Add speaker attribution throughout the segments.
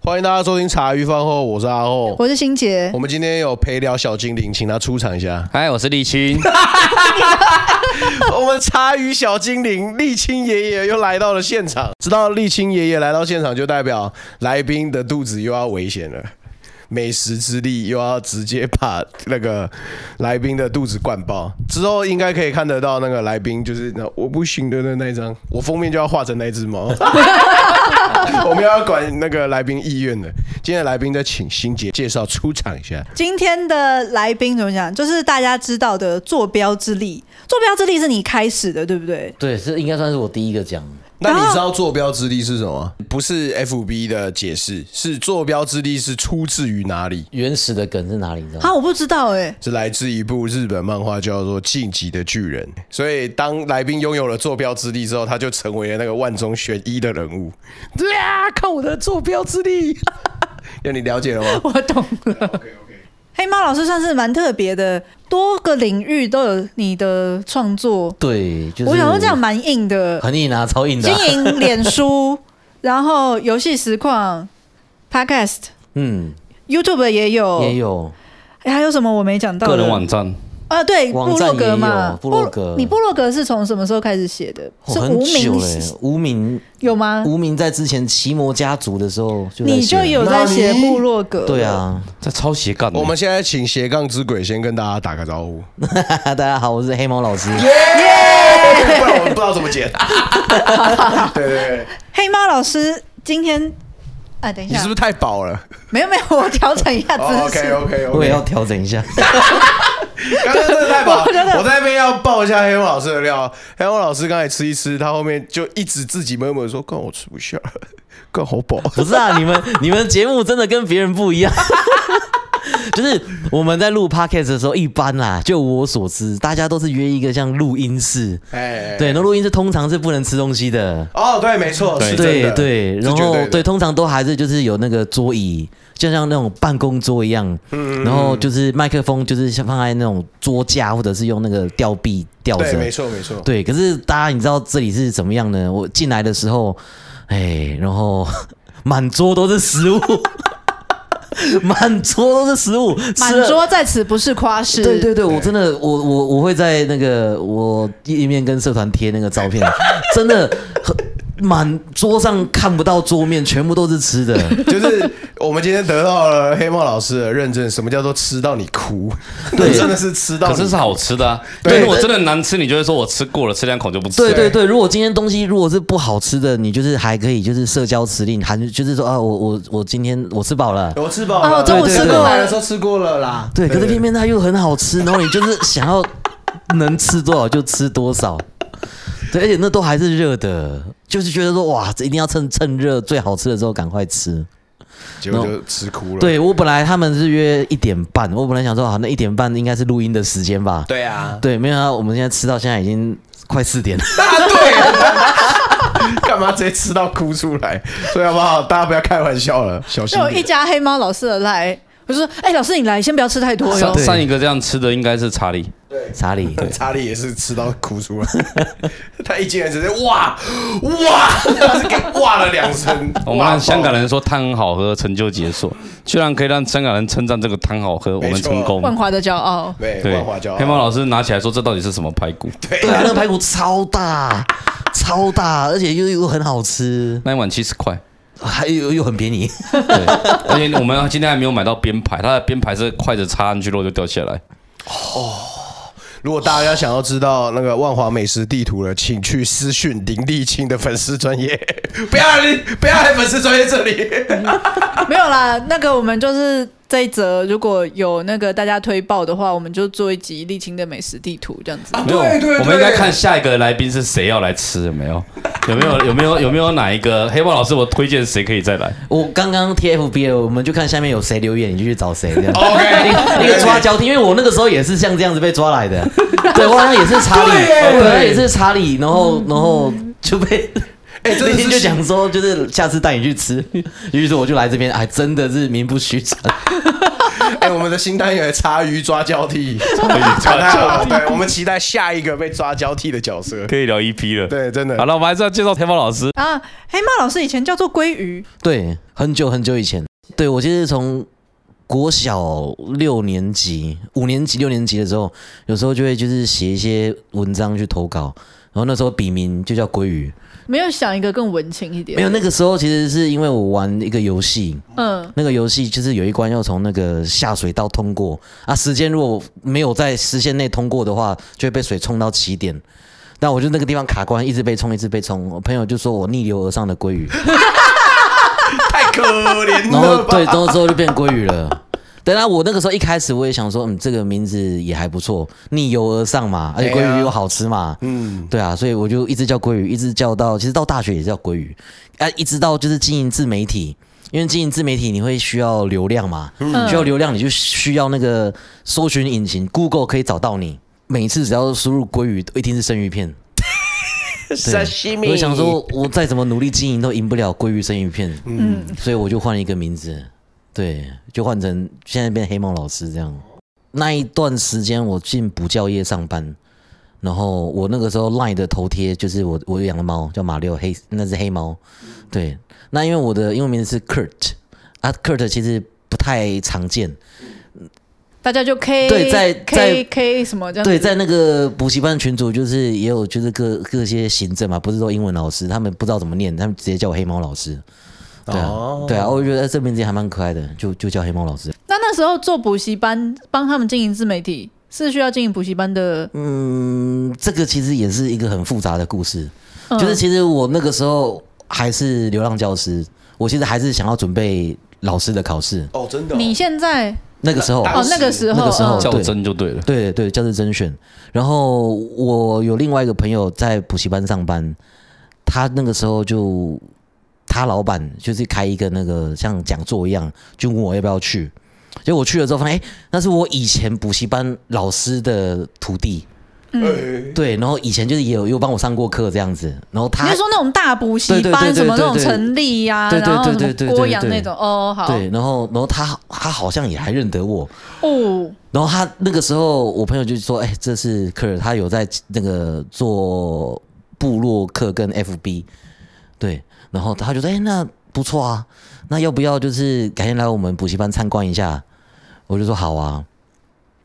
Speaker 1: 欢迎大家收听茶余饭后，我是阿后。
Speaker 2: 我是欣杰
Speaker 1: 我，们今天有陪聊小精灵，请他出场一下。
Speaker 3: 嗨，哎我是沥 青。
Speaker 1: 我们茶余小精灵沥青爷爷又来到了现场。知道沥青爷爷来到现场，就代表来宾的肚子又要危险了。美食之力又要直接把那个来宾的肚子灌爆，之后应该可以看得到那个来宾就是那我不行的那一张，我封面就要画成那只猫。 我们要管那个来宾意愿的，今天的来宾再请欣姐介绍出场一下。
Speaker 2: 今天的来宾怎么讲？就是大家知道的坐标之力。坐标之力是你开始的，对不对？
Speaker 4: 对，这应该算是我第一个讲。
Speaker 1: 那你知道坐标之力是什么？不是 FB 的解释，是坐标之力是出自于哪里？
Speaker 4: 原始的梗是哪里？你知道
Speaker 2: 啊，
Speaker 4: 吗？
Speaker 2: 我不知道哎、
Speaker 1: 是来自一部日本漫画叫做《晋级的巨人》，所以当来宾拥有了坐标之力之后，他就成为了那个万中选一的人物。对啊，看我的坐标之 力，要你了解了吗？
Speaker 2: 我懂了。黑猫老师算是蛮特别的，多个领域都有你的创作。
Speaker 4: 对，就是
Speaker 2: 我想说这样蛮硬的，
Speaker 4: 很硬啊，超硬的
Speaker 2: 经
Speaker 4: 啊、
Speaker 2: 营脸书，然后游戏实况、Podcast、
Speaker 4: 嗯，
Speaker 2: YouTube 也有，
Speaker 4: 也有
Speaker 2: 哎还有什么我没讲到的？
Speaker 3: 个人网站，
Speaker 2: 啊，对，部
Speaker 4: 网站
Speaker 2: 落格
Speaker 4: 也
Speaker 2: 嘛
Speaker 4: 有，部落格
Speaker 2: 你部落格是从什么时候开始写的？
Speaker 4: 哦
Speaker 2: 是
Speaker 4: 很
Speaker 2: 无
Speaker 4: 久
Speaker 2: 名
Speaker 4: 嘞。无名
Speaker 2: 有吗？
Speaker 4: 无名在之前奇魔家族的时候就在
Speaker 2: 你
Speaker 4: 写
Speaker 2: 就
Speaker 4: 了
Speaker 2: 有在写部落格？
Speaker 4: 对，啊，
Speaker 3: 在抄斜杠的。
Speaker 1: 我们现在请斜杠之鬼先跟大家打个招 呼，
Speaker 4: 大家好，我是黑猫老师。
Speaker 1: 不然我们不知道怎么 剪。对对对，
Speaker 2: 黑猫老师今天啊，等一
Speaker 1: 你
Speaker 2: 下，
Speaker 1: 是不是哦太饱 了、
Speaker 2: 没有没有，我调整一下姿势。
Speaker 1: o k OK OK，
Speaker 4: 我也要调整 一下，
Speaker 1: 刚刚真的太饱，
Speaker 2: 我真的
Speaker 1: 我在那边要爆一下黑猫老师的料。黑猫老师刚才吃一吃，他后面就一直自己闷闷说：“干我吃不下，干好饱。
Speaker 4: 不是啊，你们你们节目真的跟别人不一样， 就是我们在录 podcast 的时候，一般啦，就我所知，大家都是约一个像录音室，”
Speaker 1: 哎，
Speaker 4: 对，那录音室通常是不能吃东西的，
Speaker 1: 哦，对，没错，是真
Speaker 4: 对
Speaker 1: 的，
Speaker 4: 对，
Speaker 1: 是
Speaker 4: 然
Speaker 1: 绝
Speaker 4: 后
Speaker 1: 对的
Speaker 4: 对，通常都还是就是有那个桌椅，就像那种办公桌一样，
Speaker 1: 嗯
Speaker 4: 然后就是麦克风就是像放在那种桌架或者是用那个吊臂吊
Speaker 1: 对，
Speaker 4: 着
Speaker 1: 没，错没错。
Speaker 4: 对。可是大家你知道这里是怎么样呢？我进来的时候，哎，然后 满桌都是食物， 满桌都是食物，
Speaker 2: 满
Speaker 4: 吃了
Speaker 2: 桌在此不是夸饰。
Speaker 4: 对对对，我真的，我我我会在那个我页面跟社团贴那个照片，真的很满桌上看不到桌面，全部都是 吃的。
Speaker 1: 就是我们今天得到了黑猫老师的认证，什么叫做吃到你哭？
Speaker 4: 对
Speaker 1: 那真的是吃到
Speaker 3: 可
Speaker 1: 你，
Speaker 3: 是是好吃的啊。
Speaker 1: 对
Speaker 3: 对，我真的难吃，你就会说我吃过了，吃两口就不吃了。
Speaker 4: 对对对，如果今天东西如果是不好吃的，你就是还可以就是社交辞令，还就是说啊，我我我今天我吃饱了。
Speaker 1: 我吃饱了，
Speaker 2: 哦这我吃
Speaker 1: 对
Speaker 2: 过
Speaker 1: 来的时候吃过了啦。
Speaker 4: 对，可是偏偏它又很好吃，然后你就是想要能吃多少就吃多少。对，而且那都还是热的，就是觉得说哇，这一定要趁趁热最好吃的时候赶快吃。
Speaker 1: 结果就吃哭了。
Speaker 4: 对我本来他们是约一点半，我本来想说啊，那一点半应该是录音的时间吧。
Speaker 1: 对啊，
Speaker 4: 对，没想到我们现在吃到现在已经快四点了。
Speaker 1: 答对了， 干嘛直接吃到哭出来？所以好不好？大家不要开玩笑了，小心
Speaker 2: 就有
Speaker 1: 点
Speaker 2: 一家黑猫老师的来，我就说：“哎、老师你来，先不要吃太多哟
Speaker 3: 上。
Speaker 4: 对
Speaker 3: 上一个这样吃的应该是查理，
Speaker 4: 查理，
Speaker 1: 查理也是吃到哭出来， 他一进来直接哇哇，他是给哇了两声。
Speaker 3: 我们让香港人说汤很好喝，成就解锁，居然可以让香港人称赞这个汤好喝，我
Speaker 1: 没
Speaker 3: 们
Speaker 1: 错
Speaker 3: 成功。
Speaker 2: 万华的骄傲，
Speaker 1: 对
Speaker 3: 对
Speaker 1: 万华椒，，
Speaker 3: 黑猫老师拿起来说：“这到底是什么排骨
Speaker 4: 对啊，那个排骨超大，超大，而且又又很好吃？”，
Speaker 3: 那一碗七十块。
Speaker 4: 还有又很便宜。
Speaker 3: 对，而且我们今天还没有买到边排，它的边排是筷子插进去肉就掉下来。
Speaker 1: 如果大家想要知道那个万华美食地图了，请去私讯林立清的粉丝专业， 不要来不要来粉丝专业这里。
Speaker 2: 没有啦，那个我们就是这一则，如果有那个大家推爆的话，我们就做一集沥青的美食地图这样子。
Speaker 3: 没有，
Speaker 1: 对对
Speaker 3: 我们应该看下一个来宾是谁要来吃，有没有？有没有？有没有？有没有哪一个黑豹老师？我推荐谁可以再 来？
Speaker 4: 我刚刚 TFB，我们就看下面有谁留言，你就去找谁这样。
Speaker 1: OK，
Speaker 4: 那个抓交替，因为我那个时候也是像这样子被抓来的， 对，我好像也是查理，我好像也是查理，然后然后就被
Speaker 1: 哎真的
Speaker 4: 那
Speaker 1: 是
Speaker 4: 天就讲说，就是下次带你去吃，于是我就来这边，哎，真的是名不 虚传。
Speaker 1: 哎、我们的新单元茶余抓交替，
Speaker 3: 抓
Speaker 1: 太好了对，我们期待下一个被抓交替的角色。
Speaker 3: 可以聊 EP 了。
Speaker 1: 对，真的
Speaker 3: 好。了，我们还是要介绍天猫老
Speaker 4: 哦
Speaker 3: 师。
Speaker 2: 啊，黑猫老师以前叫做鲑鱼，
Speaker 4: 对，很久很久以前，对我记得是从国小六年级、五年级、六年级的时候，有时候就会就是写一些文章去投稿，然后那时候笔名就叫鲑鱼。
Speaker 2: 没有想一个更文青一点。
Speaker 4: 没有，那个时候其实是因为我玩一个游戏，
Speaker 2: 嗯，
Speaker 4: 那个游戏就是有一关要从那个下水道通过啊，时间如果没有在时限内通过的话，就会被水冲到起点。那我就那个地方卡关，一直被冲，一直被冲。我朋友就说我逆流而上的鲑鱼，
Speaker 1: 太可怜
Speaker 4: 然后
Speaker 1: 了吧？
Speaker 4: 对，然后之后就变鲑鱼了。对啊，我那个时候一开始我也想说，嗯，这个名字也还不错，逆游而上嘛，而且鲑鱼又好吃嘛，哎嗯，对啊，所以我就一直叫鲑鱼，一直叫到其实到大学也叫鲑鱼，啊，一直到就是经营自媒体，因为经营自媒体你会需要流量嘛，需要流量你就需要那个搜寻引擎 Google 可以找到你，每次只要输入鲑鱼，一定是生鱼 片。对，我就想说，我再怎么努力经营都赢不了鲑鱼生鱼片，嗯，所以我就换了一个名字，对，就换成现在变黑猫老师这样。那一段时间我进补教业上班，然后我那个时候 LINE 的头贴就是我我养的猫叫马六黑，那只黑猫，对，那因为我的英文名字是 Kurt，啊 Kurt 其实不太常见，
Speaker 2: 大家就 K
Speaker 4: 对在
Speaker 2: K
Speaker 4: 在
Speaker 2: K 什么这样子
Speaker 4: 对，在那个补习班群组，就是也有就是各各些行政嘛，不是说英文老师，他们不知道怎么念，他们直接叫我黑猫老师。对啊，对啊，我就觉得这名字还蛮可爱的，就就叫黑猫老师。
Speaker 2: 那那时候做补习班，帮他们经营自媒体，是需要经营补习班的。
Speaker 4: 嗯，这个其实也是一个很复杂的故事，
Speaker 2: 嗯
Speaker 4: 嗯就是其实我那个时候还是流浪教师，我其实还是想要准备老师的考试。
Speaker 1: 哦，真的、
Speaker 2: 你现在
Speaker 4: 那个时候，
Speaker 2: 哦，那个时候，
Speaker 4: 那个时候
Speaker 2: 嗯
Speaker 4: 对
Speaker 3: 较真就对了。
Speaker 4: 对对，教师甄选。然后我有另外一个朋友在补习班上班，他那个时候就他老板就是开一个那个像讲座一样，就问我要不要去。结果我去了之后发现，哎，那是我以前补习班老师的徒弟，
Speaker 1: 嗯
Speaker 4: 对，然后以前就是也有有帮我上过课这样子，然后
Speaker 2: 你
Speaker 4: 他
Speaker 2: 是说那种大补习
Speaker 4: 对对
Speaker 2: 班
Speaker 4: 对对
Speaker 2: 什么那种
Speaker 4: 对对
Speaker 2: 成立呀，
Speaker 4: 对对
Speaker 2: 然后
Speaker 4: 对
Speaker 2: 什
Speaker 4: 对
Speaker 2: 么
Speaker 4: 对对
Speaker 2: 郭
Speaker 4: 对
Speaker 2: 阳
Speaker 4: 对
Speaker 2: 那种哦，好
Speaker 4: 对，然后然后他他好像也还认得我，
Speaker 2: 哦，
Speaker 4: 然后他那个时候，我朋友就说：“哎、这是科尔，他有在那个做部落客跟 FB，对。”然后他就说：“哎、那不错啊，那要不要就是改天来我们补习班参观一下？”我就说：“好啊。”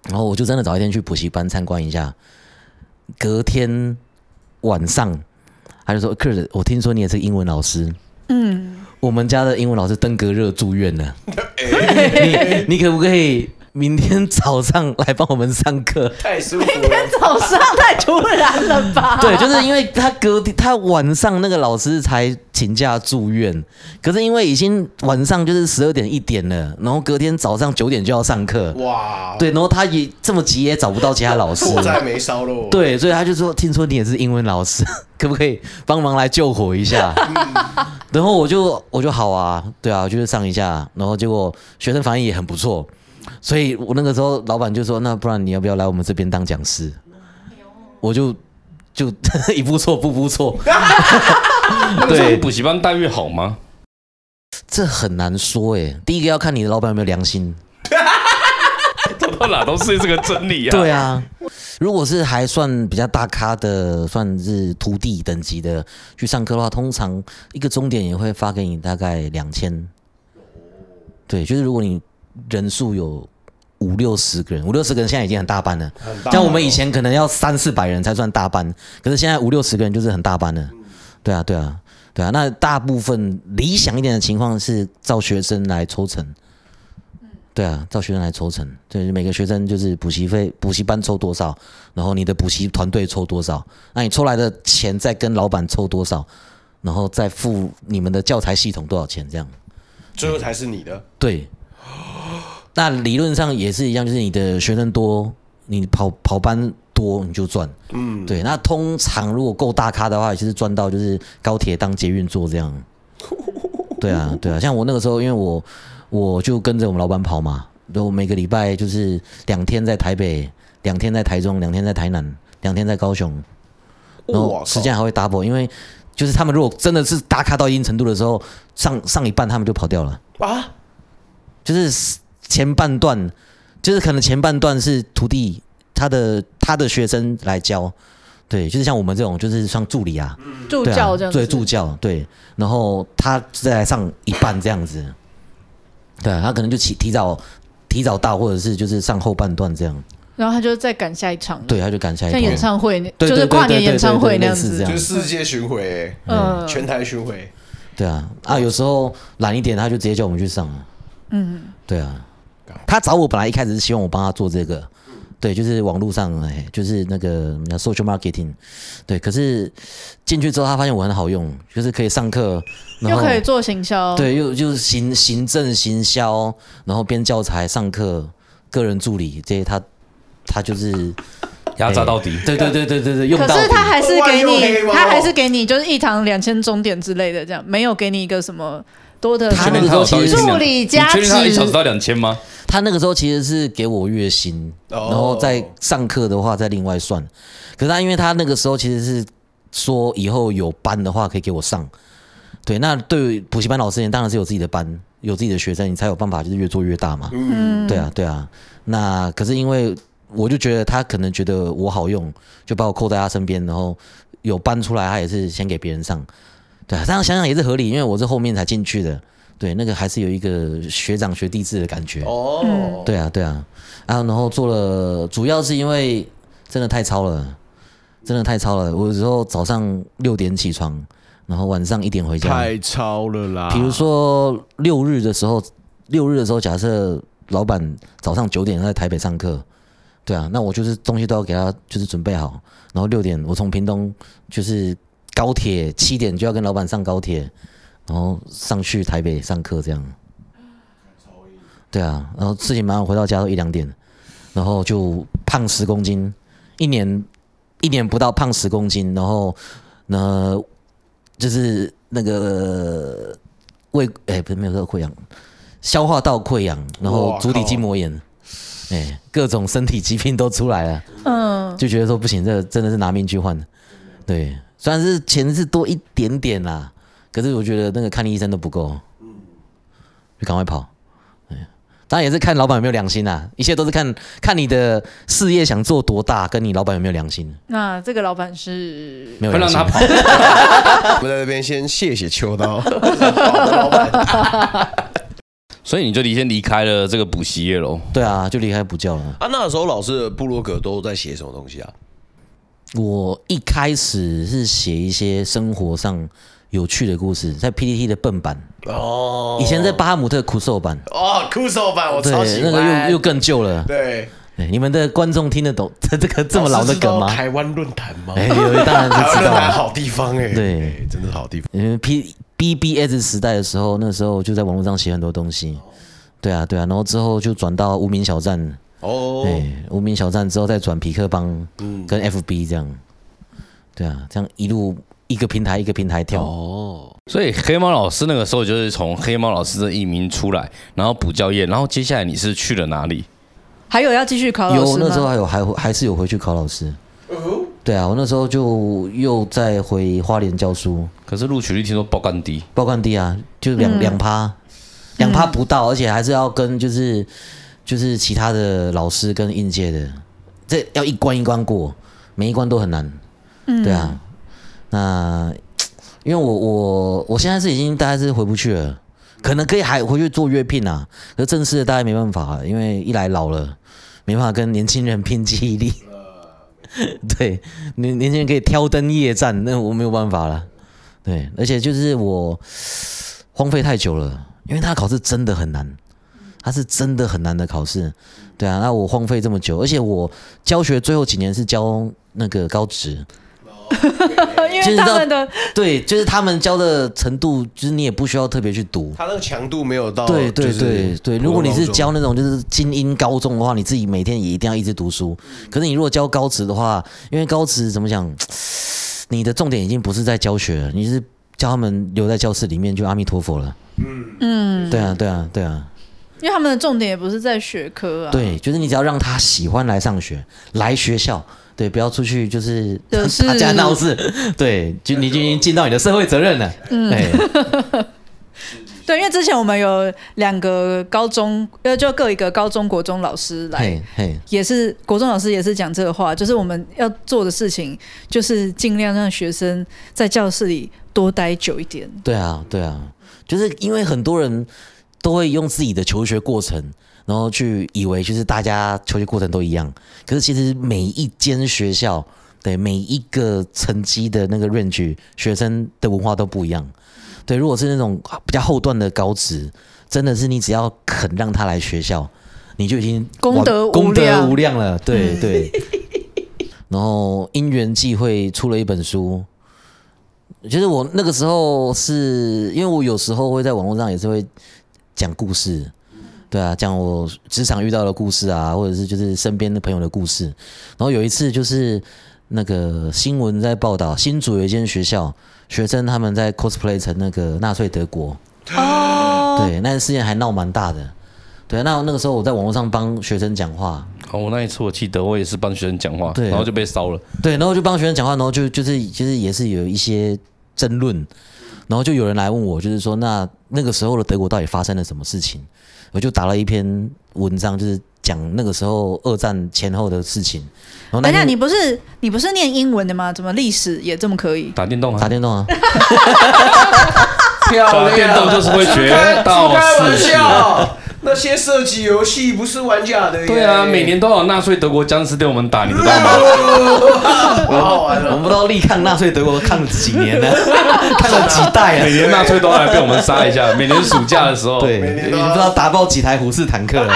Speaker 4: 然后我就真的找一天去补习班参观一下。隔天晚上，他就说：“科尔，我听说你也是英文老师，嗯，我们家的英文老师登革热住院了。” 你你可不可以明天早上来帮我们上课？
Speaker 1: 太舒服了。
Speaker 2: 早上太突然 了吧？
Speaker 4: 对，就是因为他隔天他晚上那个老师才请假住院，可是因为已经晚上就是十二点一点了，然后隔天早上九点就要上课，
Speaker 1: 哇，
Speaker 4: 对，然后他也这么急也找不到其他老师，
Speaker 1: 我在没烧肉。，
Speaker 4: 对，所以他就说：“听说你也是英文老师， 可不可以帮忙来救火一下？”然后我就我就好啊，对啊，我就是上一下，然后结果学生反应也很不错，所以我那个时候老板就说：“那不然你要不要来我们这边当讲师？”我就就 一步错步步错，
Speaker 3: 对，补习班待遇好吗？
Speaker 4: 这很难说哎、第一个要看你的老板有没有良心，
Speaker 3: 走到哪都是这个真理啊。
Speaker 4: 对啊，如果是还算比较大咖的，算是徒弟等级的去上课的话，通常一个钟点也会发给你大概两千。对，就是如果你人数有五六十个人，五六十个人现在已经很大班了，像我们以前可能要三四百人才算大班，可是现在五六十个人就是很大班了。对啊，对啊，对啊。那大部分理想一点的情况是照学生来抽成。对啊，照学生来抽成，对，每个学生就是补习费，补习班抽多少，然后你的补习团队抽多少，那你抽来的钱再跟老板抽多少，然后再付你们的教材系统多少钱，这样。
Speaker 1: 最后才是你的。
Speaker 4: 对，那理论上也是一样，就是你的学生多，你跑跑班多你就赚。嗯，对。那通常如果够大咖的话，也就是赚到就是高铁当捷运坐这样。 对啊，对啊。像我那个时候，因为我我就跟着我们老板跑嘛，我每个礼拜就是两天在台北，两天在台中，两天在台南，两天在高雄，然
Speaker 1: 哇
Speaker 4: 后
Speaker 1: 靠
Speaker 4: 时间还会 double，因为就是他们如果真的是打卡到一定程度的时候，上上一半他们就跑掉了，
Speaker 1: 啊，
Speaker 4: 就是前半段，就是可能前半段是徒弟他的他的学生来教，对，就是像我们这种就是像助理啊，
Speaker 2: 助
Speaker 4: 对
Speaker 2: 教
Speaker 4: 啊
Speaker 2: 这样子，
Speaker 4: 对助教，对，然后他再来上一半这样子，对啊、他可能就提提早提早到，或者是就是上后半段这样，
Speaker 2: 然后他就再赶下一场，
Speaker 4: 对，，他啊就赶下一
Speaker 2: 像
Speaker 4: 段
Speaker 2: 演唱会，
Speaker 4: 对
Speaker 2: 就是
Speaker 4: 对
Speaker 2: 跨
Speaker 4: 对
Speaker 2: 年
Speaker 4: 对
Speaker 2: 演唱会
Speaker 4: 对对
Speaker 2: 那样
Speaker 4: 类似
Speaker 2: 子
Speaker 4: 这，
Speaker 1: 就
Speaker 4: 样
Speaker 1: 是世界巡回、欸
Speaker 2: 嗯，
Speaker 1: 全台巡回，
Speaker 4: 对啊，啊，有时候懒一点，他就直接叫我们去上了。嗯，对啊，他找我本来一开始是希望我帮他做这个，对，就是网络上，哎，就是那个那 social marketing，对。可是进去之后，他发现我很好用，就是可以上课，然
Speaker 2: 又
Speaker 4: 后
Speaker 2: 可以做行销，
Speaker 4: 对，又就是行行政、行销，然后编教材、上课、个人助理这些，他他就是
Speaker 3: 压榨到底。
Speaker 4: 对对对对对对，用
Speaker 2: 可
Speaker 4: 到
Speaker 2: 是他
Speaker 4: 底。
Speaker 2: 还是
Speaker 1: 万
Speaker 2: 给
Speaker 1: 用黑
Speaker 2: 你，
Speaker 1: 猫
Speaker 2: 他还是给你就是一堂两千钟点之类的，这样没有给你一个什么多的
Speaker 4: 他
Speaker 3: 确
Speaker 4: 那
Speaker 3: 定
Speaker 4: 个
Speaker 3: 他
Speaker 4: 时候
Speaker 3: 有
Speaker 4: 其
Speaker 3: 到一
Speaker 4: 实
Speaker 3: 千两
Speaker 2: 助理加
Speaker 3: 你确定他一小时
Speaker 2: 持，
Speaker 3: 到两千吗？
Speaker 4: 他那个时候其实是给我月薪，
Speaker 1: 哦
Speaker 4: 然后再上课的话再另外算。可是他因为他那个时候其实是说以后有班的话可以给我上，对，那对于补习班老师而言，当然是有自己的班，有自己的学生，你才有办法就是越做越大嘛。
Speaker 2: 嗯，
Speaker 4: 对啊，对啊。那可是因为我就觉得他可能觉得我好用，就把我扣在他身边，然后有搬出来，他也是先给别人上。对啊，这样想想也是合理，因为我是后面才进去的。对，那个还是有一个学长学弟制的感觉。
Speaker 1: 哦，
Speaker 4: 对啊，对啊，啊，然后做了，主要是因为真的太超了，真的太超了。我有时候早上六点起床，然后晚上一点回家。
Speaker 1: 超了啦
Speaker 4: 比如说六日的时候，六日的时候，假设老板早上九点在台北上课，对啊，那我就是东西都要给他就是准备好，然后六点我从屏东就是高铁七点就要跟老板上高铁，然后上去台北上课这样。对啊，然后事情忙完回到家都一两点，然后就胖十公斤，一年一年不到胖十公斤，然后呢就是那个胃哎、不是没有说溃疡，消化道溃疡，然后
Speaker 1: 哇
Speaker 4: 足底
Speaker 1: 靠
Speaker 4: 筋膜炎，哎、各种身体疾病都出来了。
Speaker 2: 嗯，
Speaker 4: 就觉得说不行，这真的是拿命去换。对，虽然是钱是多一点点啦，可是我觉得那个看医生都不够，就赶快跑。对当然也是看老板有没有良心啦，一切都是看看你的事业想做多大，跟你老板有没有良心。
Speaker 2: 那这个老板是
Speaker 4: 没有
Speaker 3: 会让
Speaker 4: 良心
Speaker 3: 他跑，
Speaker 1: 我们在这边先谢谢秋 刀，
Speaker 3: 所以你就离先离开了这个补习业喽。
Speaker 4: 对啊，就离开补教了。
Speaker 1: 啊，那时候老师的部落格都在写什么东西啊？
Speaker 4: 我一开始是写一些生活上有趣的故事，在 PPT 的笨版，
Speaker 1: 哦，
Speaker 4: 以前在巴哈姆特苦受版，
Speaker 1: 哦酷手版我
Speaker 4: 对
Speaker 1: 超喜，
Speaker 4: 那
Speaker 1: 欢，
Speaker 4: 个又又更旧了。
Speaker 1: 对，
Speaker 4: 对你们的观众听得懂这这个这么老的梗
Speaker 1: 老
Speaker 4: 吗
Speaker 1: 师知道？台湾论坛吗？
Speaker 4: 哎，有当然
Speaker 1: 台
Speaker 4: 是
Speaker 1: 湾
Speaker 4: 知
Speaker 1: 论
Speaker 4: 道
Speaker 1: 坛
Speaker 4: 啊，
Speaker 1: 好地方哎，
Speaker 4: 对
Speaker 1: 哎，真的是好地方。
Speaker 4: 因为 P B B S 时代的时候，那时候就在网络上写很多东西。对啊，对啊，然后之后就转到无名小站，
Speaker 1: 哦，
Speaker 4: 哎，无名小站之后再转匹克帮跟 F B 这样。对啊，这样一路一个平台一个平台
Speaker 1: 哦
Speaker 4: 跳。
Speaker 3: 所以黑猫老师那个时候就是从黑猫老师这一名出来，然后补教业，然后接下来你是去了哪里？
Speaker 2: 还有要继续考老
Speaker 4: 有
Speaker 2: 师
Speaker 4: 那时候
Speaker 2: 哦吗？
Speaker 4: 还有还还是有回去考老师。对啊，我那时候就又再回花莲教书，
Speaker 3: 可是录取率听说爆干低，
Speaker 4: 报冠低啊，就两两趴，两趴不到，而且还是要跟就是就是其他的老师跟应届的，这要一关一关过，每一关都很难，对啊，那因为我我我现在是已经大概是回不去了，可能可以还回去做约聘啊，可是正式的大概没办法，因为一来老了，没办法跟年轻人拼记忆力。对，年年轻人可以挑灯夜战，那我没有办法了。对，而且就是我荒废太久了，因为他考试真的很难，他是真的很难的考试。对啊，那我荒废这么久，而且我教学最后几年是教那个高职，
Speaker 2: 因
Speaker 4: 就
Speaker 2: 为
Speaker 4: 是
Speaker 2: 他
Speaker 4: 到
Speaker 2: 们的
Speaker 4: 对，就是他们教的程度，就是你也不需要特别去读。
Speaker 1: 他那个强度没有到，
Speaker 4: 对对
Speaker 1: 哦就是
Speaker 4: 对对，如果你是
Speaker 1: 普通高中
Speaker 4: 教那种就是精英高中的话，你自己每天也一定要一直读书。可是你如果教高职的话，因为高职怎么讲，你的重点已经不是在教学了，你是教他们留在教室里面就阿弥陀佛了。嗯嗯，对啊对啊对啊，
Speaker 2: 因为他们的重点也不是在学科啊，
Speaker 4: 对，就是你只要让他喜欢来上学，来学校，对，不要出去就是
Speaker 2: 惹 事
Speaker 4: 打架闹事，对，就你已经尽到你的社会责任了。哎，
Speaker 2: 对，因为之前我们有两个高中，呃，就各一个高中、国中老师来
Speaker 4: 嘿，嘿，
Speaker 2: 也是国中老师也是讲这个话，就是我们要做的事情，就是尽量让学生在教室里多待久一点。
Speaker 4: 对啊，对啊，就是因为很多人都会用自己的求学过程，然后去以为就是大家求学过程都一样，可是其实每一间学校。对每一个成绩的那个 range，学生的文化都不一样。对，如果是那种比较后段的高职，真的是你只要肯让他来学校，你就已经
Speaker 2: 功
Speaker 4: 哇
Speaker 2: 德无
Speaker 4: 功德
Speaker 2: 量嗯
Speaker 4: 无量了。对对。然后因缘际会出了一本书，其实我那个时候是因为我有时候会在网络上也是会讲故事，对啊，讲我职场遇到的故事啊，或者是就是身边的朋友的故事。然后有一次就是那个新闻在报道，新竹有一间学校学生他们在 cosplay 成那个纳粹德国，
Speaker 2: 哦，
Speaker 4: 对，那件事情还闹蛮大的。对，那那个时候我在网络上帮学生讲话，
Speaker 3: 哦，我那一次我记得，我也是帮学生讲话，
Speaker 4: 对啊
Speaker 3: 然后就被烧了。
Speaker 4: 对，然后就帮学生讲话，然后就就是就是也是有一些争论，然后就有人来问我，就是说那那个时候的德国到底发生了什么事情？我就打了一篇文章，就是讲那个时候二战前后的事情。然后哦那
Speaker 2: 等一下，
Speaker 4: 天
Speaker 2: 你不是你不是念英文的吗？怎么历史也这么可以？
Speaker 3: 打电动
Speaker 4: 打
Speaker 3: 啊，
Speaker 4: 电动啊，
Speaker 1: 漂
Speaker 3: 打电动就是会学到
Speaker 1: 开玩
Speaker 3: 事情
Speaker 1: 笑，那些射击游戏不是玩假的耶。
Speaker 3: 对啊，每年都有纳粹德国僵尸对我们打，你知道吗？
Speaker 1: 哦好好玩
Speaker 4: 我
Speaker 1: 哦。
Speaker 4: 们不知道力抗纳粹德国抗了几年呢、 抗了几代啊
Speaker 3: 每？年纳粹都要来被我们杀一 下，每年暑假的时候，
Speaker 4: 对，
Speaker 1: 每
Speaker 4: 你
Speaker 1: 年都
Speaker 4: 不知
Speaker 1: 要
Speaker 4: 道打爆几台虎式坦克了。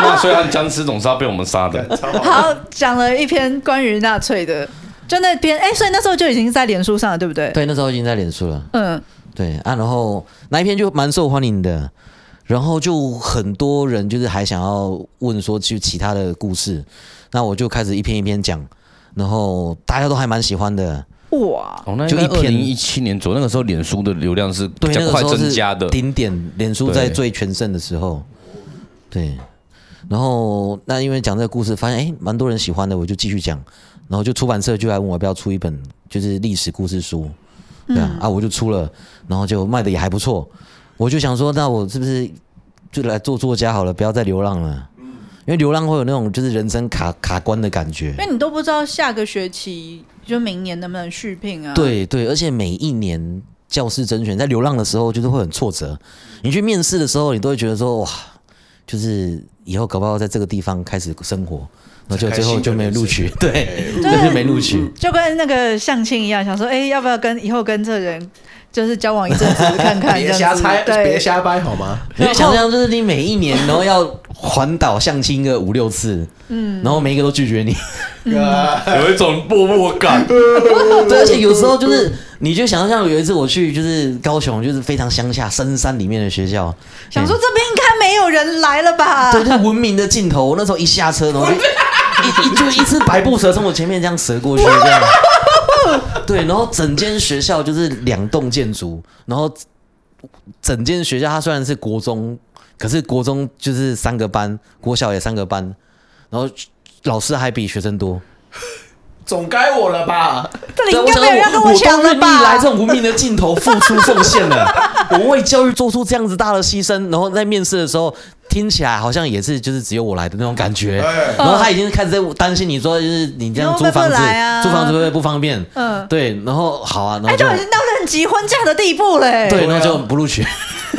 Speaker 3: 纳粹和僵尸总是要被我们杀的。
Speaker 1: 超
Speaker 4: 哦
Speaker 1: 好
Speaker 2: 好，讲了一篇关于纳粹的，就那边哎、所以那时候就已经在脸书上了，对不对？
Speaker 4: 对，那时候已经在脸书了。
Speaker 2: 嗯，
Speaker 4: 对啊，然后那一篇就蛮受欢迎的，然后就很多人就是还想要问说去其他的故事，那我就开始一篇一篇讲，然后大家都还蛮喜欢的，
Speaker 2: 哇，
Speaker 3: 哦，那
Speaker 4: 就
Speaker 3: 就
Speaker 4: 一
Speaker 3: 一
Speaker 4: 篇
Speaker 3: 篇一七年左右，那个时候脸书的流量是比
Speaker 4: 对，那
Speaker 3: 较
Speaker 4: 个
Speaker 3: 快
Speaker 4: 时候
Speaker 3: 增
Speaker 4: 是
Speaker 3: 加的。
Speaker 4: 顶点，脸书在
Speaker 3: 对
Speaker 4: 最全盛的时候，对，然后那因为讲这个故事，发现哎蛮多人喜欢的，我就继续讲，然后就出版社就来问我要不要出一本就是历史故事书，对啊，啊我就出了，然后就卖的也还不错，我就想说，那我是不是就来做作家好了，不要再流浪了，因为流浪会有那种就是人生卡卡关的感觉
Speaker 2: 因，为你都不知道下个学期就明年能不能续聘啊？，
Speaker 4: 对对，而且每一年教师甄选在流浪的时候，就是会很挫折。你去面试的时候，你都会觉得说哇，就是以后搞不好在这个地方开始生活，然后 就最后就没有录 取，对，那就没录取。
Speaker 2: 就跟那个相亲一样，想说哎、要不要跟以后跟这人就是交往一阵子看 看，
Speaker 1: 别
Speaker 2: 这
Speaker 1: 瞎
Speaker 2: 样子
Speaker 1: 猜，别
Speaker 2: 对，
Speaker 1: 瞎掰好吗？
Speaker 4: 你就想象，就是你每一年然后要环岛相亲个五六次，嗯，然后每一个都拒绝你，
Speaker 1: 呃
Speaker 3: 有一种默默感。
Speaker 4: 对，而且有时候就是，你就想象有一次我去就是高雄，就是非常乡下深山里面的学校，
Speaker 2: 想说这边应该没有人来了吧？
Speaker 4: 嗯对，就是文明的尽头。我那时候一下 车，然后就一一就一只白布蛇从我前面这样折过去，这样。对，然后整间学校就是两栋建筑，然后整间学校它虽然是国中，可是国中就是三个班，国小也三个班，然后老师还比学生多。
Speaker 1: 总该我了吧？
Speaker 2: 这里
Speaker 4: 对，
Speaker 2: 应
Speaker 4: 我
Speaker 2: 该
Speaker 4: 想
Speaker 2: 没有人要
Speaker 4: 说
Speaker 2: 跟
Speaker 4: 我
Speaker 2: 抢
Speaker 4: 都
Speaker 2: 了
Speaker 4: 愿意来
Speaker 2: 吧
Speaker 4: 这？种无名的尽头付出奉献了， 我为教育做出这样子大的牺牲，然后在面试的时候听起来好像也是就是只有我来的那种感觉，
Speaker 1: 哎
Speaker 4: 然后他已经开始在担心你说就是你这样
Speaker 2: 嗯
Speaker 4: 租
Speaker 2: 你会
Speaker 4: 房
Speaker 2: 不
Speaker 4: 子，
Speaker 2: 会来啊
Speaker 4: 租房子会不会不方便？
Speaker 2: 嗯
Speaker 4: 对，然后好啊，然
Speaker 2: 哎、
Speaker 4: 后
Speaker 2: 就
Speaker 4: 就。
Speaker 2: 已经到论及婚嫁的地步哎嘞、
Speaker 4: 对，
Speaker 1: 对啊
Speaker 4: 然后就不录取。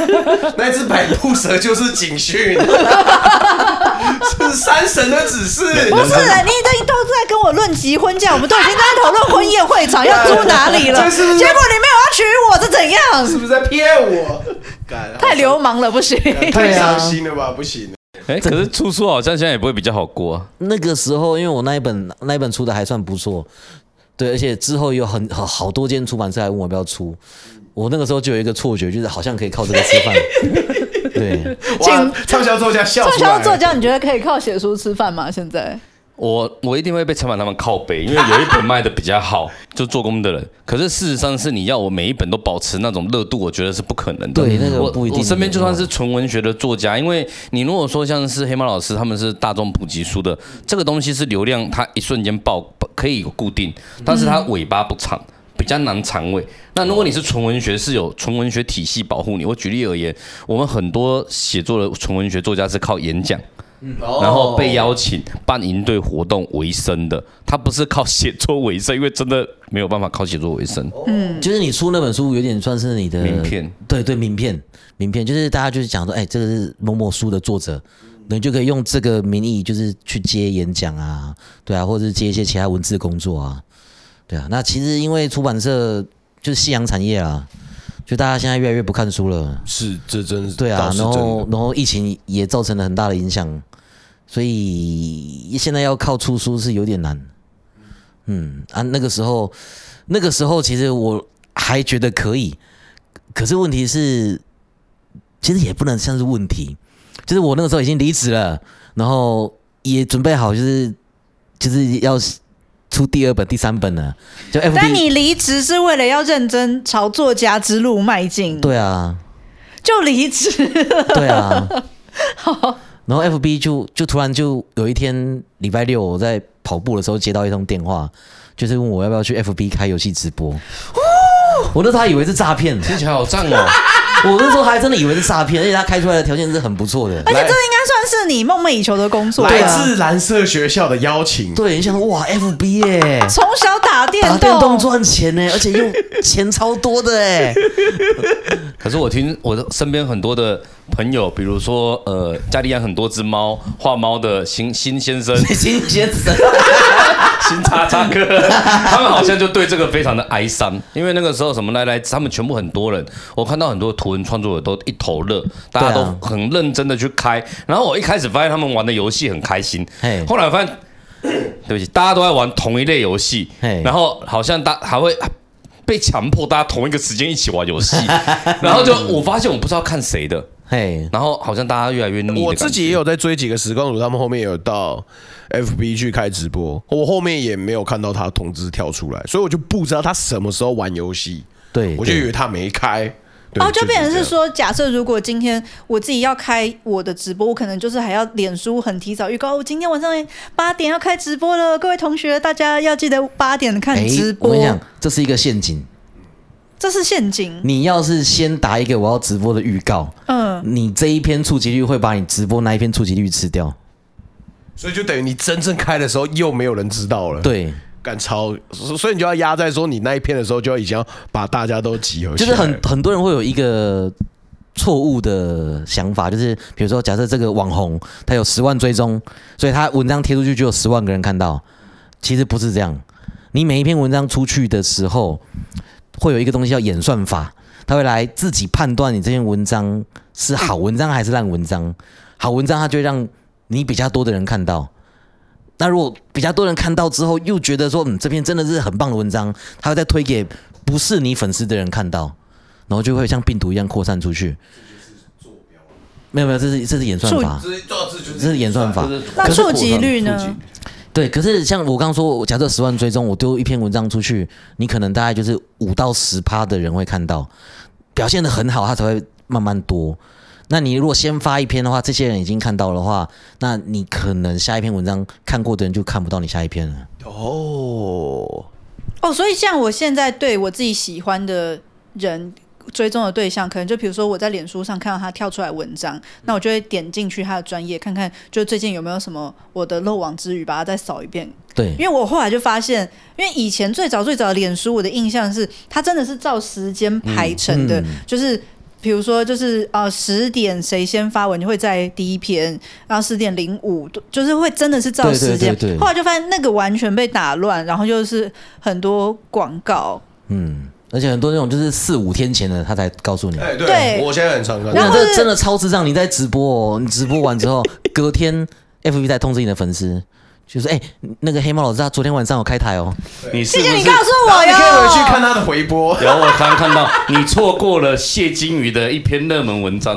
Speaker 1: 那只白布蛇就是警讯， 是山神的指示。
Speaker 2: 不是，你都都在跟我论及婚嫁，我们都已经在讨论婚宴会场要租哪里了，
Speaker 1: 这
Speaker 2: 结
Speaker 1: 是
Speaker 2: 果
Speaker 1: 不
Speaker 2: 你
Speaker 1: 是
Speaker 2: 没有要娶我，这怎
Speaker 1: 是
Speaker 2: 样？
Speaker 1: 不是在骗我？干
Speaker 2: 太，流氓了，不行。
Speaker 1: 太伤心了吧？不行，
Speaker 3: 哎，可是出书好像现在也不会比较好过啊。
Speaker 4: 那个时候，因为我那一本那一本出的还算不错，对，而且之后有很好好多间出版社来问我要不要出，我那个时候就有一个错觉，就是好像可以靠这个 吃饭。对，
Speaker 1: 哇！畅销作家笑
Speaker 2: 畅
Speaker 1: 出来
Speaker 2: 销
Speaker 1: 了
Speaker 2: 作家，你觉得可以靠写书吃饭吗？现在
Speaker 3: 我我一定会被陈满他们靠背，因为有一本卖的比较好， 就做工的人。可是事实上是你要我每一本都保持那种热度，我觉得是不可能的。
Speaker 4: 对那个
Speaker 3: 我
Speaker 4: 不一定
Speaker 3: 我身边就算是
Speaker 4: 有
Speaker 3: 纯文学的作家，因为你如果说像是黑猫老师，他们是大众普及书的，这个东西是流量，它一瞬间爆可以有固定，但是它尾巴不长。比较难长尾。那如果你是纯文学，是有纯文学体系保护你。我举例而言，我们很多写作的纯文学作家是靠演讲，
Speaker 1: 嗯哦
Speaker 3: 然后被邀请办营队活动为生的，他不是靠写作为生，因为真的没有办法靠写作为生。
Speaker 4: 就是你出那本书，有点算是你的
Speaker 3: 名片，
Speaker 4: 对对，名片，名片，就是大家就是讲说，哎，这个是某某书的作者，你就可以用这个名义，就是去接演讲啊，对啊，或者是接一些其他文字工作啊，对啊。那其实因为出版社就是夕阳产业啊，就大家现在越来越不看书了，
Speaker 1: 是这真
Speaker 4: 对
Speaker 1: 倒
Speaker 4: 啊，
Speaker 1: 是真
Speaker 4: 然
Speaker 1: 的
Speaker 4: 后然后疫情也造成了很大的影响，所以现在要靠出书是有点难。嗯啊，那个时候，那个时候其实我还觉得可以，可是问题是，其实也不能算是问题，就是我那个时候已经离职了，然后也准备好就是就是要出第二本、第三本了，就 FB。
Speaker 2: 但你离职是为了要认真朝作家之路迈进，
Speaker 4: 对啊，
Speaker 2: 就离职。
Speaker 4: 对啊， 然后 FB 就就突然就有一天礼拜六我在跑步的时候接到一通电话，就是问我要不要去 FB 开游戏直播。
Speaker 2: 哦
Speaker 4: 我那时候还以为是诈骗，
Speaker 3: 听起来好赞哦！
Speaker 4: 我那时候还真的以为是诈骗，而且他开出来的条件是很不错的
Speaker 2: 而。且这应该算是你梦寐以求的工作，
Speaker 1: 来
Speaker 2: 对啊
Speaker 1: 自蓝色学校的邀请，
Speaker 4: 对，你想说哇，FB 耶、
Speaker 2: 从小打电
Speaker 4: 打
Speaker 2: 动，
Speaker 4: 电动赚钱呢、而且用钱超多的 哎、
Speaker 3: 可是我听我的身边很多的朋友，比如说呃，家里养很多只猫，画猫的新新先生、
Speaker 4: 新先生，
Speaker 3: 新叉叉哥， 他们好像就对这个非常的哀伤，因为那个时候什么来来，他们全部很多人，我看到很多图文创作者都一头热，大家
Speaker 4: 对
Speaker 3: 都
Speaker 4: 啊
Speaker 3: 很认真的去开。然后我一开始发现他们玩的游戏很开心
Speaker 4: 嘿，
Speaker 3: 后来发现，对不起，大家都在玩同一类游戏
Speaker 4: 嘿，
Speaker 3: 然后好像大还会。被强迫大家同一个时间一起玩 游戏，然后就我发现我不知道看谁的，
Speaker 4: 嘿，
Speaker 3: 然后好像大家越来越腻的感觉。
Speaker 1: 我自己也有在追几个时光组，他们后面也有到 FB 去开直播，我后面也没有看到他通知跳出来，所以我就不知道他什么时候玩游戏，
Speaker 4: 对，
Speaker 1: 我就以
Speaker 4: 对
Speaker 1: 为他没开。对
Speaker 2: 哦，就变成
Speaker 1: 这
Speaker 2: 是
Speaker 1: 样
Speaker 2: 说，假设如果今天我自己要开我的直播，我可能就是还要脸书很提早预告，我、哦今天晚上八点要开直播了，各位同学，大家要记得八点看直
Speaker 4: 我
Speaker 2: 播。
Speaker 4: 跟你讲，这是一个陷阱。
Speaker 2: 这是陷阱。
Speaker 4: 你要是先打一个我要直播的预告，
Speaker 2: 嗯，
Speaker 4: 你这一篇触及率会把你直播那一篇触及率吃掉。
Speaker 1: 所以就等于你真正开的时候又没有人知道了，，
Speaker 4: 对，
Speaker 1: 干超，所所以你就要压在说你那一篇的时候就要已经要把大家都集合起
Speaker 4: 就
Speaker 1: 来，
Speaker 4: 是很很多人会有一个错误的想法，就是比如说，假设这个网红他有十万追踪，所以他文章贴出去就有十万个人看到，其实不是这样。你每一篇文章出去的时候，会有一个东西叫演算法，它会来自己判断你这篇文章是好文章还是烂文章。好文章它就会让你比较多的人看到。那如果比较多人看到之后，又觉得说，嗯，这篇真的是很棒的文章，他会再推给不是你粉丝的人看到，然后就会像病毒一样扩散出去。没有没有，这是这是演算法，这是演算法。
Speaker 2: 那
Speaker 4: 可是
Speaker 2: 触及率呢？
Speaker 4: 对，可是像我刚刚说，我假设十万追踪，我丢一篇文章出去，你可能大概就是五到十趴的人会看到，表现的很好，它才会慢慢多。那你如果先发一篇的话，这些人已经看到的话，那你可能下一篇文章看过的人就看不到你下一篇了。
Speaker 1: 哦，
Speaker 2: 哦，所以像我现在对我自己喜欢的人。追踪的对象可能就比如说我在脸书上看到他跳出来文章，那我就会点进去他的专业看看，就最近有没有什么我的漏网之鱼，把它再扫一遍，
Speaker 4: 对
Speaker 2: 因为我后来就发现，因为以前最早最早的脸书，我的印象是它真的是照时间排成的，
Speaker 4: 嗯
Speaker 2: 就是。比如说，就是呃，十点谁先发文就会在第一篇，然后十点零五，就是会真的是照
Speaker 4: 对对
Speaker 2: 时间。
Speaker 4: 对对
Speaker 2: 后来就发现那个完全被打乱，然后就是很多广告，
Speaker 4: 嗯，而且很多那种就是四五天前的他才告诉你。
Speaker 1: 哎，
Speaker 2: 对
Speaker 1: 对，我现在很常看
Speaker 4: 我
Speaker 1: 到，
Speaker 2: 然
Speaker 4: 想
Speaker 2: 后
Speaker 4: 这
Speaker 2: 是
Speaker 4: 真的超智障！你在直播、哦，你直播完之后，隔天 FB 再通知你的粉丝，就说：“哎、那个黑猫老师他昨天晚上有开台哦。”
Speaker 3: 你是
Speaker 2: 谢
Speaker 3: 不
Speaker 2: 谢
Speaker 3: 是
Speaker 2: 你告诉我
Speaker 1: 你
Speaker 2: 哟。
Speaker 1: 可以回去看他的回播。
Speaker 3: 有，我刚刚看到你错过了谢金鱼的一篇热门文章，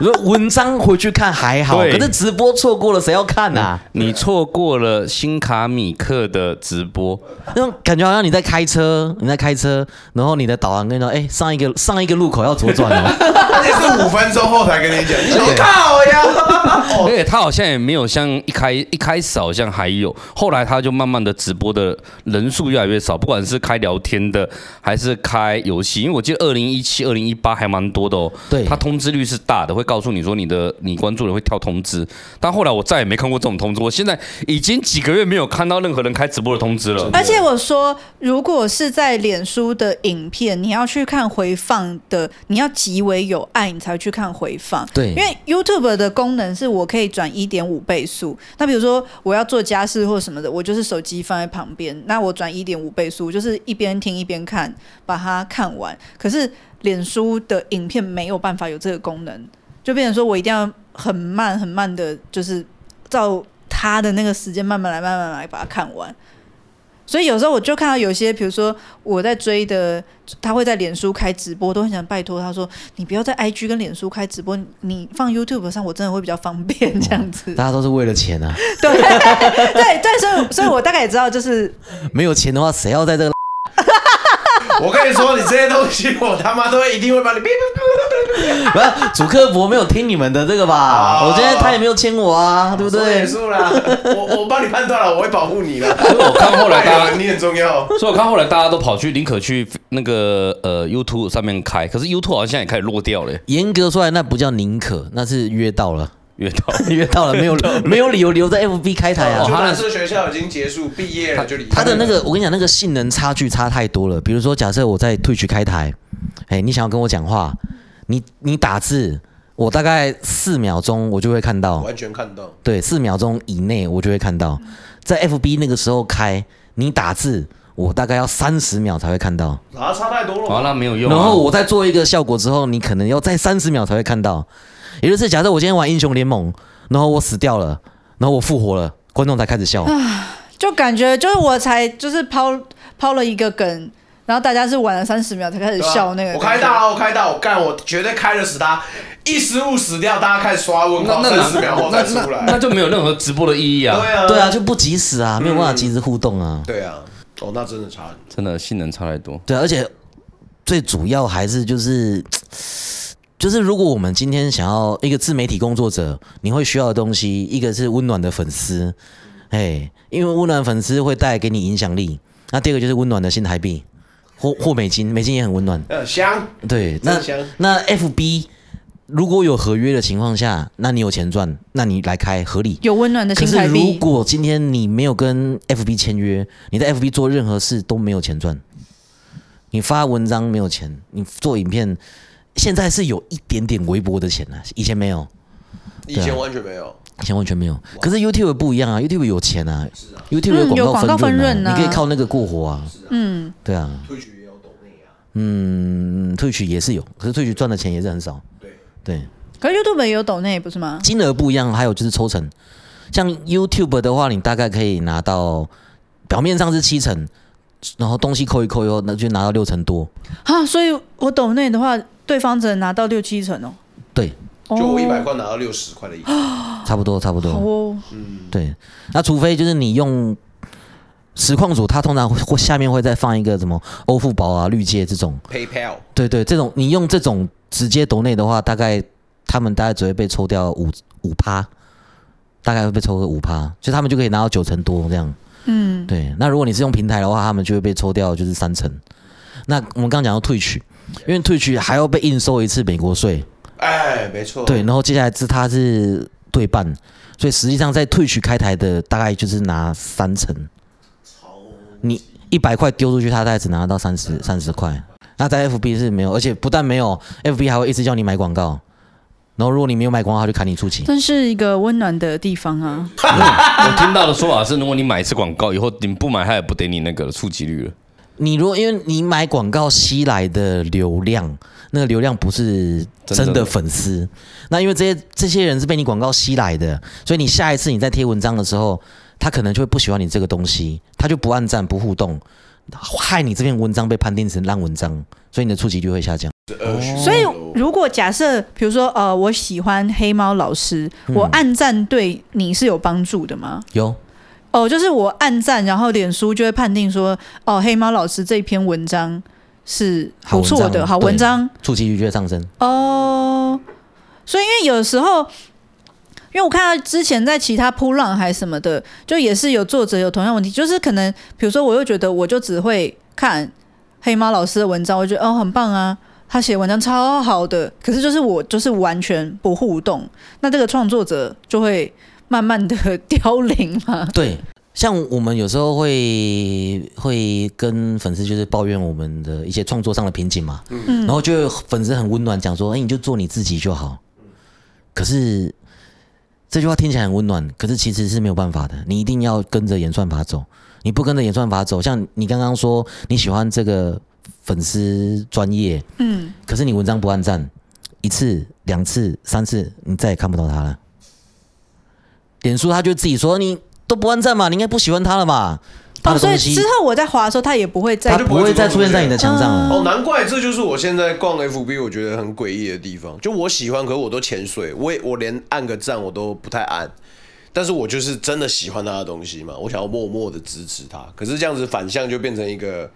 Speaker 4: 如果文章回去看还好，
Speaker 3: 对嗯
Speaker 4: 可是直播错过了，谁要看啊？
Speaker 3: 你错过了新卡米克的直播，
Speaker 4: 那种感觉好像你在开车，你在开车，然后你的导航跟你说，哎、上一个上一个路口要左转哦。
Speaker 1: 而且是五分钟后才跟你讲，你想靠呀？
Speaker 3: 而且哎他好像也没有像一开一开始好像还有，后来他就慢慢的直播的人数越来越少，不管是开聊天的还是开游戏，因为我记得二零一七、二零一八还蛮多的哦。
Speaker 4: 对
Speaker 3: 他通知率是大的，会告诉你说你的你关注的会跳通知，但后来我再也没看过这种通知，我现在已经几个月没有看到任何人开直播的通知了。
Speaker 2: 而且我说，如果是在脸书的影片，你要去看回放的，你要极为有爱，你才会去看回放。
Speaker 4: 对
Speaker 2: 因为 YouTube 的功能是我可以转一点五倍速。那比如说我要做家事或什么的，我就是手机放在旁边，那我转一点五倍速，就是一边听一边看，把它看完。可是脸书的影片没有办法有这个功能，就变成说我一定要很慢很慢的，就是照他的那个时间慢慢来，慢慢来把它看完。所以有时候我就看到有些，比如说我在追的，他会在脸书开直播，都很想拜托他说：“你不要 在 IG 跟脸书开直播，你你放 YouTube 上，我真的会比较方便这样子。
Speaker 4: 大家都是为了钱啊，
Speaker 2: 对对对，所以所以我大概也知道，就是
Speaker 4: 没有钱的话，谁要在这个
Speaker 1: 我跟你说，你这些东西我他妈都会一定会把你。
Speaker 4: 不是啊主客博没有听你们的这个吧？
Speaker 1: 哦
Speaker 4: 我今天他也没有签我啊，对不对？
Speaker 1: 数啦，我我帮你判断了，我会保护你的。
Speaker 3: 我看后来大家
Speaker 1: 你很重
Speaker 4: 哦
Speaker 1: 要。
Speaker 3: 所以我看后来大家都跑去宁可去那个呃 YouTube 上面开，可是 YouTube 好像现在也开始落掉了，
Speaker 4: 严格说来，那不叫宁可，那是约到了，
Speaker 3: 越到。
Speaker 4: 约到了，没有没有理由留在 FB 开台啊
Speaker 3: 哦。他那
Speaker 1: 是学校已经结束，毕业了就离开
Speaker 4: 他的那个，我跟你讲，那个性能差距差太多了。比如说，假设我在 Twitch 开台，哎，你想要跟我讲话，你你打字，我大概四秒钟我就会看到，
Speaker 1: 完全看到，
Speaker 4: 对，四秒钟以内我就会看到。在 FB 那个时候开，你打字，我大概要三十秒才会看到，
Speaker 1: 啊，差太多
Speaker 4: 哦
Speaker 3: 好，。那没有用啊、
Speaker 4: 然后我再做一个效果之后，你可能要再三十秒才会看到。也就是，假设我今天玩英雄联盟，然后我死掉了，然后我复活了，观众才开 始笑。
Speaker 2: 就感觉就是我才就是抛抛了一个梗，然后大家是玩了三十秒才开始
Speaker 1: 对啊
Speaker 2: 笑那个。
Speaker 1: 我开大了，我开大，我干，我绝对开了死他！一失误死掉，大家开始刷问
Speaker 3: 那
Speaker 1: 号，
Speaker 3: 那
Speaker 1: 三十秒后
Speaker 3: 那
Speaker 1: 才出
Speaker 3: 那那
Speaker 1: 来。
Speaker 3: 就没有任何直播的意义啊！
Speaker 1: 对啊，
Speaker 4: 对啊，，就不及时啊，没有办法及时互动啊。
Speaker 1: 对啊，哦，那真的差很多。
Speaker 3: 真的性能差太多。
Speaker 4: 对，而且最主要还是就是，就是如果我们今天想要一个自媒体工作者，你会需要的东西，一个是温暖的粉丝，哎，因为温暖粉丝会带给你影响力。那第二个就是温暖的新台币或或美金，美金也很温暖。
Speaker 1: 呃，香，
Speaker 4: 对，那
Speaker 1: 真香
Speaker 4: 那 FB 如果有合约的情况下，那你有钱赚，那你来开合理。
Speaker 2: 有温暖的
Speaker 4: 可
Speaker 2: 新
Speaker 4: 是
Speaker 2: 台
Speaker 4: 如
Speaker 2: 币，
Speaker 4: 果今天你没有跟 FB 签约，你在 FB 做任何事都没有钱赚，你发文章没有钱，你做影片现在是有一点点微薄的钱啊，以前没有，
Speaker 1: 以前完全没有。
Speaker 4: 以前完全没有。可是 YouTube 不一样啊，YouTube 有钱啊，YouTube
Speaker 2: 嗯有
Speaker 4: 有
Speaker 2: 广
Speaker 4: 广
Speaker 2: 告
Speaker 4: 告
Speaker 2: 分
Speaker 4: 分
Speaker 2: 润
Speaker 4: 润
Speaker 2: 啊
Speaker 4: 啊，你可以靠那个过活啊。
Speaker 2: 嗯，
Speaker 4: 对啊，
Speaker 1: 退学也有懂内啊，
Speaker 4: 嗯，退取也是有，可是退取赚的钱也是很少。
Speaker 1: 对，
Speaker 4: 对。
Speaker 2: 可是 YouTube 也有抖内不是吗？
Speaker 4: 金额不一样，还有就是抽成。像 YouTube 的话，你大概可以拿到表面上是七成，然后东西扣一扣以后，那就拿到六成多。
Speaker 2: 啊，所以我抖内的话，对方只能拿到六七成哦。
Speaker 4: 对，
Speaker 1: 就我一百
Speaker 2: 哦啊
Speaker 1: 块拿到六十块的一个，
Speaker 4: 差不多，差不
Speaker 2: 好
Speaker 4: 多。
Speaker 2: 哦，
Speaker 4: 对，那除非就是你用实况组，它通常会会下面会再放一个什么欧付宝啊、绿界这种。
Speaker 1: PayPal
Speaker 4: 对对，这种你用这种直接抖内的话，大概他们大概只会被抽掉五五趴，大概会被抽个五趴，所以他们就可以拿到九成多这样。
Speaker 2: 嗯，
Speaker 4: 对，那如果你是用平台的话，他们就会被抽掉就是三成。那我们刚刚讲到退取，因为退取还要被应收一次美国税，
Speaker 1: 哎，没错，
Speaker 4: 对，，然后接下来是它是对半，所以实际上在退取开台的大概就是拿三成，你一百块丢出去，他大概只拿到三十三十块。那在 FB 是没有，而且不但没有，FB 还会一直叫你买广告，然后如果你没有买广告，他就砍你出勤。
Speaker 2: 真是一个温暖的地方啊！
Speaker 3: 我听到的说法是，如果你买一次广告，以后你不买，他也不给你那个了触及率了。
Speaker 4: 你如果因为你买广告吸来的流量，那个流量不是真的粉丝，那因为这些这些人是被你广告吸来的，所以你下一次你在贴文章的时候，他可能就会不喜欢你这个东西，他就不按赞不互动，害你这篇文章被判定成烂文章，所以你的触及率会下降。
Speaker 1: 呃，
Speaker 2: 所以，如果假设，比如说，呃，我喜欢黑猫老师，
Speaker 4: 嗯
Speaker 2: 我暗赞对你是有帮助的吗？
Speaker 4: 有
Speaker 2: 哦，就是我暗赞，然后脸书就会判定说，哦，黑猫老师这篇文章是
Speaker 4: 好
Speaker 2: 不
Speaker 4: 文
Speaker 2: 错的，
Speaker 4: 章，哦
Speaker 2: 好文章
Speaker 4: 对，触及率就会上升。
Speaker 2: 哦。所以，因为有时候，因为我看到之前在其他扑浪还是什么的，就也是有作者有同样问题，就是可能，比如说，我又觉得我就只会看黑猫老师的文章，我就觉得哦很棒啊，他写文章超好的，可是就是我就是完全不互动，那这个创作者就会慢慢的凋零嘛。
Speaker 4: 对，像我们有时候会会跟粉丝就是抱怨我们的一些创作上的瓶颈嘛，嗯，然后就有粉丝很温暖讲说，哎、你就做你自己就好。可是这句话听起来很温暖，可是其实是没有办法的，你一定要跟着演算法走，你不跟着演算法走，像你刚刚说你喜欢这个粉丝专业，
Speaker 2: 嗯，
Speaker 4: 可是你文章不按赞，一次、两次、三次，你再也看不到他了。脸书他就自己说你都不按赞嘛，你应该不喜欢他了嘛，他
Speaker 2: 哦，
Speaker 4: 的
Speaker 2: 所以
Speaker 4: 东 西
Speaker 2: 之后我在滑的时候，他也不会再
Speaker 4: 他不会再出现在你的墙上了。
Speaker 1: 哦，难怪这就是我现在逛 FB 我觉得很诡异的地方。就我喜欢，可是我都潜水，我也我连按个赞我都不太按。但是我就是真的喜欢他的东西嘛，我想要默默的支持他。可是这样子反向就变成一个，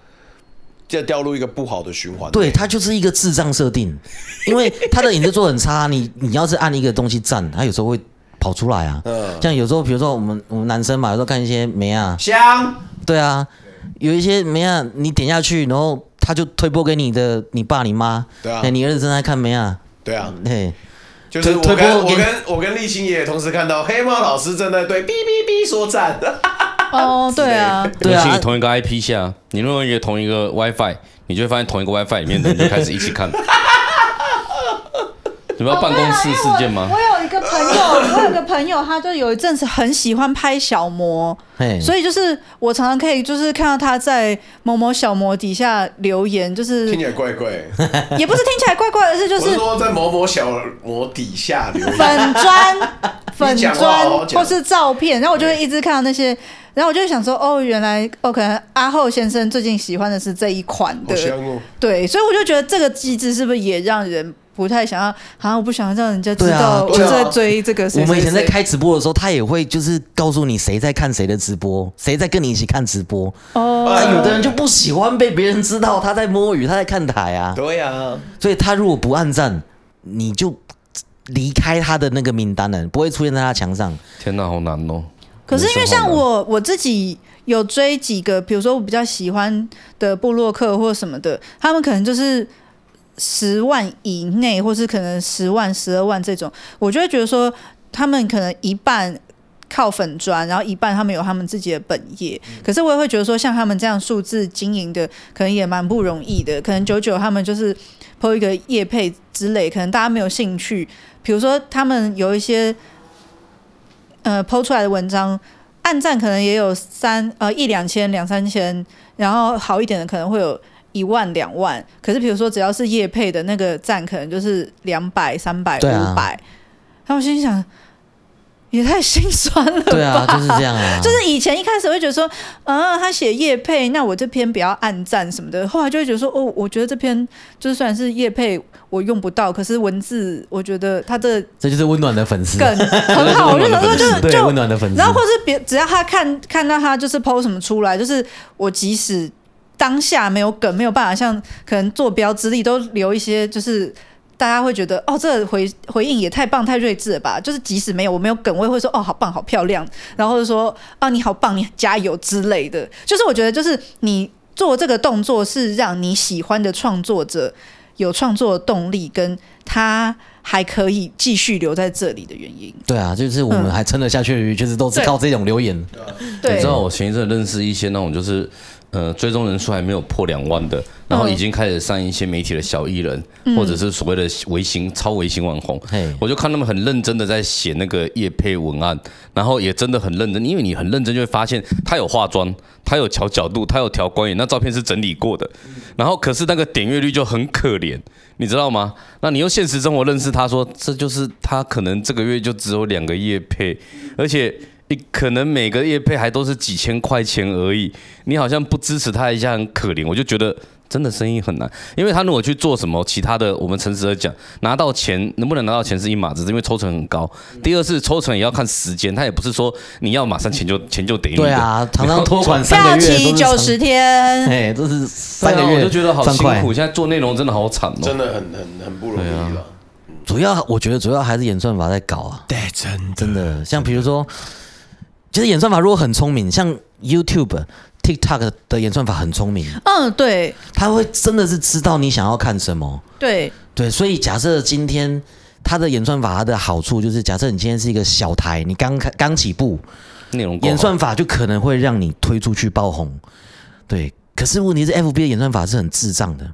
Speaker 1: 就掉入一个不好的循环。
Speaker 4: 对，他就是一个智障设定，因为他的影子做得很差，你你要是按一个东西赞，他有时候会跑出来啊。
Speaker 1: 嗯
Speaker 4: 像有时候，比如说我们我们男生嘛，有时候看一些梅啊，
Speaker 1: 香，
Speaker 4: 对啊，有一些梅啊，你点下去，然后他就推播给你的你爸你妈，
Speaker 1: 对啊
Speaker 4: 哎你儿子正在看梅啊，
Speaker 1: 对啊，
Speaker 4: 嘿，
Speaker 1: 就是我
Speaker 4: 推推
Speaker 1: 跟
Speaker 4: 播
Speaker 1: 我
Speaker 4: 给
Speaker 1: 跟我跟立新也同时看到黑猫老师正在对哔哔哔说 赞。
Speaker 2: 哦，对啊，
Speaker 4: 对
Speaker 3: 尤其
Speaker 4: 啊
Speaker 3: 你，同一个 IP 下，你如果用一个同一个 WiFi，你就会发现同一个 WiFi 里面的人就开始一起看。 你们要办公室事件吗
Speaker 4: 啊
Speaker 2: 我？有一个朋友，我有一个朋友，他就有一阵子很喜欢拍小模，
Speaker 4: 嘿，
Speaker 2: 所以就是我常常可以就是看到他在某某小模底下留言，就是
Speaker 1: 听起来怪怪，
Speaker 2: 也不是听起来怪怪的，而是就
Speaker 1: 我是
Speaker 2: 是
Speaker 1: 说在某某小模底下留言。
Speaker 2: 粉砖、粉
Speaker 1: 你讲话好
Speaker 2: 砖
Speaker 1: 好讲
Speaker 2: 或是照片，然后我就会一直看到那些，然后我就会想说，哦，原来哦，可能阿厚先生最近喜欢的是这一款
Speaker 1: 好
Speaker 2: 的，
Speaker 1: 香哦！
Speaker 2: 对，所以我就觉得这个机制是不是也让人不太想要？好、像我不想让人家知
Speaker 4: 对啊
Speaker 2: 道我
Speaker 1: 对啊
Speaker 2: 在追这个谁
Speaker 4: 我们以前在
Speaker 2: 谁谁
Speaker 4: 开直播的时候，他也会就是告诉你谁在看谁的直播，谁在跟你一起看直播。
Speaker 1: 嗯
Speaker 2: 哦，
Speaker 4: 啊，有的人就不喜欢被别人知道他在摸鱼，他在看台啊，
Speaker 1: 对啊，
Speaker 4: 所以他如果不按赞，你就离开他的那个名单了，不会出现在他墙上。
Speaker 3: 天哪，好难哦！
Speaker 2: 可是因为
Speaker 3: 有时候
Speaker 2: 像
Speaker 3: 呢
Speaker 2: 我我自己有追几个，比如说我比较喜欢的部落客或什么的，他们可能就是十万以内，或是可能十万、十二万这种，我就会觉得说他们可能一半。靠粉砖，然后一半他们有他们自己的本业，可是我也会觉得说，像他们这样数字经营的，可能也蛮不容易的。可能久久他们就是抛一个业配之类，可能大家没有兴趣。比如说他们有一些呃抛出来的文章，按赞可能也有三呃一两千两三千，然后好一点的可能会有一万两万。可是比如说只要是业配的那个赞，可能就是两百三百
Speaker 4: 对啊
Speaker 2: 五百。然后我心想，也太心酸了吧。
Speaker 4: 对啊， 就是这样啊，
Speaker 2: 就是以前一开始会觉得说，啊，他写叶配，那我这篇不要暗赞什么的。后来就会觉得说，哦，我觉得这篇就是虽然是叶配，我用不到，可是文字我觉得它的
Speaker 4: 这就是温暖的粉丝，
Speaker 2: 梗 很好，我就想说就
Speaker 4: 对
Speaker 2: 就
Speaker 4: 温暖的粉丝。
Speaker 2: 然后或是别只要他看看到他就是 PO 什么出来，就是我即使当下没有梗，没有办法像可能坐标之力都留一些，就是大家会觉得哦，这个回回应也太棒太睿智了吧？就是即使没有我没有梗，我也会说哦，好棒好漂亮，然后就说啊你好棒，你加油之类的。就是我觉得就是你做这个动作是让你喜欢的创作者。有创作的动力，跟他还可以继续留在这里的原因，
Speaker 4: 对啊，就是我们还撑得下去的鱼，就是都是靠这种留言。
Speaker 2: 对，
Speaker 3: 你知道我前一阵认识一些那种就是，呃，追踪人数还没有破两万的，然后已经开始上一些媒体的小艺人，或者是所谓的微型超微型网红
Speaker 4: 嘿，
Speaker 3: 我就看他们很认真的在写那个业配文案，然后也真的很认真，因为你很认真就会发现他有化妆，他有调角度，他有调光影，那照片是整理过的，然后可是那个点阅率就很可怜，你知道吗？那你用现实生活认识他说，这就是他可能这个月就只有两个业配，而且你可能每个业配还都是几千块钱而已，你好像不支持他一下很可怜，我就觉得真的生意很难，因为他如果去做什么其他的，我们诚实的讲，拿到钱能不能拿到钱是一码子，因为抽成很高。第二是抽成也要看时间，他也不是说你要马上钱就钱就得你的。
Speaker 4: 对啊，常常托管三
Speaker 2: 票
Speaker 4: 个月，
Speaker 2: 期九十，天，
Speaker 4: 哎，都是
Speaker 3: 对啊，
Speaker 4: 三个月，
Speaker 3: 我就觉得好
Speaker 4: 赚
Speaker 3: 辛
Speaker 4: 快
Speaker 3: 苦，现在做内容真的好惨哦。
Speaker 1: 真的很很很不容易了。
Speaker 4: 主要我觉得主要还是演算法在搞啊，
Speaker 1: 对，真
Speaker 4: 真的，像比如说，其实演算法如果很聪明，像 YouTube、TikTok 的演算法很聪明，
Speaker 2: 嗯，对
Speaker 4: 它会真的是知道你想要看什么。
Speaker 2: 对，
Speaker 4: 对，所以假设今天它的演算法它的好处就是，假设你今天是一个小台，你刚开刚起步，
Speaker 3: 哦内容够好
Speaker 4: 演算法就可能会让你推出去爆红。对，可是问题是，FB 的演算法是很智障的，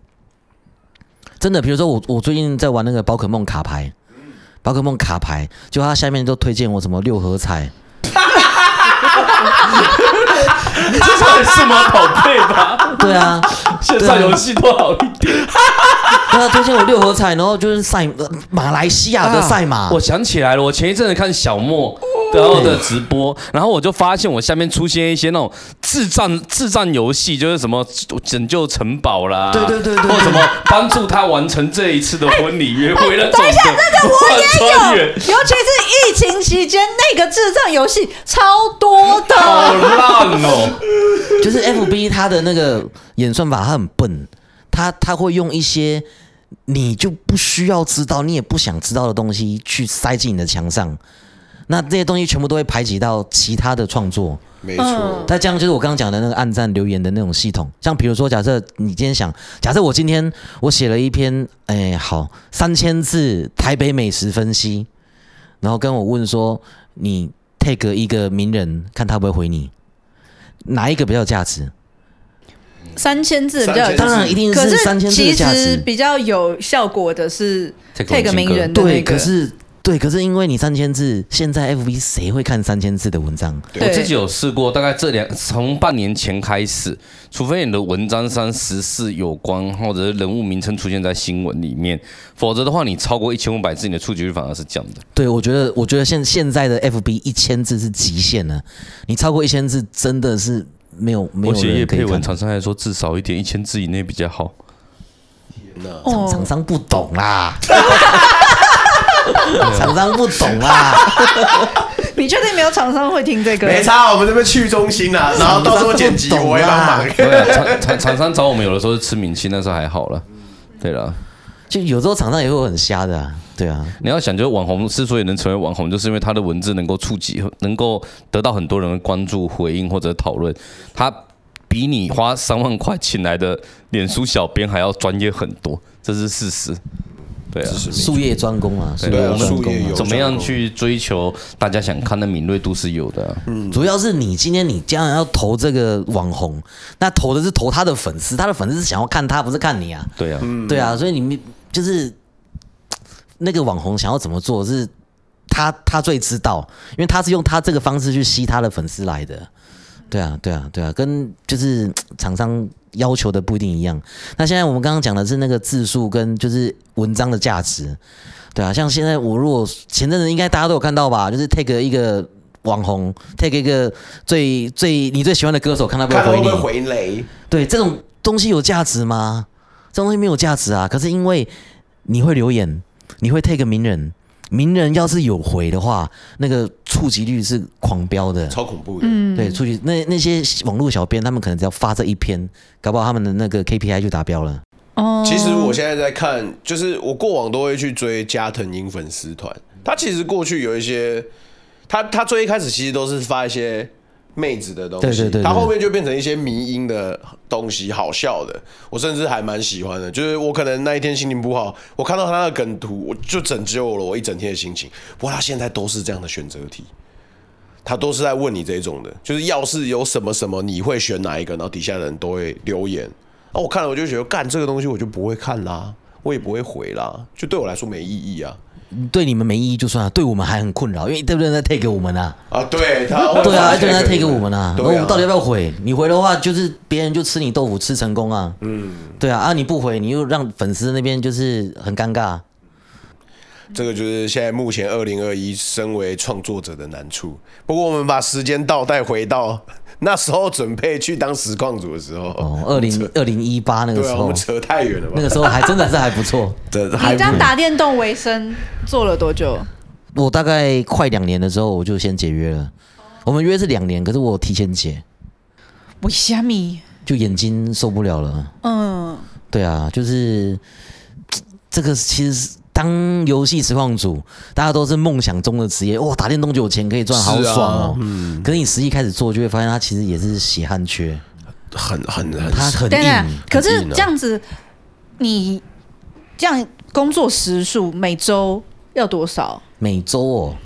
Speaker 4: 真的。比如说我，我最近在玩那个宝可梦卡牌，宝可梦卡牌，就它下面都推荐我什么六合彩，
Speaker 3: 这算数码宝贝 吧？
Speaker 4: 对啊，
Speaker 3: 线上游戏多好一点。
Speaker 4: 它推荐我六合彩，然后就是赛呃马来西亚的赛马，
Speaker 3: 啊我想起来了，我前一阵子看小莫
Speaker 2: 哦
Speaker 3: 然后的直播，然后我就发现我下面出现一些那种智障智障游戏，就是什么拯救城堡啦，
Speaker 4: 对对对对对
Speaker 3: 或什么帮助他完成这一次的婚礼 约会那种
Speaker 2: 哎
Speaker 3: 的。
Speaker 2: 等一下这个我
Speaker 3: 哇
Speaker 2: 也有，
Speaker 3: 超
Speaker 2: 尤
Speaker 3: 远
Speaker 2: 其是疫情期间那个智障游戏超多
Speaker 3: 好
Speaker 2: 的，
Speaker 3: 烂哦！
Speaker 4: 就是 FB 它的那个演算法，它很笨，它它会用一些你就不需要知道、你也不想知道的东西去塞进你的墙上。那这些东西全部都会排挤到其他的创作，
Speaker 1: 没错
Speaker 2: 嗯，
Speaker 4: 那这样就是我刚刚讲的那个暗赞留言的那种系统。像比如说，假设你今天想，假设我今天我写了一篇，哎，好三千字台北美食分析，然后跟我问说，你 take 一个名人，看他会不会回你，哪一个比较有价值？
Speaker 2: 三千字比较有
Speaker 1: 但
Speaker 4: 当
Speaker 1: 是
Speaker 4: 然一定
Speaker 2: 可
Speaker 4: 是三千字
Speaker 2: 其
Speaker 4: 的价
Speaker 2: 实
Speaker 4: 值。
Speaker 2: 比较有效果的是这
Speaker 3: Take
Speaker 2: 个名人的那
Speaker 4: 对，
Speaker 2: 个，
Speaker 4: 可是对，可是因为你三千字，现在 FB 谁会看三千字的文章？
Speaker 3: 我
Speaker 2: 对
Speaker 3: 自己有试过，大概这两从半年前开始，除非你的文章上时事有关或者是人物名称出现在新闻里面，否则的话，你超过一千五百字，你的触及率反而是降的。
Speaker 4: 对，我觉得，我觉得现现在的 FB 一千字是极限了，你超过一千字真的是没有没有
Speaker 3: 我写业
Speaker 4: 人可以
Speaker 3: 配文，
Speaker 4: 看。
Speaker 3: 厂商还说至少一点一千字以内比较 好。
Speaker 2: 哦
Speaker 4: 厂商不懂 啦，厂商不懂啦，
Speaker 2: 你确定没有厂商会听这个？
Speaker 1: 没差，我们这边去中心 啦，然后到时候剪辑我会帮忙。
Speaker 3: 对啊， 厂厂厂商找我们有的时候是吃名气，那时候还好了。对了，
Speaker 4: 就有时候厂商也会有很瞎的、啊，对啊，
Speaker 3: 你要想，就是网红之所以能成为网红，就是因为他的文字能够触及，能够得到很多人的关注、回应或者讨论。他比你花三万块请来的脸书小编还要专业很多，这是事实。对啊，
Speaker 4: 术业专攻啊，术
Speaker 3: 对啊
Speaker 4: 业专
Speaker 1: 术业
Speaker 4: 攻啊
Speaker 1: 有。
Speaker 3: 怎么样去追求大家想看的敏锐度是有的啊、
Speaker 1: 嗯
Speaker 4: 主要是你今天你将来要投这个网红，那投的是投他的粉丝，他的粉丝是想要看他，不是看你啊。
Speaker 3: 对啊，
Speaker 1: 嗯
Speaker 4: 对啊，所以你们就是那个网红想要怎么做，是他他最知道，因为他是用他这个方式去吸他的粉丝来的。对啊，对啊，对啊，跟就是厂商要求的不一定一样。那现在我们刚刚讲的是那个字数跟就是文章的价值，对啊，像现在我如果前阵子应该大家都有看到吧，就是 take 一个网红，take 一个最最你最喜欢的歌手，看他会
Speaker 1: 看
Speaker 4: 不
Speaker 1: 会
Speaker 4: 会
Speaker 1: 不
Speaker 4: 回
Speaker 1: 会
Speaker 4: 你。
Speaker 1: 回雷？
Speaker 4: 对，这种东西有价值吗？这种东西没有价值啊。可是因为你会留言，你会 take 名人，名人要是有回的话，那个触及率是狂飙的。
Speaker 1: 超恐怖的，
Speaker 2: 嗯
Speaker 4: 对，触及那那些网络小编，他们可能只要发这一篇，搞不好他们的那个 KPI 就达标了。
Speaker 2: 哦
Speaker 1: 其实我现在在看，就是我过往都会去追加藤鹰粉丝团，他其实过去有一些，他他最一开始其实都是发一些妹子的东西，
Speaker 4: 对对对对
Speaker 1: 他后面就变成一些迷音的东西，好笑的，我甚至还蛮喜欢的。就是我可能那一天心情不好，我看到他的梗图，我就拯救了我一整天的心情。不过他现在都是这样的选择题。他都是在问你这种的，就是要是有什么什么，你会选哪一个？然后底下的人都会留言。啊，我看了我就觉得，干这个东西我就不会看啦，我也不会回啦，就对我来说没意义啊。
Speaker 4: 对你们没意义就算了，对我们还很困扰，因为对不对在 take 我们啊？
Speaker 1: 啊，对他，
Speaker 4: 对啊，
Speaker 1: 就
Speaker 4: 对在 take 我们啊。那我
Speaker 1: 对
Speaker 4: 们
Speaker 1: 啊，
Speaker 4: 到底要不要回？你回的话，就是别人就吃你豆腐吃成功啊。嗯，对啊，啊你不回，你又让粉丝那边就是很尴尬。
Speaker 1: 这个就是现在目前二零二一身为创作者的难处。不过我们把时间倒带回到那时候准备去当实况组的时候，
Speaker 4: 哦，二零二零一八那个
Speaker 1: 对
Speaker 4: 时
Speaker 1: 啊，我
Speaker 4: 候
Speaker 1: 们，扯太远了吧？
Speaker 4: 那个时候还真的是还不错。
Speaker 1: 这
Speaker 2: 你
Speaker 1: 还
Speaker 2: 这样打电动为生做了多久？
Speaker 4: 我大概快两年的时候，我就先解约了。我们约是两年，可是我提前解，
Speaker 2: 我虾米？
Speaker 4: 就眼睛受不了了。
Speaker 2: 嗯，
Speaker 4: 对啊，就是嘖这个其实是当游戏实况组，大家都是梦想中的职业，哇，打电动就有钱可以赚，好
Speaker 1: 是啊
Speaker 4: 爽哦。嗯，可是你实际开始做，就会发现它其实也是血汗缺，
Speaker 1: 很很很
Speaker 4: 它很
Speaker 2: 等等
Speaker 4: 硬，，
Speaker 2: 可是
Speaker 1: 硬啊
Speaker 2: 这样子，你这样工作时数每周要多少？
Speaker 4: 每周哦。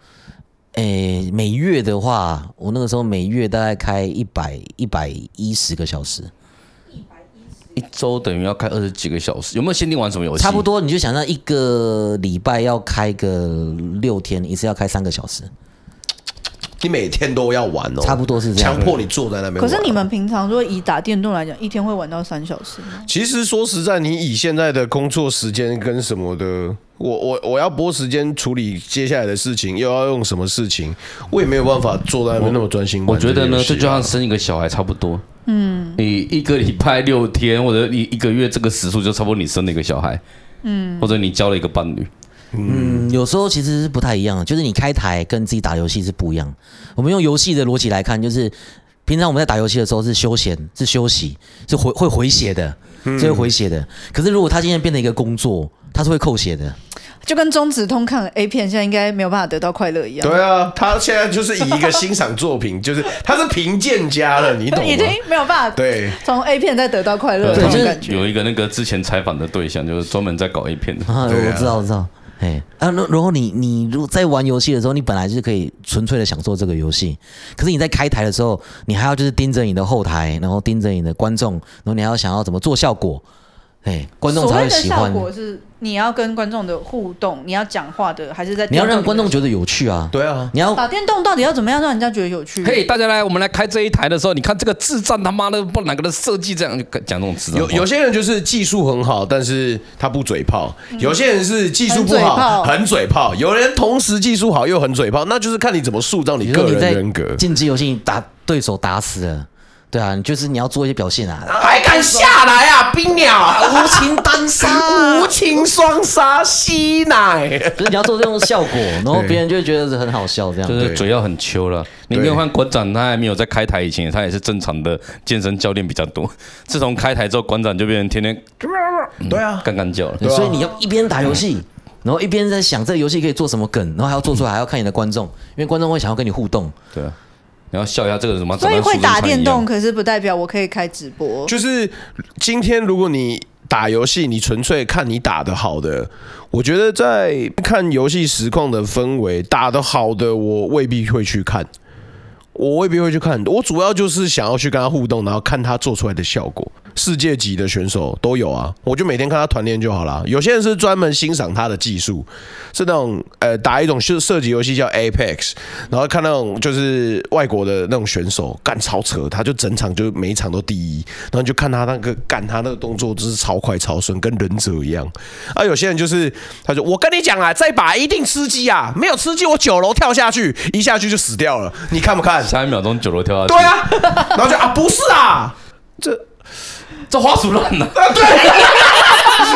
Speaker 4: 诶，每月的话，我那个时候每月大概开一百一百一十个小时，
Speaker 3: 一周等于要开二十几个小时，有没有限定玩什么游戏？
Speaker 4: 差不多你就想象一个礼拜要开个六天，一次要开三个小时，
Speaker 1: 你每天都要玩哦，
Speaker 4: 差不多是这样
Speaker 1: 强迫你坐在那边玩。
Speaker 2: 可是你们平常如果以打电动来讲，一天会玩到三小时吗？
Speaker 1: 其实说实在，你以现在的工作时间跟什么的，我我我要拨时间处理接下来的事情，又要用什么事情，我也没有办法坐在那边那么专心玩
Speaker 3: 我觉
Speaker 1: 这
Speaker 3: 得
Speaker 1: 个
Speaker 3: 呢，
Speaker 1: 游戏
Speaker 3: 这
Speaker 1: 啊
Speaker 3: 就像生一个小孩差不多。嗯，你一个礼拜六天，或者你一个月这个时数，就差不多你生了一个小孩。嗯，或者你交了一个伴侣，
Speaker 4: 嗯，有时候其实是不太一样，就是你开台跟自己打游戏是不一样。我们用游戏的逻辑来看，就是平常我们在打游戏的时候是休闲、是休息、是回会回血的，是会回血的。可是如果他今天变成一个工作，他是会扣血的。
Speaker 2: 就跟中指通看了 A 片，现在应该没有办法得到快乐一样。
Speaker 1: 对啊，他现在就是以一个欣赏作品，就是他是评鉴家了，你懂
Speaker 2: 已经
Speaker 1: 吗？
Speaker 2: 没有办法
Speaker 1: 对，
Speaker 2: 从 A 片再得到快乐的
Speaker 4: 对
Speaker 2: 那
Speaker 4: 就
Speaker 2: 种
Speaker 4: 是
Speaker 2: 感觉。
Speaker 3: 有一个那个之前采访的对象，就是专门在搞 A 片的。
Speaker 4: 啊，
Speaker 1: 对啊
Speaker 4: 我知道，我知道。哎，啊，那然后你你如果在玩游戏的时候，你本来就是可以纯粹的享受这个游戏，可是你在开台的时候，你还要就是盯着你的后台，然后盯着你的观众，然后你还要想要怎么做效果，哎，观众
Speaker 2: 所
Speaker 4: 才
Speaker 2: 谓
Speaker 4: 会
Speaker 2: 的
Speaker 4: 喜
Speaker 2: 效
Speaker 4: 欢。
Speaker 2: 果是你要跟观众的互动，你要讲话的，还是在
Speaker 4: 你要让观众
Speaker 2: 觉
Speaker 4: 觉得有趣啊！
Speaker 1: 对啊，
Speaker 4: 你要
Speaker 2: 打电动到底要怎么样让人家觉得有趣？
Speaker 3: 嘿，大家来，我们来开这一台的时候，你看这个智障他妈的，不哪个的设计这样就讲这种智障
Speaker 1: 有
Speaker 3: 话。
Speaker 1: 有些人就是技术很好，但是他不嘴炮；有些人是技术不好，很
Speaker 2: 很
Speaker 1: 嘴炮；有人同时技术好又很嘴炮，那就是看你怎么塑造你
Speaker 4: 比
Speaker 1: 个
Speaker 4: 如说你
Speaker 1: 人
Speaker 4: 在
Speaker 1: 人格。
Speaker 4: 竞技游戏你打对手打死了，对啊，你就是你要做一些表 现啊，
Speaker 1: 还敢下来啊，冰鸟！
Speaker 4: 无情 单 杀，
Speaker 1: 无情双杀吸奶，
Speaker 4: 就是你要做这种效果，然后别人就会觉得是很好笑这样
Speaker 3: 就。是嘴要很秋了。你没有看馆长，他还没有在开台以前，他也是正常的健身教练比较多。自从开台之后，馆长就变成天天
Speaker 1: 对嗯啊，
Speaker 3: 干干叫了。
Speaker 4: 所以你要一边打游戏，然后一边在想这个游戏可以做什么梗，然后还要做出来，还要看你的观众，因为观众会想要跟你互动。
Speaker 3: 对啊，你要笑一下这个什么？
Speaker 2: 所以
Speaker 3: 长得
Speaker 2: 会
Speaker 3: 跟
Speaker 2: 打
Speaker 3: 树枝
Speaker 2: 电
Speaker 3: 一样
Speaker 2: 动，可是不代表我可以开直播。
Speaker 1: 就是今天如果你打游戏，你纯粹看你打的好的，我觉得在看游戏实况的氛围，打的好的我未必会去看。我未必会去看，我主要就是想要去跟他互动，然后看他做出来的效果。世界级的选手都有啊，我就每天看他团练就好啦。有些人是专门欣赏他的技术，是那种呃打一种射射击游戏叫 Apex，然后看那种就是外国的那种选手干超扯，他就整场就每一场都第一，然后你就看他那个干他那个动作就是超快超顺，跟忍者一样。啊，有些人就是他说我跟你讲啊，这一把一定吃鸡啊，没有吃鸡我九楼跳下去，一下去就死掉了，你看不看？
Speaker 3: 下一秒钟九楼跳下去。
Speaker 1: 对，啊，然后就啊不是啊，这
Speaker 3: 这花鼠烂了，
Speaker 1: 啊对，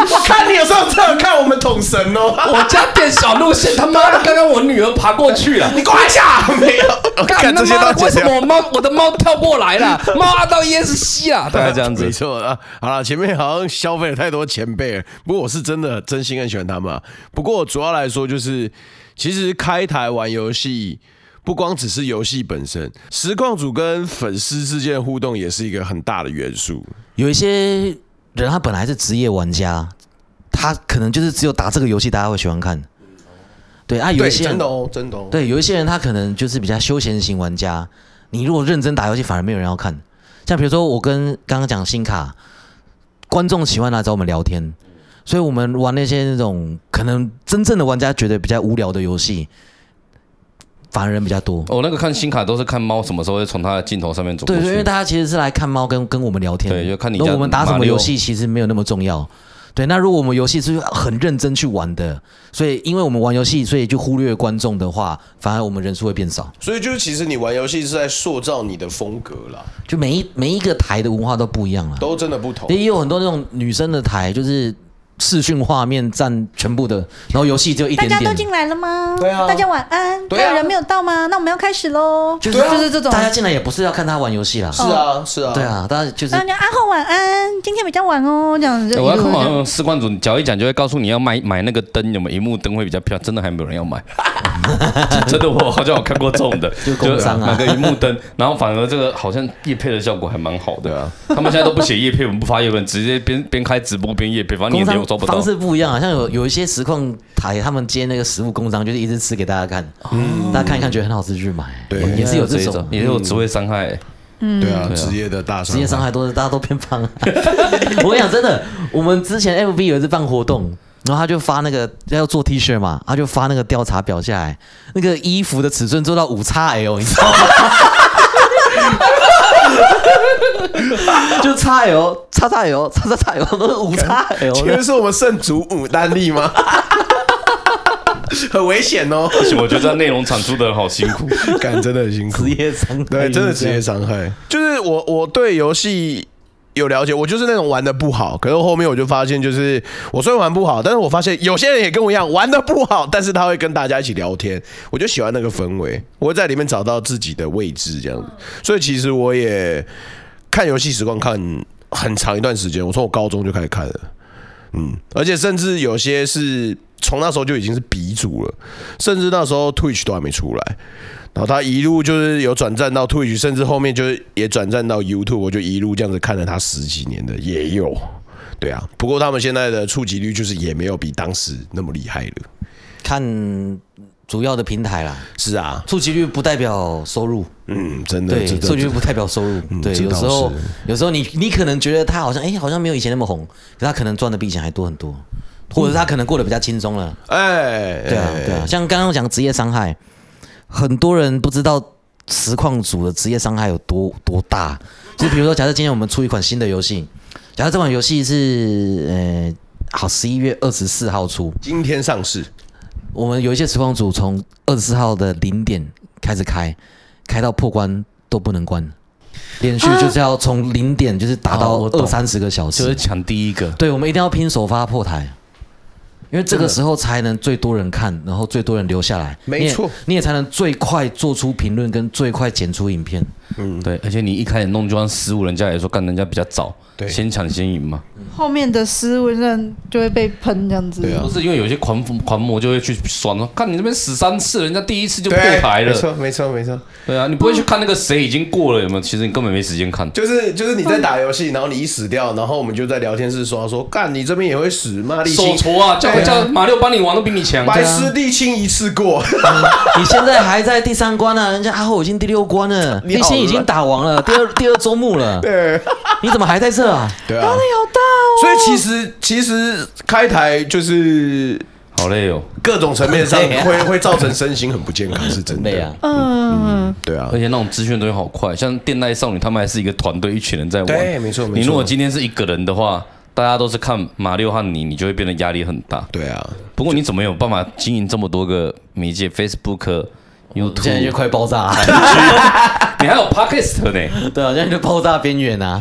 Speaker 1: 我看你有时候这样看我们统神哦，
Speaker 3: 我家店小路线他妈的，刚刚我女儿爬过去了。
Speaker 1: 你过来一下，没有，
Speaker 3: 干
Speaker 1: 看
Speaker 3: 他
Speaker 1: 这些
Speaker 3: 妈
Speaker 1: 都
Speaker 3: 的！为
Speaker 1: 剪
Speaker 3: 什
Speaker 1: 掉
Speaker 3: 么。我猫我的猫跳过 来了？猫按哎到 ESC 啊，大概这样子
Speaker 1: 没。错啊。好了，前面好像消费了太多前辈了，不过我是真的真心很喜欢他们、啊。不过主要来说，就是其实开台玩游戏。不光只是游戏本身，实况组跟粉丝之间的互动也是一个很大的元素。
Speaker 4: 有一些人他本来是职业玩家，他可能就是只有打这个游戏大家会喜欢看。对啊，有
Speaker 1: 对，
Speaker 4: 一些人
Speaker 1: 真的哦，真的哦。
Speaker 4: 对，有一些人他可能就是比较休闲型玩家，你如果认真打游戏，反而没有人要看。像比如说我跟刚刚讲新卡，观众喜欢来找我们聊天，所以我们玩那些那种可能真正的玩家觉得比较无聊的游戏，反而人比较多。
Speaker 3: 我那个看新卡都是看猫什么时候会从它的镜头上面走过
Speaker 4: 对
Speaker 3: 去。
Speaker 4: 对，因为大家其实是来看猫跟跟我们聊天，
Speaker 3: 对就看你
Speaker 4: 那
Speaker 3: 家
Speaker 4: 我们打什
Speaker 3: 马
Speaker 4: 么
Speaker 3: 六
Speaker 4: 游戏其实没有那么重要，对，那如果我们游戏是很认真去玩的，所以因为我们玩游戏，所以就忽略观众的话，反而我们人数会变少。
Speaker 1: 所以就是其实你玩游戏是在塑造你的风格啦，
Speaker 4: 就每一每一个台的文化都不一样了。
Speaker 1: 都真的不同。
Speaker 4: 也有很多那种女生的台，就是视讯画面占全部的，然后游戏只有一
Speaker 2: 大
Speaker 4: 点
Speaker 2: 家都
Speaker 4: 点。
Speaker 2: 进来了吗？
Speaker 1: 对啊
Speaker 2: 大家晚安。
Speaker 1: 对啊
Speaker 2: 还有人没有到吗？那我们要开始喽。就是
Speaker 1: 对啊
Speaker 2: 就是这种。
Speaker 4: 大家进来也不是要看他玩游戏啦，
Speaker 1: 是啊，是啊，
Speaker 4: 对。啊，大家就是
Speaker 2: 然后就阿后晚安，今天比较晚哦，这样子。
Speaker 3: 我要
Speaker 2: 一路
Speaker 3: 看
Speaker 2: 这样
Speaker 3: 网士官主讲一讲，就会告诉你要买买那个灯，有没有荧幕灯会比较漂亮？真的还没有人要买，真的我好像有看过这种的，就
Speaker 4: 工商啊
Speaker 3: 买个荧幕灯，然后反而这个好像叶配的效果还蛮好的。他们现在都不写叶配，我们不发叶配，直接边边开直播边叶配，反正你
Speaker 4: 工
Speaker 3: 也没
Speaker 4: 商
Speaker 3: 有抓不到
Speaker 4: 方。式不一样啊，像有有一些实况台，他们接那个食物工商，就是一直吃给大家看，大家看一看觉得很好吃就去买，
Speaker 1: 对
Speaker 4: 也是有这
Speaker 3: 啊一
Speaker 4: 种。
Speaker 3: 也有职位伤害。
Speaker 1: 对啊，职业的大
Speaker 4: 职业伤害都是大家都 变胖、啊。 我跟你讲，真的，我们之前 FB 有一次办活动，然后他就发那个要做 T 恤嘛，他就发那个调查表下来，那个衣服的尺寸做到五 x L，你知道吗？ 就 x L，叉叉 L，叉叉叉 L 都是五 x
Speaker 1: 请
Speaker 4: L
Speaker 1: 问。是我们圣祖母丹利 吗？很危险 哦，
Speaker 3: 而且我觉得在内容产出的人好辛苦。
Speaker 1: 感真的很辛苦
Speaker 4: 职。业伤害，
Speaker 1: 对，真的职业伤害。就是我我对游戏有了解，我就是那种玩的不好，可是后面我就发现，就是我虽然玩不好，但是我发现有些人也跟我一样玩的不好，但是他会跟大家一起聊天，我就喜欢那个氛围，我会在里面找到自己的位置这样子。所以其实我也看游戏时光看很长一段时间，我从我高中就开始看了。嗯，而且甚至有些是从那时候就已经是鼻祖了，甚至那时候 Twitch 都还没出来，然后他一路就是有转战到 Twitch，甚至后面就是也转战到 YouTube，我就一路这样子看了他十几年的也有，对啊，不过他们现在的触及率就是也没有比当时那么厉害了，
Speaker 4: 看主要的平台啦，
Speaker 1: 是啊，
Speaker 4: 触及率不代表收入。
Speaker 1: 嗯，真的，
Speaker 4: 对，
Speaker 1: 这嗯
Speaker 4: 收据不代表收入。对，
Speaker 1: 这
Speaker 4: 有
Speaker 1: 倒
Speaker 4: 时候
Speaker 1: 是
Speaker 4: 有时候你你可能觉得他好像哎、好像没有以前那么红，可是他可能赚的比以前还多很多，或者是他可能过得比较轻松了。
Speaker 1: 哎，
Speaker 4: 对啊，对啊，像刚刚讲职业伤害，很多人不知道实况组的职业伤害有多多大。就比如说，假设今天我们出一款新的游戏，假设这款游戏是呃。好，十一月二十四号出，
Speaker 1: 今天上市，
Speaker 4: 我们有一些实况组从二十四号的零点开始开，开到破关都不能关，连续就是要从零点就是打
Speaker 3: 哦
Speaker 4: 到
Speaker 3: 我懂
Speaker 4: 二三十个小 时。
Speaker 3: 就是抢第一个，
Speaker 4: 对，我们一定要拼首发破台，因为这个时候才能最多人看，然后最多人留下来。
Speaker 1: 没
Speaker 4: 你也
Speaker 1: 错
Speaker 4: 你也才能最快做出评论跟最快剪出影片。
Speaker 1: 嗯
Speaker 3: 对，而且你一开始弄就算失误，人家也说干人家比较早，
Speaker 1: 对
Speaker 3: 先抢先赢嘛。
Speaker 2: 后面的思维上就会被喷这样子。
Speaker 1: 对啊
Speaker 3: 不是因为有些狂狂魔就会去酸说，看你这边死三次，人家第一次就
Speaker 1: 就
Speaker 3: 破牌
Speaker 1: 没
Speaker 3: 了。
Speaker 1: 错，没错，没错，
Speaker 3: 对啊，你不会去看那个谁已经过了有没有？其实你根本没时间看。
Speaker 1: 就是就是你在打游戏，然后你一死掉，然后我们就在聊天室说说，干你这边也会死，妈沥
Speaker 3: 手
Speaker 1: 青，
Speaker 3: 镯啊，叫叫马六帮你玩都比你强。啊
Speaker 1: 白痴沥青一次过，
Speaker 4: 你现在还在第三关呢、啊人家阿后已经第六关了，
Speaker 1: 你
Speaker 4: 立
Speaker 1: 好
Speaker 4: 新已
Speaker 1: 乱
Speaker 4: 经打完了，第二第二周目了，
Speaker 1: 对
Speaker 4: 你怎么还在这啊？
Speaker 1: 对啊，所以其实其实开台就是
Speaker 3: 好累哦，
Speaker 1: 各种层面上
Speaker 4: 对啊
Speaker 1: 会会造成身心很不健康，是真
Speaker 4: 对
Speaker 1: 的
Speaker 4: 啊。
Speaker 2: 嗯，
Speaker 1: 对啊
Speaker 3: 而，且那种资讯的东西好快，像电耐少女他们还是一个团队，一群人在玩。
Speaker 1: 对没错没错
Speaker 3: 你如果今天是一个人的话，大家都是看马六和你，你就会变得压力很大。
Speaker 1: 对啊，
Speaker 3: 不过你怎么有办法经营这么多个媒介？Facebook、
Speaker 4: 现在就
Speaker 3: YouTube，
Speaker 4: 快爆炸了。
Speaker 3: 你还有 Podcast 呢？
Speaker 4: 对啊，现在就爆炸边缘啊。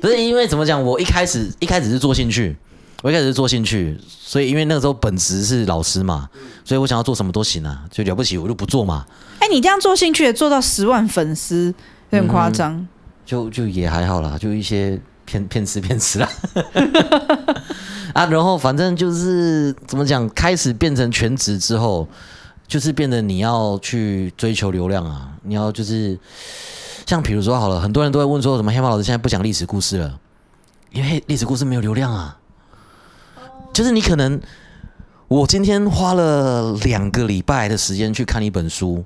Speaker 4: 不是因为怎么讲，我一开始一开始是做兴趣，我一开始是做兴趣，所以因为那个时候本职是老师嘛，所以我想要做什么都行啊，就了不起我就不做嘛，
Speaker 2: 哎、你这样做兴趣也做到十万粉丝，有点夸张。
Speaker 4: 就就也还好啦，就一些骗骗吃骗吃啦。 啊，然后反正就是怎么讲，开始变成全职之后，就是变得你要去追求流量啊，你要就是像比如说好了，很多人都会问说，什么黑马老师现在不讲历史故事了，因为历史故事没有流量啊，就是你可能。我今天花了两个礼拜的时间去看一本书，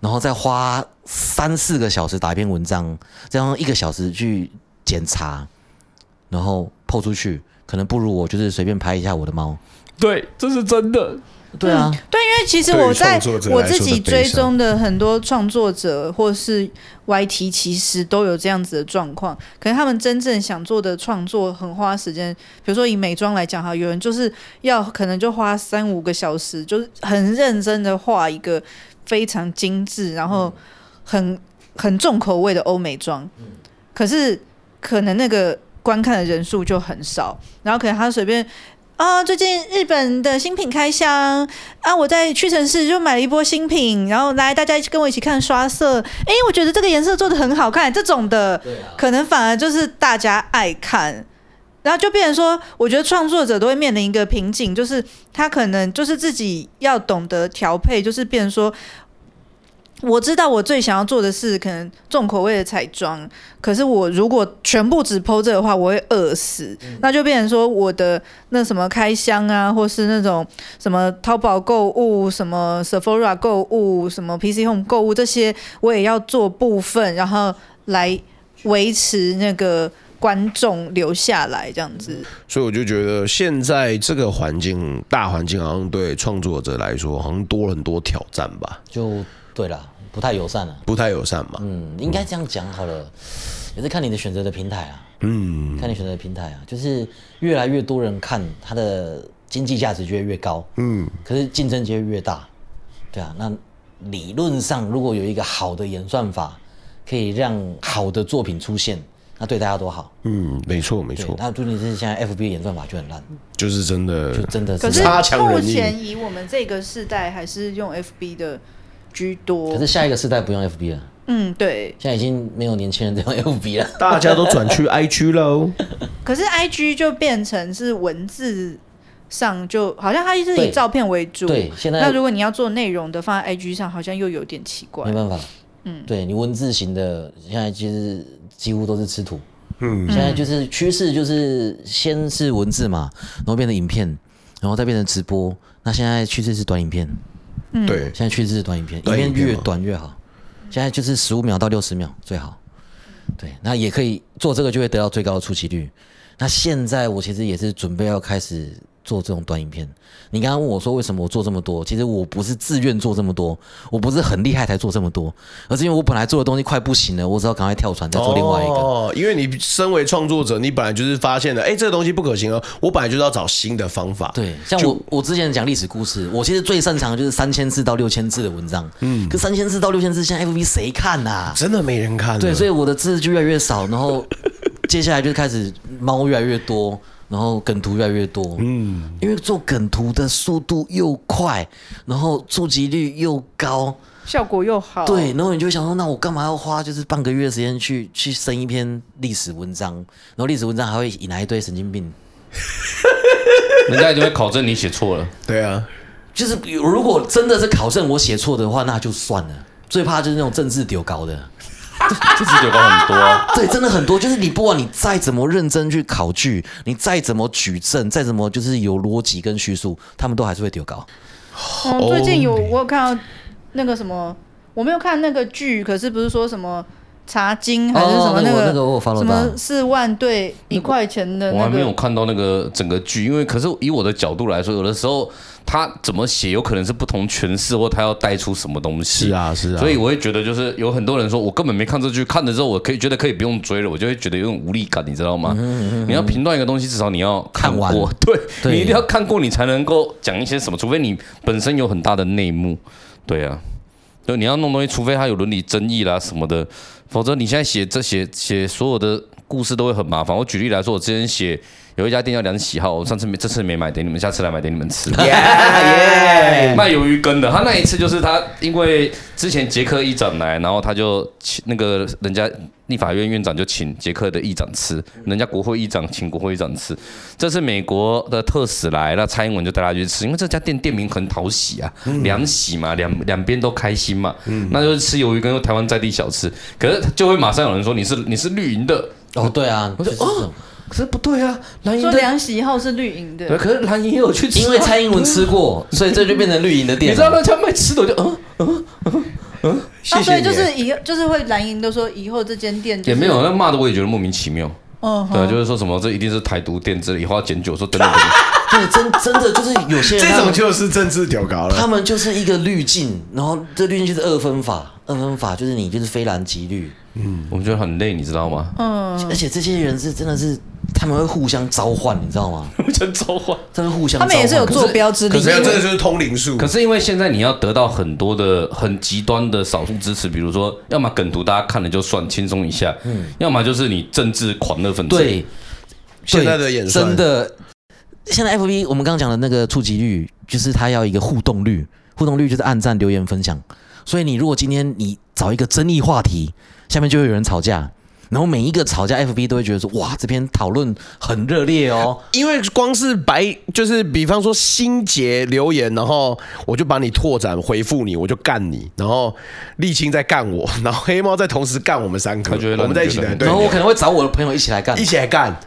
Speaker 4: 然后再花三四个小时打一篇文章，再用一个小时去检查，然后抛出去，可能不如我就是随便拍一下我的猫。
Speaker 3: 对，这是真的。
Speaker 4: 对啊，
Speaker 2: 对，因为其实
Speaker 1: 对于
Speaker 2: 我
Speaker 1: 创
Speaker 2: 在
Speaker 1: 作者来
Speaker 2: 我
Speaker 1: 说的
Speaker 2: 自
Speaker 1: 悲
Speaker 2: 己追
Speaker 1: 伤
Speaker 2: 踪的很多创作者或是 YT，其实都有这样子的状况。可能他们真正想做的创作很花时间，比如说以美妆来讲哈，有人就是要可能就花三五个小时，就是很认真的画一个非常精致，然后
Speaker 1: 嗯
Speaker 2: 很很重口味的欧美妆。可是可能那个观看的人数就很少，然后可能他随便。啊，最近日本的新品开箱啊，我在屈臣氏就买了一波新品，然后来大家跟我一起看刷色。诶，我觉得这个颜色做的很好看，这种的，可能反而就是大家爱看，然后就变成说，我觉得创作者都会面临一个瓶颈，就是他可能就是自己要懂得调配，就是变成说，我知道我最想要做的是可能重口味的彩妆，可是我如果全部只剖这个的话，我会饿死，那就变成说我的那什么开箱啊，或是那种什么淘宝购物、什么 Sephora 购物、什么 PC Home 购物这些，我也要做部分，然后来维持那个观众留下来这样
Speaker 4: 嗯
Speaker 2: 子。
Speaker 1: 所以我就觉得现在这个环境，大环境好像对创作者来说，好像多了很多挑战吧，
Speaker 4: 就对了，不太友善了。啊
Speaker 1: 不太友善嘛。
Speaker 4: 嗯，应该这样讲好了，也是看你的选择的平台啊。嗯，看你选择的平台啊，就是越来越多人看，它的经济价值就会越高。嗯，可是竞争就会越大。对啊，那理论上如果有一个好的演算法，可以让好的作品出现，那对大家都好。
Speaker 1: 嗯，没错没
Speaker 4: 对
Speaker 1: 错，
Speaker 4: 那重点是现在 FB 的演算法就很烂，
Speaker 1: 就是真的
Speaker 4: 就真的
Speaker 2: 可
Speaker 4: 是
Speaker 2: 是
Speaker 4: 烂。
Speaker 1: 差强
Speaker 2: 目
Speaker 1: 人意
Speaker 2: 前以我们这个世代，还是用 FB 的居多
Speaker 4: 可。是下一个世代不用 FB 了，
Speaker 2: 嗯，对。
Speaker 4: 现在已经没有年轻人在 用 FB 了。
Speaker 1: 大家都转去 IG 喽。
Speaker 2: 可是 IG 就变成是文字上就，好像它是
Speaker 4: 对
Speaker 2: 以照片为主。
Speaker 4: 对现在
Speaker 2: 那如果你要做内容的，放在 IG 上，好像又有点奇怪
Speaker 4: 没。办法，嗯，对你文字型的现在其实几乎都是吃土，嗯，现在就是趋势就是先是文字嘛，然后变成影片，然后再变成直播，那现在趋势是短影片，
Speaker 1: 对，
Speaker 4: 嗯现在趋势是短影片，影
Speaker 1: 短影
Speaker 4: 片
Speaker 1: 片
Speaker 4: 越
Speaker 1: 吗
Speaker 4: 短越好，现在就是十五秒到六十秒最好，对，那也可以做这个就会得到最高的出席率。那现在我其实也是准备要开始做这种短影片。你刚刚问我说为什么我做这么多，其实我不是自愿做这么多，我不是很厉害才做这么多，而是因为我本来做的东西快不行了，我只好赶快跳船再做另外一个。
Speaker 1: 哦，因为你身为创作者，你本来就是发现了，哎、这个东西不可行哦，我本来就是要找新的方法。
Speaker 4: 对，像我我之前讲历史故事，我其实最擅长的就是三千字到六千字的文章。嗯，可三千字到六千字，现在 FB 谁看呐、啊
Speaker 1: 真的没人看了。
Speaker 4: 对，所
Speaker 1: 以
Speaker 4: 以我的字就越来越少，然 后接下来就开始猫越来越多，然后梗图越来越多。嗯，因为做梗图的速度又快，然后触及率又高，
Speaker 2: 效果又好。
Speaker 4: 对，然后你就会想说，那我干嘛要花就是半个月的时间去去生一篇历史文章，然后历史文章还会引来一堆神经病。
Speaker 3: 人家一定会考证你写错了。
Speaker 1: 对啊，
Speaker 4: 就是比如如果真的是考证我写错的话，那就算了。最怕就是那种政治丢高的。
Speaker 3: 这支酒高很多、啊，
Speaker 4: 对，真的很多，就是你不管你再怎么认真去考据，你再怎么举证，再怎么就是有逻辑跟叙述，他们都还是会丢稿。
Speaker 2: 嗯，
Speaker 4: 哦
Speaker 2: 最近有我有看到那个什么，我没有看那个剧，可是不是说什么茶经还是什
Speaker 4: 哦
Speaker 2: 么
Speaker 4: 那个我
Speaker 2: 个、
Speaker 4: 那个我有 follow
Speaker 2: 什
Speaker 4: 到
Speaker 2: 么四万对一块钱的
Speaker 3: 我
Speaker 2: 那
Speaker 3: 还没有
Speaker 2: 个，
Speaker 3: 看到那个整个剧，因为可是以我的角度来说，有的时候他怎么写，有可能是不同诠释，或他要带出什么东西。
Speaker 1: 是啊是啊
Speaker 3: 所以我会觉得，就是有很多人说我根本没看这剧，看了之后我可以觉得可以不用追了，我就会觉得有种无力感，你知道吗？你要评断一个东西，至少你要
Speaker 4: 看完
Speaker 3: 过，对
Speaker 4: 对
Speaker 3: 你一定要看过，你才能够讲一些什么，除非你本身有很大的内幕，对啊。就你要弄东西，除非它有伦理争议啦什么的，否则你现在写这写写所有的故事都会很麻烦。我举例来说，我之前写有一家店叫梁喜好，我上次没这次没买给你们，下次来买给你们吃。卖鱿鱼羹的，他那一次就是他因为之前捷克议长来，然后他就请那个人家立法院院长就请捷克的议长吃，人家国会议长请国会议长吃，这次美国的特使来，那蔡英文就带他去吃，因为这家店店名很讨喜啊，两喜嘛，两两边都开心嘛，那就是吃鱿鱼羹，台湾在地小吃，可是就会马上有人说你是你是绿营的，
Speaker 4: 哦，对啊，就是这种
Speaker 3: 可是不对啊，蓝营
Speaker 2: 说
Speaker 3: 的，
Speaker 2: 梁喜好是绿营
Speaker 3: 对，
Speaker 2: 的，
Speaker 3: 可是蓝营也有去吃啊、
Speaker 4: 因为蔡英文吃过，所以这就变成绿营的
Speaker 3: 你
Speaker 4: 店
Speaker 3: 知
Speaker 4: 了。
Speaker 3: 道那家卖吃的，我就嗯嗯嗯嗯，
Speaker 2: 啊，
Speaker 1: 谢
Speaker 2: 所
Speaker 1: 谢
Speaker 2: 以
Speaker 1: 你。
Speaker 2: 就是以就是会蓝营都说以后这间店、就
Speaker 3: 也
Speaker 2: 是、
Speaker 3: 没
Speaker 4: 嗯
Speaker 3: 有，那骂的我也觉得莫名其妙。啊
Speaker 2: 嗯，
Speaker 4: 哦
Speaker 3: 对，就是说什么这一定是台独店之类，以后要检举，我说等等等等，
Speaker 4: 对，真真的就是有些人
Speaker 1: 这
Speaker 4: 他
Speaker 1: 种
Speaker 4: 们
Speaker 1: 就是政治屌搞了
Speaker 4: 他。们就是一个滤镜，然后这滤镜就是二分法，二分法就是你就是非蓝即绿，
Speaker 3: 我觉得很累，你知道吗？
Speaker 4: 嗯 而且这些人是真的是他们会互相召唤，你知道吗？
Speaker 3: 真召唤。
Speaker 4: 他们互相
Speaker 2: 他们也是有
Speaker 4: 召唤
Speaker 2: 坐标啊之
Speaker 3: 可
Speaker 2: 力
Speaker 3: 是
Speaker 1: 没有，
Speaker 3: 因为
Speaker 1: 这个就是通灵术
Speaker 3: 可。是因为现在你要得到很多的很极端的少数支持，比如说，要么梗图大家看了就算轻松一下，要么就是你政治狂热粉丝。
Speaker 4: 对，
Speaker 1: 现在
Speaker 4: 对
Speaker 1: 的演算
Speaker 4: 真的，现在 FB 我们刚刚讲的那个触及率，就是它要一个互动率，互动率就是按赞、留言、分享。所以你如果今天你找一个争议话题，下面就会有人吵架，然后每一个吵架 FB 都会觉得说，哇，这篇讨论很热烈哦。
Speaker 1: 因为光是白，就是比方说心结留言，然后我就把你拓展回复你，我就干你，然后沥青在干我，然后黑猫在同时干我们三个，
Speaker 3: 他就会让
Speaker 1: 我们在一起
Speaker 3: 你觉
Speaker 1: 来，
Speaker 3: 得
Speaker 1: 对
Speaker 4: 然后我可能会找我的朋友一起来干
Speaker 1: 一。起来干。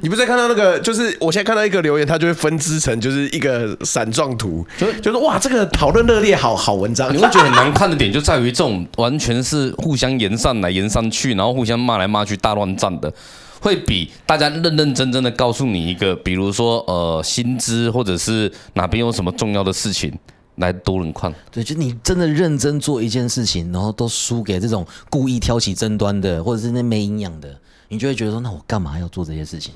Speaker 1: 你不是看到那个，就是我现在看到一个留言，它就会分支成就是一个散状图，就是哇，这个讨论热烈，好好文章
Speaker 3: 你。会觉得很难看的点就在于这种完全是互相延上来延上去，然后互相骂来骂去大乱战的，会比大家认认真真的告诉你一个，比如说呃薪资或者是哪边有什么重要的事情来多人看。
Speaker 4: 对，就你真的认真做一件事情，然后都输给这种故意挑起争端的，或者是那没营养的，你就会觉得说，那我干嘛要做这些事情？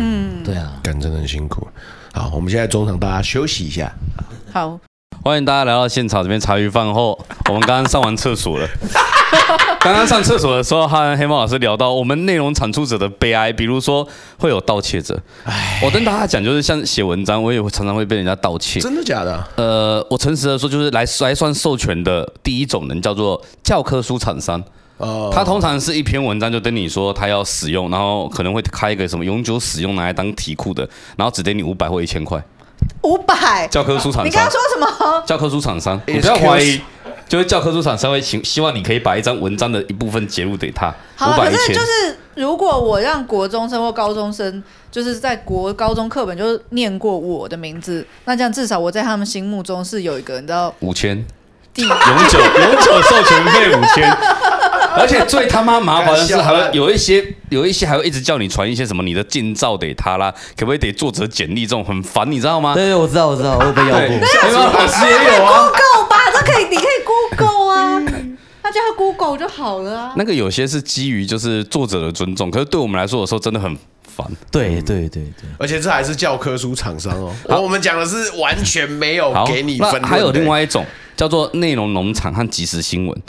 Speaker 4: 嗯，对啊。
Speaker 1: 干真的很辛苦。好，我们现在中场大家休息一下。
Speaker 2: 好，
Speaker 3: 欢迎大家来到现场这边茶余饭后。我们刚刚上完厕 所了，刚刚上厕所的时候，和黑猫老师聊到我们内容产出者的悲哀，比如说会有盗窃者。我跟大家讲，就是像写文章，我也会常常会被人家盗窃。
Speaker 1: 真的假的？
Speaker 3: 呃，我诚实的说，就是来来算授权的第一种人叫做教科书厂商，
Speaker 1: 哦，
Speaker 3: 他通常是一篇文章就跟你说他要使用，然后可能会开一个什么永久使用拿来当题库的，然后只给你五百或一千块。
Speaker 2: 五百。
Speaker 3: 教科书厂商，
Speaker 2: 你刚刚说什么？
Speaker 3: 教科书厂商，
Speaker 1: Excuse-
Speaker 3: 你不要怀疑，就是教科书厂商会请希望你可以把一张文章的一部分截录给他，
Speaker 2: 好
Speaker 3: 五
Speaker 2: 了，
Speaker 3: 百
Speaker 2: 可
Speaker 3: 一
Speaker 2: 是
Speaker 3: 千
Speaker 2: 就。是如果我让国中生或高中生，就是在国高中课本就念过我的名字，那这样至少我在他们心目中是有一个你知道
Speaker 3: 五千，永
Speaker 2: 地
Speaker 3: 久永久授权费五 千，而且最他妈麻烦的是，还会有一些有一些还会一直叫你传一些什么你的近照给他啦，可不可以得作者简历这种很烦，你知道吗？
Speaker 4: 对对，我知道，我知道，我有被要
Speaker 3: 对，
Speaker 4: 过。
Speaker 3: 黑猫老师也有啊。
Speaker 2: Google 吧，这可以，你可以 Google 啊，那叫他 Google 就好了啊。
Speaker 3: 那个有些是基于就是作者的尊重，可是对我们来说，有时候真的很烦。
Speaker 4: 对对对对，
Speaker 1: 而且这还是教科书厂商哦。我们讲的是完全没有
Speaker 3: 好，
Speaker 1: 给你分
Speaker 3: 那
Speaker 1: 论的
Speaker 3: 还有另外一种叫做内容农场和即时新闻。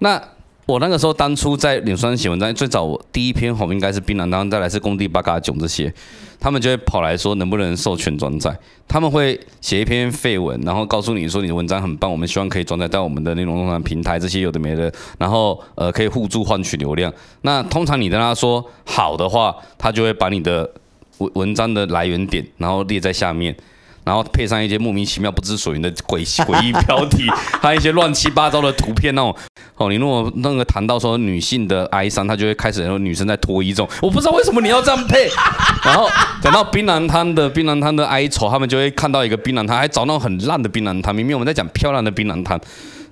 Speaker 3: 那我那个时候当初在脸书上写文章，最早我第一篇红应该是槟榔汤，再来是工地八嘎囧这些，他们就会跑来说能不能授权转载，他们会写一篇废文，然后告诉你说你的文章很棒，我们希望可以转载到我们的内容农场平台这些有的没的，然后呃可以互助换取流量。那通常你跟他说好的话，他就会把你的文文章的来源点，然后列在下面。然后配上一些莫名其妙、不知所云的诡 诡异标题，还有一些乱七八糟的图片那种。哦，你如果那个谈到说女性的哀伤，他就会开始说女生在脱衣这种，我不知道为什么你要这样配。 然后讲到槟榔摊的槟榔摊的哀愁，他们就会看到一个槟榔摊，还找那种很烂的槟榔摊，明明我们在讲漂亮的槟榔摊。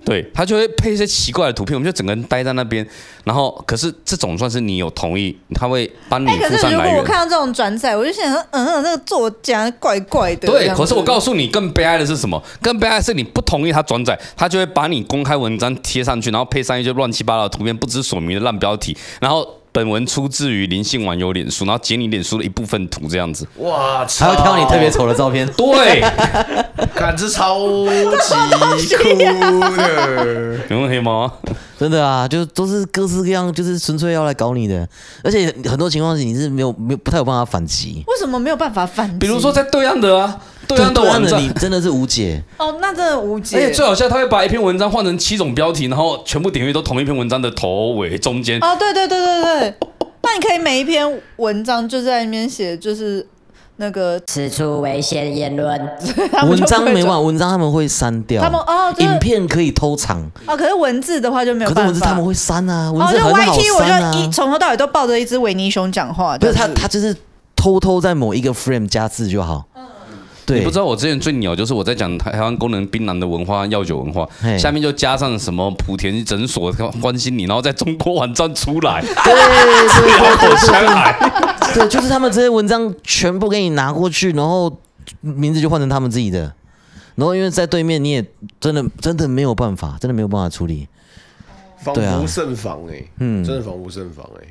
Speaker 3: 对他就会配一些奇怪的图片，我们就整个人呆在那边。然后，可是这种算是你有同意，他会帮你
Speaker 2: 哎、可
Speaker 3: 附
Speaker 2: 是
Speaker 3: 上
Speaker 2: 如
Speaker 3: 来
Speaker 2: 果
Speaker 3: 源
Speaker 2: 我。看到这种转载，我就想说，嗯，那个作家怪怪的。这
Speaker 3: 对，
Speaker 2: 样子
Speaker 3: 可是我告诉你，更悲哀的是什么？更悲哀的是你不同意他转载，他就会把你公开文章贴上去，然后配上一些乱七八糟的图片、不知所名的烂标题，然后。本文出自于林信网友脸书，然后截你脸书的一部分图这样子。
Speaker 1: 哇，
Speaker 4: 还
Speaker 1: 操
Speaker 4: 要挑你特别， 丑的照片。
Speaker 3: 对，
Speaker 1: 感知超级酷的。
Speaker 3: 有问题吗？
Speaker 4: 真的啊，就都是各式各样，就是纯粹要来搞你的，而且很多情况是你是没有没有不太有办法反击。
Speaker 2: 为什么没有办法反击？
Speaker 3: 比如说在对岸的啊，对岸的
Speaker 4: 对
Speaker 3: 网
Speaker 4: 的
Speaker 3: 站，
Speaker 4: 你真的是无解，
Speaker 2: 哦，那真的无解。
Speaker 3: 而且最好笑，他会把一篇文章换成七种标题，然后全部点阅都同一篇文章的头尾中间，
Speaker 2: 哦，对对对对对，那你可以每一篇文章就在那边写，就是那个
Speaker 5: 此处危险言论。
Speaker 2: 他们
Speaker 4: 文
Speaker 2: 就不
Speaker 4: 章
Speaker 2: 会
Speaker 4: 没
Speaker 2: 转
Speaker 4: 办法，文章他们会删掉，
Speaker 2: 他们哦就是
Speaker 4: 影片可以偷藏，
Speaker 2: 哦，可是文字的话就没有
Speaker 4: 可
Speaker 2: 办
Speaker 4: 是
Speaker 2: 法。
Speaker 4: 文字他们会删啊，文
Speaker 2: 哦，
Speaker 4: 字
Speaker 2: 就
Speaker 4: 很好
Speaker 2: YT
Speaker 4: 删
Speaker 2: 我就
Speaker 4: 啊
Speaker 2: 一，从头到尾都抱着一只维尼熊讲话，
Speaker 4: 不是
Speaker 2: 这
Speaker 4: 他
Speaker 2: 样子
Speaker 4: 他就是偷偷在某一个 frame 加字就好，
Speaker 2: 嗯
Speaker 4: 对，
Speaker 3: 你不知道我之前最鸟就是我在讲台湾功能槟榔的文化、药酒文化
Speaker 4: 嘿，
Speaker 3: 下面就加上什么莆田诊所关心你，然后在中国网站出来，
Speaker 4: 对对对
Speaker 3: 然后口腔癌，
Speaker 4: 对，就是他们这些文章全部给你拿过去，然后名字就换成他们自己的。然后因为在对面，你也真的真的没有办法，真的没有办法处理。
Speaker 1: 防
Speaker 4: 对啊
Speaker 1: 不胜防哎、嗯，真的防不胜防哎、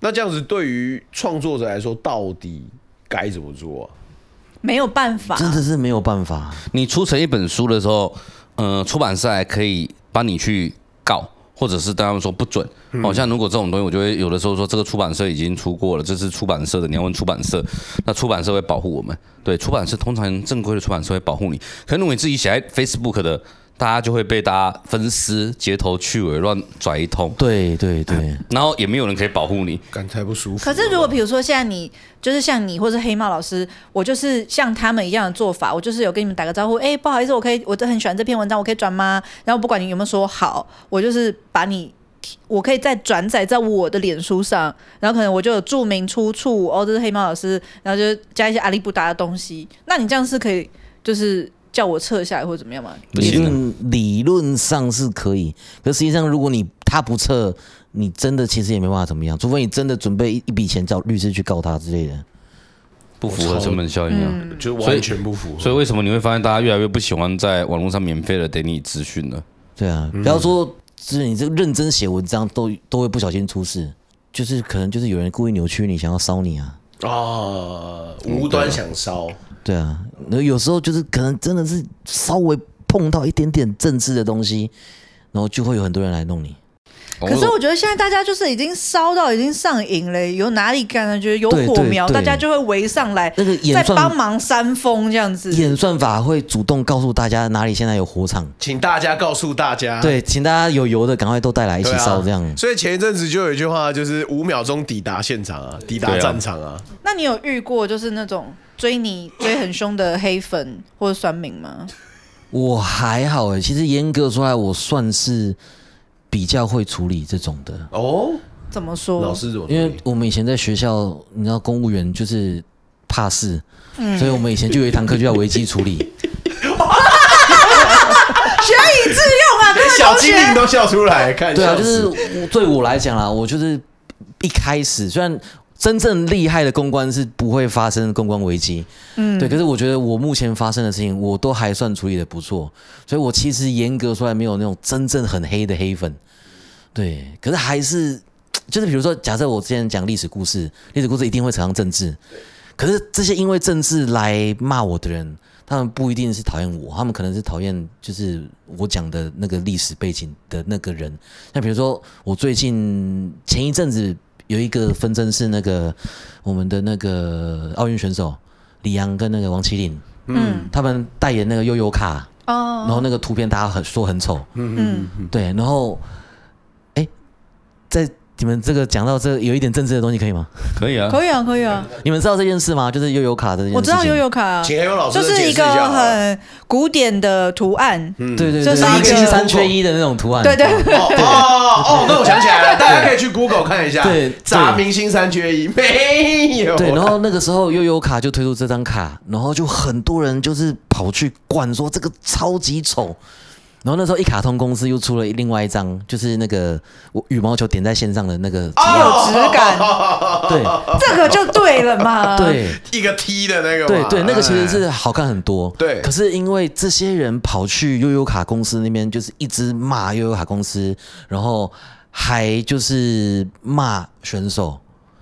Speaker 1: 那这样子对于创作者来说，到底该怎么做啊？
Speaker 2: 没有办法，
Speaker 4: 真的是没有办法。
Speaker 3: 你出成一本书的时候，嗯、出版社还可以帮你去告，或者是对他们说不准。好、像如果这种东西，我就会有的时候说这个出版社已经出过了，这是出版社的，你要问出版社，那出版社会保护我们。对，出版社通常正规的出版社会保护你，可能你自己写在 Facebook 的，大家就会被大家分尸、截头去尾、乱拽一通，
Speaker 4: 对对对，
Speaker 3: 然后也没有人可以保护你。
Speaker 1: 感太不舒服了。
Speaker 2: 可是如果比如说现在你就是像你或是黑猫老师，我就是像他们一样的做法，我就是有跟你们打个招呼，哎、不好意思，我可以，我真的很喜欢这篇文章，我可以转吗？然后不管你有没有说好，我就是把你。我可以再转载在我的脸书上，然后可能我就有注明出处哦，这是黑猫老师，然后就加一些阿里不达的东西。那你这样是可以，就是叫我撤下来或者怎么样吗？
Speaker 3: 不
Speaker 4: 理
Speaker 3: 行的
Speaker 4: 论理论上是可以，可实际上如果你他不撤，你真的其实也没办法怎么样，除非你真的准备一一笔钱找律师去告他之类的。
Speaker 3: 不符合成本效应啊。
Speaker 1: 就
Speaker 3: 所
Speaker 1: 完
Speaker 3: 以
Speaker 1: 全不符合。
Speaker 3: 所以为什么你会发现大家越来越不喜欢在网络上免费的给你资讯了？
Speaker 4: 对啊，
Speaker 1: 嗯
Speaker 4: 不要说就是你这个认真写文章都都会不小心出事，就是可能就是有人故意扭曲你，想要烧你啊。
Speaker 1: 啊，无端想烧，
Speaker 4: 对啊，那有时候就是可能真的是稍微碰到一点点政治的东西，然后就会有很多人来弄你。哦
Speaker 2: 可是
Speaker 3: 哦
Speaker 2: 我觉得现在大家就是已经烧到已经上瘾了，有哪里感觉有
Speaker 4: 对
Speaker 2: 火
Speaker 4: 对
Speaker 2: 苗，
Speaker 4: 对
Speaker 2: 大家就会围上来，
Speaker 4: 那个演
Speaker 2: 再
Speaker 4: 算
Speaker 2: 帮忙煽风这样子。
Speaker 4: 演算法会主动告诉大家哪里现在有火场，
Speaker 1: 请大家告诉大家，
Speaker 4: 对，请大家有油的赶快都带来一起
Speaker 1: 啊对啊，
Speaker 4: 烧，这样。
Speaker 1: 所以前一阵子就有一句话，就是五秒钟抵达现场啊，抵达
Speaker 3: 对啊
Speaker 1: 战场啊。
Speaker 2: 那你有遇过就是那种追你追很凶的黑粉或者酸民吗？
Speaker 4: 我还好欸诶，其实严格说来，我算是比较会处理这种的，
Speaker 1: 哦，
Speaker 2: 怎么
Speaker 1: 老
Speaker 2: 说？
Speaker 1: 师怎么处理？
Speaker 4: 嗯因为我们以前在学校，你知道公务员就是怕事，所以我们以前就有一堂课就叫危机处理。
Speaker 2: 学以致用啊，各
Speaker 1: 连
Speaker 2: 位
Speaker 1: 小
Speaker 2: 同
Speaker 1: 精灵
Speaker 2: 学。
Speaker 1: 都笑出来，看
Speaker 4: 对啊，
Speaker 1: 笑
Speaker 4: 就
Speaker 1: 死
Speaker 4: 是我对我来讲啦，我就是一开始虽然真正厉害的公关是不会发生公关危机，嗯，对。可是我觉得我目前发生的事情，我都还算处理的不错，所以我其实严格说来没有那种真正很黑的黑粉，对。可是还是就是比如说，假设我之前讲历史故事，历史故事一定会扯上政治，可是这些因为政治来骂我的人。他们不一定是讨厌我，他们可能是讨厌就是我讲的那个历史背景的那个人，像比如说，我最近前一阵子有一个纷争是那个我们的那个奥运选手李阳跟那个王麒麟，
Speaker 2: 嗯
Speaker 4: 他们代言那个悠悠卡，
Speaker 1: 嗯
Speaker 4: 然
Speaker 2: 哦，
Speaker 4: 后那个图片大家很说很丑，
Speaker 2: 嗯，
Speaker 4: 对，然后哎，在你们这个讲到这有一点政治的东西可以吗？
Speaker 3: 可以啊，
Speaker 2: 可以啊，可以
Speaker 1: 嗯
Speaker 2: 啊，
Speaker 4: 你们知道这件事吗？就是悠悠卡的这件事情，
Speaker 2: 我知道悠悠卡啊，
Speaker 1: 请黑猫老师
Speaker 2: 就
Speaker 1: 再
Speaker 2: 是
Speaker 1: 解释
Speaker 2: 一
Speaker 1: 一下
Speaker 2: 个
Speaker 1: 好了。嗯
Speaker 2: 很古典的图案，
Speaker 4: 对对
Speaker 2: 这
Speaker 4: 对，
Speaker 2: 是一
Speaker 4: 一
Speaker 2: 个
Speaker 4: 个三缺一的那种图案，
Speaker 2: 对对。对
Speaker 1: 哦哦哦，那我想起来了，大家可以去 Google 看一下，
Speaker 4: 对对
Speaker 1: 砸明星三缺一没 有啊，
Speaker 4: 对，然后那个时候悠悠卡就推出这张卡，然后就很多人就是跑去灌说这个超级丑。然后那时候一卡通公司又出了另外一张，就是那个我羽毛球点在线上的那个，
Speaker 2: 有质感，
Speaker 4: 对
Speaker 2: 这个就对了 嘛。，
Speaker 4: 对
Speaker 1: 一个 T 的那个嘛，
Speaker 4: 对对，那个其实
Speaker 1: 哎
Speaker 4: 是好看很多。
Speaker 1: 对
Speaker 4: 可是因为这些人跑去悠悠卡公司那边，就是一直骂悠悠卡公司，然后还就是骂选手，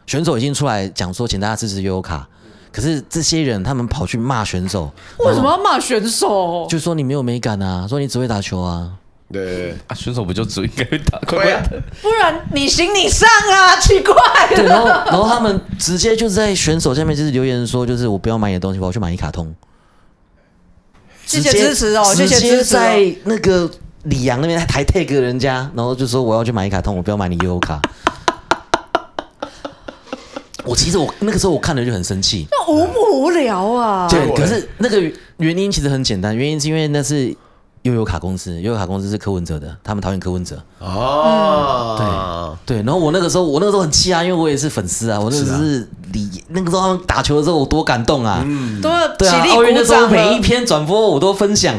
Speaker 4: 选手已经出来讲说，请大家支持悠悠卡。可是这些人他们跑去骂选手，
Speaker 1: 哦
Speaker 2: 为什么要骂选手？
Speaker 4: 就说你没有美感啊，说你只会打球啊。
Speaker 1: 对对对
Speaker 3: 啊，选手不就只应该会打
Speaker 1: 对
Speaker 3: 快快
Speaker 1: 啊
Speaker 3: 的？
Speaker 2: 不然你行你上啊，奇怪
Speaker 4: 对，
Speaker 2: 了。
Speaker 4: 然后然后他们直接就在选手下面就是留言说，就是我不要买你的东西，我要去买一卡通。
Speaker 2: 谢谢
Speaker 4: 直接
Speaker 2: 支持哦，谢谢
Speaker 4: 直接
Speaker 2: 支持哦。
Speaker 4: 在那个李阳那边还 tag 人家，然后就说我要去买一卡通，我不要买你优卡。 我其实我那个时候我看了就很生气，
Speaker 2: 那无不无聊啊？
Speaker 4: 对，可是那个原因其实很简单，原因是因为那是悠悠卡公司，悠悠卡公司是柯文哲的，他们讨厌柯文哲。
Speaker 1: 哦，
Speaker 4: 对，然后我那个时候，我那个时候很气啊，因为我也是粉丝啊，我那个是李，那个时候他们打球的时候，我多感动啊！
Speaker 2: 都要
Speaker 4: 对啊，
Speaker 2: 起
Speaker 4: 奥运
Speaker 2: 立鼓
Speaker 4: 那时候
Speaker 2: 掌
Speaker 4: 每一
Speaker 2: 了。
Speaker 4: 篇转播我都分享，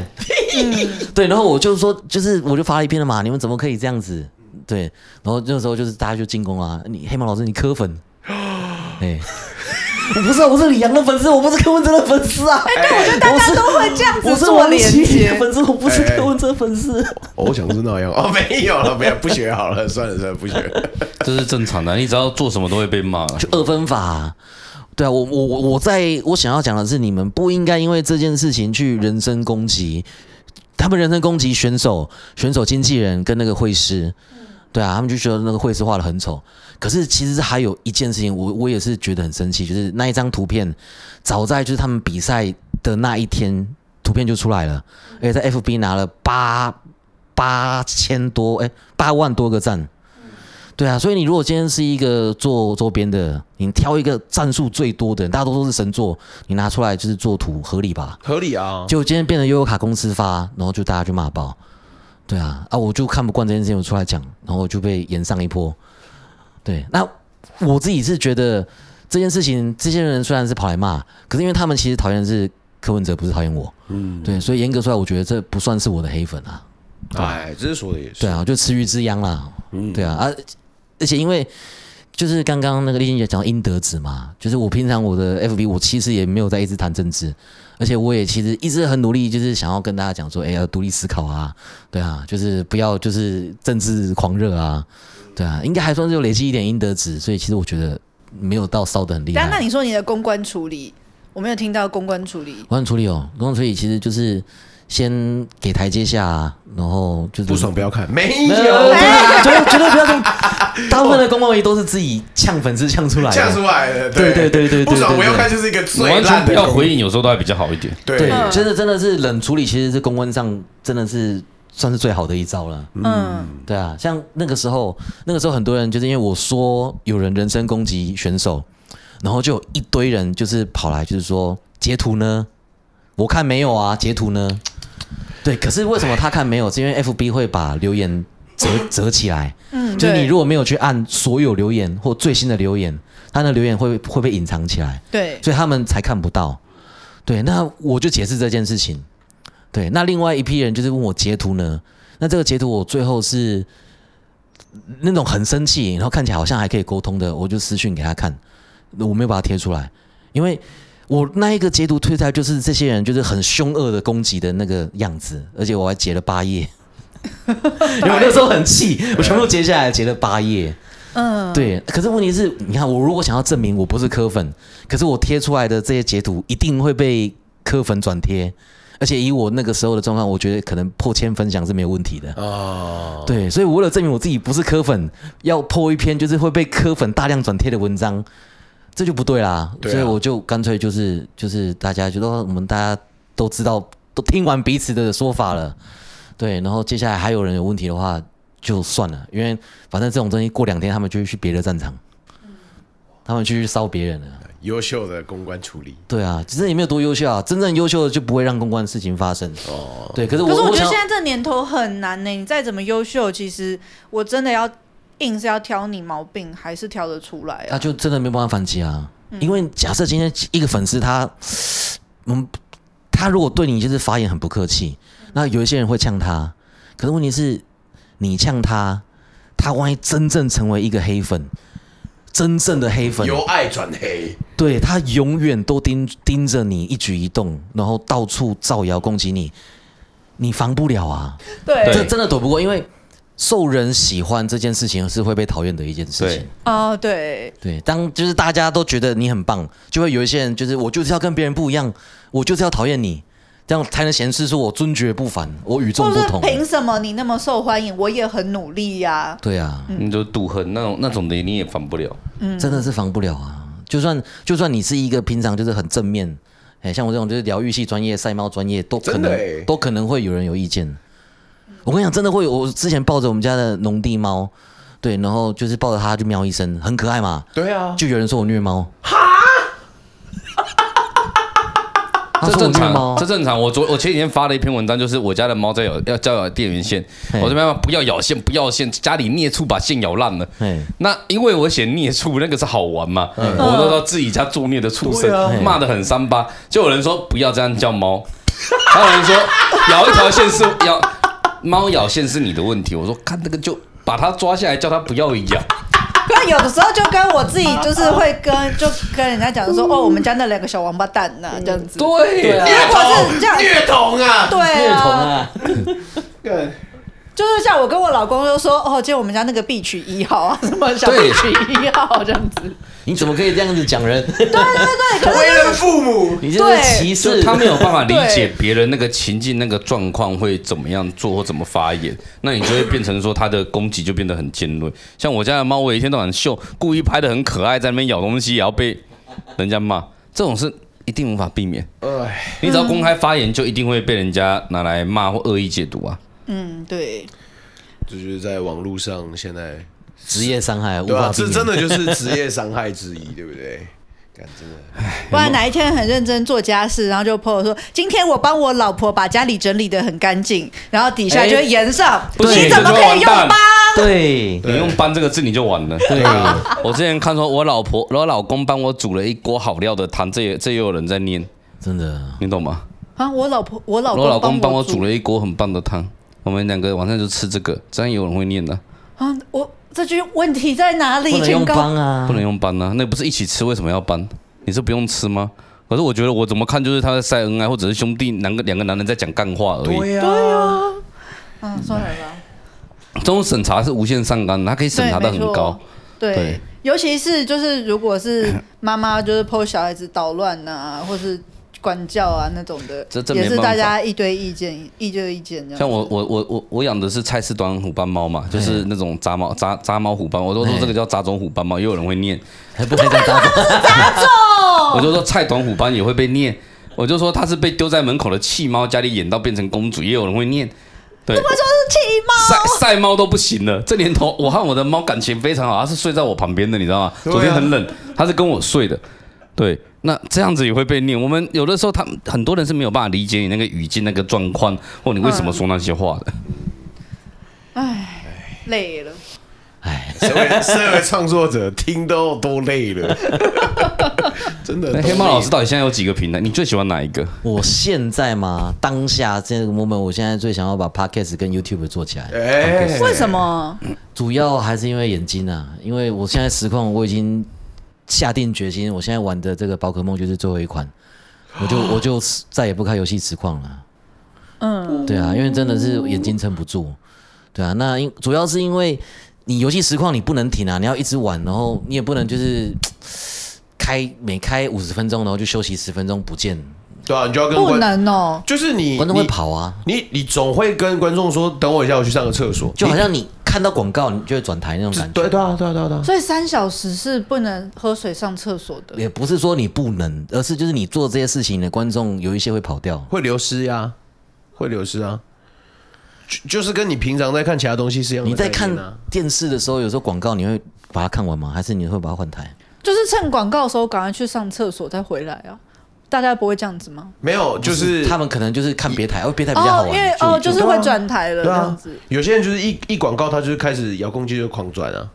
Speaker 4: 对，然后我就说，就是我就发了一篇了嘛，你们怎么可以这样子？对， 然后那时候就是大家就进攻啊，你黑马老师你磕粉，哎、我不是啊，我是李阳的粉丝，我不是柯文哲的粉丝啊。哎，对，我觉得大
Speaker 2: 家都会这样子
Speaker 4: 我是
Speaker 2: 做
Speaker 4: 王
Speaker 2: 连
Speaker 4: 麒麟的
Speaker 2: 接
Speaker 4: 粉丝，我不是
Speaker 1: 哎哎
Speaker 4: 柯文哲的粉丝。
Speaker 1: 哦我想是那样哦，没有了，没有，不学好了， 算了算了，不学了。
Speaker 3: 这是正常的。你只要做什么都会被骂啊了。
Speaker 4: 就二分法、对啊，我我我我在我想要讲的是，你们不应该因为这件事情去人身攻击，他们人身攻击选手、选手经纪人跟那个会师，对啊，他们就觉得那个会师画的很丑。可是其实还有一件事情，我我也是觉得很生气，就是那一张图片，早在就是他们比赛的那一天，图片就出来了，而且在 FB 拿了八八千多，哎，八万多个赞。对啊，所以你如果今天是一个做周边的，你挑一个战术最多的人，大家都说是神作，你拿出来就是做图，合理吧？
Speaker 1: 合理啊，
Speaker 4: 就今天变成悠悠卡公司发，然后就大家就骂爆。对啊，啊，我就看不惯这件事情，我出来讲，然后我就被延上一波。对，那我自己是觉得这件事情，这些人虽然是跑来骂，可是因为他们其实讨厌的是柯文哲，不是讨厌我。嗯，对，所以严格说来，我觉得这不算是我的黑粉啊。
Speaker 1: 哎，这是说的也是嗯
Speaker 4: 对。啊，就吃鱼之殃啦。对啊，而而且因为就是刚刚那个丽欣姐讲到英德子嘛，就是我平常我的 FB 我其实也没有在一直谈政治，而且我也其实一直很努力，就是想要跟大家讲说，哎、要独立思考啊，对啊，就是不要就是政治狂热啊，对啊，应该还算是有累积一点英德子，所以其实我觉得没有到烧的很厉
Speaker 2: 但那
Speaker 4: 害。
Speaker 2: 你说你的公关处理，我没有听到公关处理。
Speaker 4: 公安处理哦，公安处理其实就是先给台阶下、啊，然后就是
Speaker 1: 不爽不要看，没
Speaker 4: 没有，
Speaker 1: 有
Speaker 4: 对啊，绝对绝对不要这么。大部分的公关围都是自己呛粉丝呛出来
Speaker 1: 呛出
Speaker 4: 的。
Speaker 1: 来的，
Speaker 4: 对对对对对
Speaker 1: 不爽
Speaker 4: 对
Speaker 1: 不
Speaker 4: 对
Speaker 1: 要看就是一个最
Speaker 3: 完全
Speaker 1: 烂
Speaker 3: 不
Speaker 1: 的
Speaker 3: 要
Speaker 1: 公
Speaker 3: 回应，有时候都还比较好一点。
Speaker 1: 对
Speaker 4: 对，
Speaker 2: 嗯
Speaker 4: 真的真的是冷处理，其实是公关上真的是算是最好的一招了。
Speaker 2: 嗯，
Speaker 4: 对啊，像那个时候，那个时候很多人就是因为我说有人人身攻击选手，然后就有一堆人就是跑来就是说截图呢，我看没有啊，截图呢。对，可是为什么他看没有？是因为 FB 会把留言 折折起来。
Speaker 2: 嗯，
Speaker 4: 就是
Speaker 2: 对
Speaker 4: 你如果没有去按所有留言或最新的留言，他的留言会会被隐藏起来，
Speaker 2: 对
Speaker 4: 所以他们才看不到。对，那我就解释这件事情。对，那另外一批人就是问我截图呢，那这个截图我最后是那种很生气，然后看起来好像还可以沟通的，我就私讯给他看，我没有把它贴出来，因为我那一个截图推出来就是这些人就是很凶恶的攻击的那个样子，而且我还截了 八页。因为我那时候很气，我全部截下来，截了八页。
Speaker 2: 嗯，
Speaker 4: 对，可是问题是，你看我如果想要证明我不是科粉，可是我贴出来的这些截图一定会被科粉转贴，而且以我那个时候的状况，我觉得可能破千分享是没有问题的。
Speaker 1: 哦，
Speaker 4: 对，所以我为了证明我自己不是科粉，要破一篇就是会被科粉大量转贴的文章，这就不对啦。
Speaker 1: 对啊
Speaker 4: 所以我就干脆就是就是大家觉得我们大家都知道，都听完彼此的说法了，对，然后接下来还有人有问题的话就算了，因为反正这种东西过两天他们就会去别的战场，他们去烧别人了。
Speaker 1: 优秀的公关处理，
Speaker 4: 对啊，其实也没有多优秀啊，真正优秀的就不会让公关的事情发生。哦，对，可是我
Speaker 2: 可是我觉
Speaker 4: 想
Speaker 2: 得现在这年头很难呢、你再怎么优秀，其实我真的要硬是要挑你毛病，还是挑得出来
Speaker 4: 那、
Speaker 2: 啊。
Speaker 4: 就真的没办法反击啊。
Speaker 2: 嗯
Speaker 4: 因为假设今天一个粉丝他，嗯，他如果对你就是发言很不客气，
Speaker 2: 嗯
Speaker 4: 那有一些人会呛他，可是问题是，你呛他，他万一真正成为一个黑粉，真正的黑粉，
Speaker 1: 由爱转黑，
Speaker 4: 对他永远都盯盯着你一举一动，然后到处造谣攻击你，你防不了啊，
Speaker 2: 对
Speaker 4: 这真的躲不过，因为受人喜欢这件事情是会被讨厌的一件事情
Speaker 3: 对。
Speaker 2: 哦，对，
Speaker 4: 对，当就是大家都觉得你很棒，就会有一些人就是我就是要跟别人不一样，我就是要讨厌你，这样才能显示出我尊爵不凡，我与众
Speaker 2: 或
Speaker 4: 不
Speaker 2: 者是
Speaker 4: 同。
Speaker 2: 凭什么你那么受欢迎，我也很努力呀、
Speaker 4: 对啊，
Speaker 3: 你就赌恨那种那种的，你也防不了。
Speaker 2: 嗯
Speaker 4: 真的是防不了啊！就算就算你是一个平常就是很正面，哎，像我这种就是疗愈系专业、赛猫专业，都可
Speaker 1: 真
Speaker 4: 能、
Speaker 1: 的欸
Speaker 4: 都可能会有人有意见。我跟你讲，真的会有。我之前抱着我们家的农地猫，对，然后就是抱着它去喵一声，很可爱嘛，
Speaker 1: 对啊，
Speaker 4: 就有人说我虐猫。 哈，他
Speaker 3: 这
Speaker 4: 说我
Speaker 3: 正
Speaker 4: 虐猫
Speaker 3: 常，这，正常。我昨我前几天发了一篇文章，就是我家的猫在咬要叫咬电源线，
Speaker 4: 嘿
Speaker 3: 我这边不要咬线，不要线，家里孽畜把线咬烂了。
Speaker 4: 哎，
Speaker 3: 那因为我写孽畜那个是好玩嘛，我们都知道自己家作孽的畜生，骂的很伤疤。就有人说不要这样叫猫，还有人说 咬一条线是咬猫咬线是你的问题。我说看这个就把它抓下来，叫它不要咬。
Speaker 2: 可有的时候就跟我自己就是会跟就跟人家讲
Speaker 4: 嗯
Speaker 2: 说，哦，我们家那两个小王八蛋呐、这样子。
Speaker 3: 对对啊，
Speaker 2: 如果是这样，
Speaker 1: 虐童啊！
Speaker 2: 对
Speaker 4: 虐童
Speaker 2: 啊，
Speaker 4: 啊，
Speaker 1: 对，
Speaker 2: 就是像我跟我老公就说，哦，今天我们家那个 B 区一号 啊，什么小 B
Speaker 3: 对
Speaker 2: 区一号这样子。
Speaker 4: 你怎么可以这样子讲人？
Speaker 1: 为人父母，
Speaker 4: 你这是歧
Speaker 3: 就
Speaker 4: 视。
Speaker 3: 他没有办法理解
Speaker 2: 对
Speaker 3: 别人那个情境、那个状况会怎么样做或怎么发言， 那你就会变成说他的攻击就变得很尖锐。像我家的猫，我一天到晚秀，故意拍的很可爱，在那边咬东西，也要被人家骂，这种是一定无法避 免。
Speaker 1: 哎，
Speaker 3: 你只要公开发言，就一定会被人家拿来骂或恶意解读啊。
Speaker 2: 嗯，对，
Speaker 1: 这就是在网络上现在，
Speaker 4: 职业伤害啊无
Speaker 1: 对
Speaker 3: 啊
Speaker 1: 吧、
Speaker 4: 法避
Speaker 1: 这
Speaker 4: 免。
Speaker 1: 真的就是职业伤害之一， 对不对？干真的，
Speaker 2: 不然哪一天很认真做家事，然后就朋友说，哦今天我帮我老婆把家里整理的很干净，然后底下就会言上，
Speaker 3: 哎不行
Speaker 2: 你怎么可以
Speaker 3: 这
Speaker 2: 用
Speaker 3: 就完蛋
Speaker 2: 帮？
Speaker 4: 对
Speaker 3: 你用“搬”这个字，你就完了。
Speaker 4: 对，
Speaker 3: 我之前看说，我老婆、我老公帮我煮了一锅好料的汤，这也这也有人在念，
Speaker 4: 真的
Speaker 3: 你懂吗？
Speaker 2: 啊，我老婆，我老
Speaker 3: 我老公帮我
Speaker 2: 我
Speaker 3: 煮了一锅很棒的汤，我们两个晚上就吃这个，这样有人会念的、
Speaker 2: 啊，我这句问题在哪里？
Speaker 4: 不能
Speaker 2: 全
Speaker 4: 用
Speaker 2: 高
Speaker 4: 帮啊
Speaker 3: 不，能用搬啊，那不是一起吃，为什么要搬？你是不用吃吗？可是我觉得我怎么看就是他在晒恩爱，或者是兄弟两个两个男人在讲干话而已。
Speaker 1: 呀、啊，
Speaker 2: 嗯，算了吧，
Speaker 3: 这种审查是无限上纲啊的，他可以审
Speaker 2: 对，
Speaker 3: 查到
Speaker 2: 没
Speaker 3: 很
Speaker 2: 错，
Speaker 3: 高。
Speaker 2: 对。
Speaker 3: 对
Speaker 2: 尤其是就是，如果 是妈妈就是剖小孩子捣乱呐、或是管教啊那种的，
Speaker 3: 这这没
Speaker 2: 也是
Speaker 3: 办
Speaker 2: 大
Speaker 3: 法
Speaker 2: 家一堆意见，一堆意见这样。
Speaker 3: 像我我我我我养的是菜市端虎斑猫嘛，就是那种杂毛杂杂毛虎斑，我都说这个叫杂种虎斑猫，也有人会念，
Speaker 4: 还不可以再打我。
Speaker 2: 哦
Speaker 3: 我就说菜短虎斑也会被念，我就说它是被丢在门口的弃猫，家里演到变成公主，也有人会念。对，
Speaker 2: 我说是气猫，
Speaker 3: 晒晒猫都不行了。这年头，我和我的猫感情非常好，它是睡在我旁边的，你知道吗？
Speaker 1: 对啊
Speaker 3: 昨天很冷，它是跟我睡的。对，那这样子也会被念。我们有的时候他，们很多人是没有办法理解你那个语境、那个状况，或你为
Speaker 1: 啊
Speaker 3: 什么说那些话的。
Speaker 2: 累了。
Speaker 4: 哎，
Speaker 1: 身为身为创作者，听都都累了， 真的。
Speaker 3: 那
Speaker 1: 都
Speaker 3: 黑猫
Speaker 1: 累
Speaker 3: 老师到底现在有几个平台？你最喜欢哪一个？
Speaker 4: 我现在嘛，当下这个 moment，我现在最想要把 podcast 跟 YouTube 做起来，
Speaker 1: 哎，
Speaker 2: 为什么？
Speaker 4: 主要还是因为眼睛啊，因为我现在实况我已经下定决心，我现在玩的这个宝可梦就是最后一款，我就我就再也不开游戏实况了。嗯，对啊，因为真的是眼睛撑不住，对啊，那因主要是因为你游戏实况你不能停啊，你要一直玩，然后你也不能就是。开每开五十分钟，然后就休息十分钟不见，
Speaker 1: 对啊，你就要跟
Speaker 2: 不
Speaker 1: 观，
Speaker 2: 能哦。
Speaker 1: 就是你
Speaker 4: 观众会
Speaker 1: 你
Speaker 4: 跑啊。
Speaker 1: 你你总会跟观众说，等我一下，我去上个厕所，
Speaker 4: 就好像你看到广告，你就会转台那种感觉。
Speaker 1: 对对啊对啊对啊对啊，
Speaker 2: 所以三小时是不能喝水上厕所的。
Speaker 4: 也不是说你不能，而是就是你做这些事情的观众有一些会跑掉。
Speaker 1: 会流失呀、会流失啊，就就是跟你平常在看其他东西是一样的、
Speaker 4: 你在看
Speaker 1: 啊，
Speaker 4: 电视的时候，有时候广告你会把它看完吗？还是你会把它换台？
Speaker 2: 就是趁广告的时候赶快去上厕所再回来啊！大家不会这样子吗？
Speaker 1: 没有，就是
Speaker 4: 他们可能就是看别台，哦，别台比较好
Speaker 2: 哦，
Speaker 4: 玩。
Speaker 2: 因为
Speaker 4: 就
Speaker 2: 哦，就是
Speaker 1: 对啊
Speaker 2: 会转台
Speaker 1: 对
Speaker 2: 了这样
Speaker 1: 啊
Speaker 2: 子。，
Speaker 1: 有些人就是一一广告，他就是开始遥控器就狂转啊，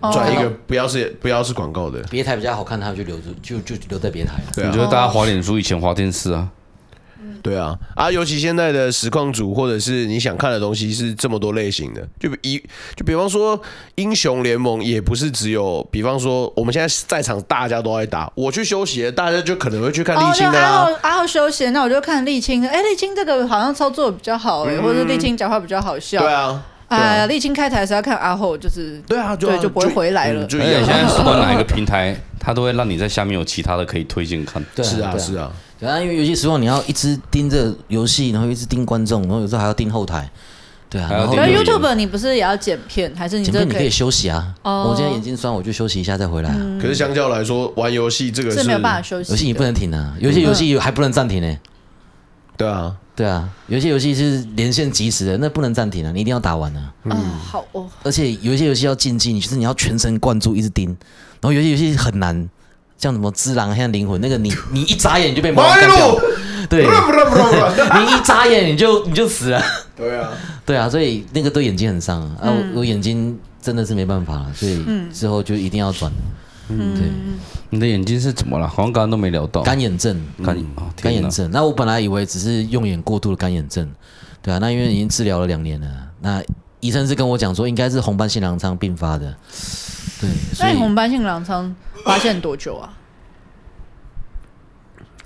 Speaker 2: 哦
Speaker 1: 转一个不要是不要是广告的，
Speaker 4: 别台比较好看，他就留住，就就留在别台了。
Speaker 1: 对啊
Speaker 3: 你觉得大家滑脸书以前滑电视啊？
Speaker 1: 对啊啊，尤其现在的实况组或者是你想看的东西是这么多类型的，就比一就比方说英雄联盟也不是只有，比方说我们现在在场大家都在打，我去休息了，大家就可能会去看
Speaker 2: 哦
Speaker 1: 沥，青
Speaker 2: 那
Speaker 1: 的
Speaker 2: 阿
Speaker 1: 啦
Speaker 2: 浩，阿浩休息，那我就看沥青的。哎，沥青这个好像操作比较好哎，或者是沥青讲话比较好笑。
Speaker 1: 嗯对，啊，
Speaker 2: 哎，沥青开台是要看阿浩，就是
Speaker 1: 对啊，
Speaker 2: 对，就不会回来了
Speaker 1: 嗯。就
Speaker 4: 哎
Speaker 3: 而
Speaker 1: 一样
Speaker 3: 且哎现
Speaker 1: 啊
Speaker 3: 在不管哪一个平台，它都会让你在下面有其他的可以推荐看。
Speaker 4: 对
Speaker 1: 是啊
Speaker 4: 对
Speaker 1: 是啊，
Speaker 4: 对啊，因为有些时候你要一直盯着游戏，然后一直盯观众，然后有时候还要盯后台。对啊，
Speaker 3: 还要
Speaker 4: 然后
Speaker 3: 盯
Speaker 2: 可
Speaker 3: 留
Speaker 2: 是
Speaker 3: 言
Speaker 2: YouTube 你不是也要剪片，还是你
Speaker 4: 前
Speaker 2: 这
Speaker 4: 面你可以休息啊。
Speaker 2: 哦
Speaker 4: 我今天眼睛酸，我就休息一下再回来啊。
Speaker 1: 可是相较来说，玩游戏这个
Speaker 2: 嗯是没有办法休息的？
Speaker 4: 游戏你不能停啊，有些游戏还不能暂停呢、
Speaker 1: 对啊，
Speaker 4: 对啊，有些游戏是连线即时的，那不能暂停啊，你一定要打完啊。
Speaker 2: 啊，好哦，
Speaker 4: 而且有一些游戏要竞技，你就是你要全神贯注一直盯，然后有些游戏很难，像什么《只狼》像《灵魂》，那个你你一眨眼你就被魔王干掉，对，你一眨眼你就你就死了。
Speaker 1: 对啊，
Speaker 4: 对啊，所以那个对眼睛很伤啊，啊我我眼睛真的是没办法了，所以之后就一定要转。嗯，
Speaker 3: 你的眼睛是怎么了？好像刚刚都没聊到
Speaker 4: 对，干眼症，
Speaker 3: 干哦天
Speaker 4: 干眼
Speaker 3: 哪
Speaker 4: 症。那我本来以为只是用眼过度的干眼症，对啊，那因为已经治疗了两年了，那医生是跟我讲说，应该是红斑性狼疮并发的。对，
Speaker 2: 那
Speaker 4: 所
Speaker 2: 你
Speaker 4: 以
Speaker 2: 哎红斑性狼疮发现多久啊？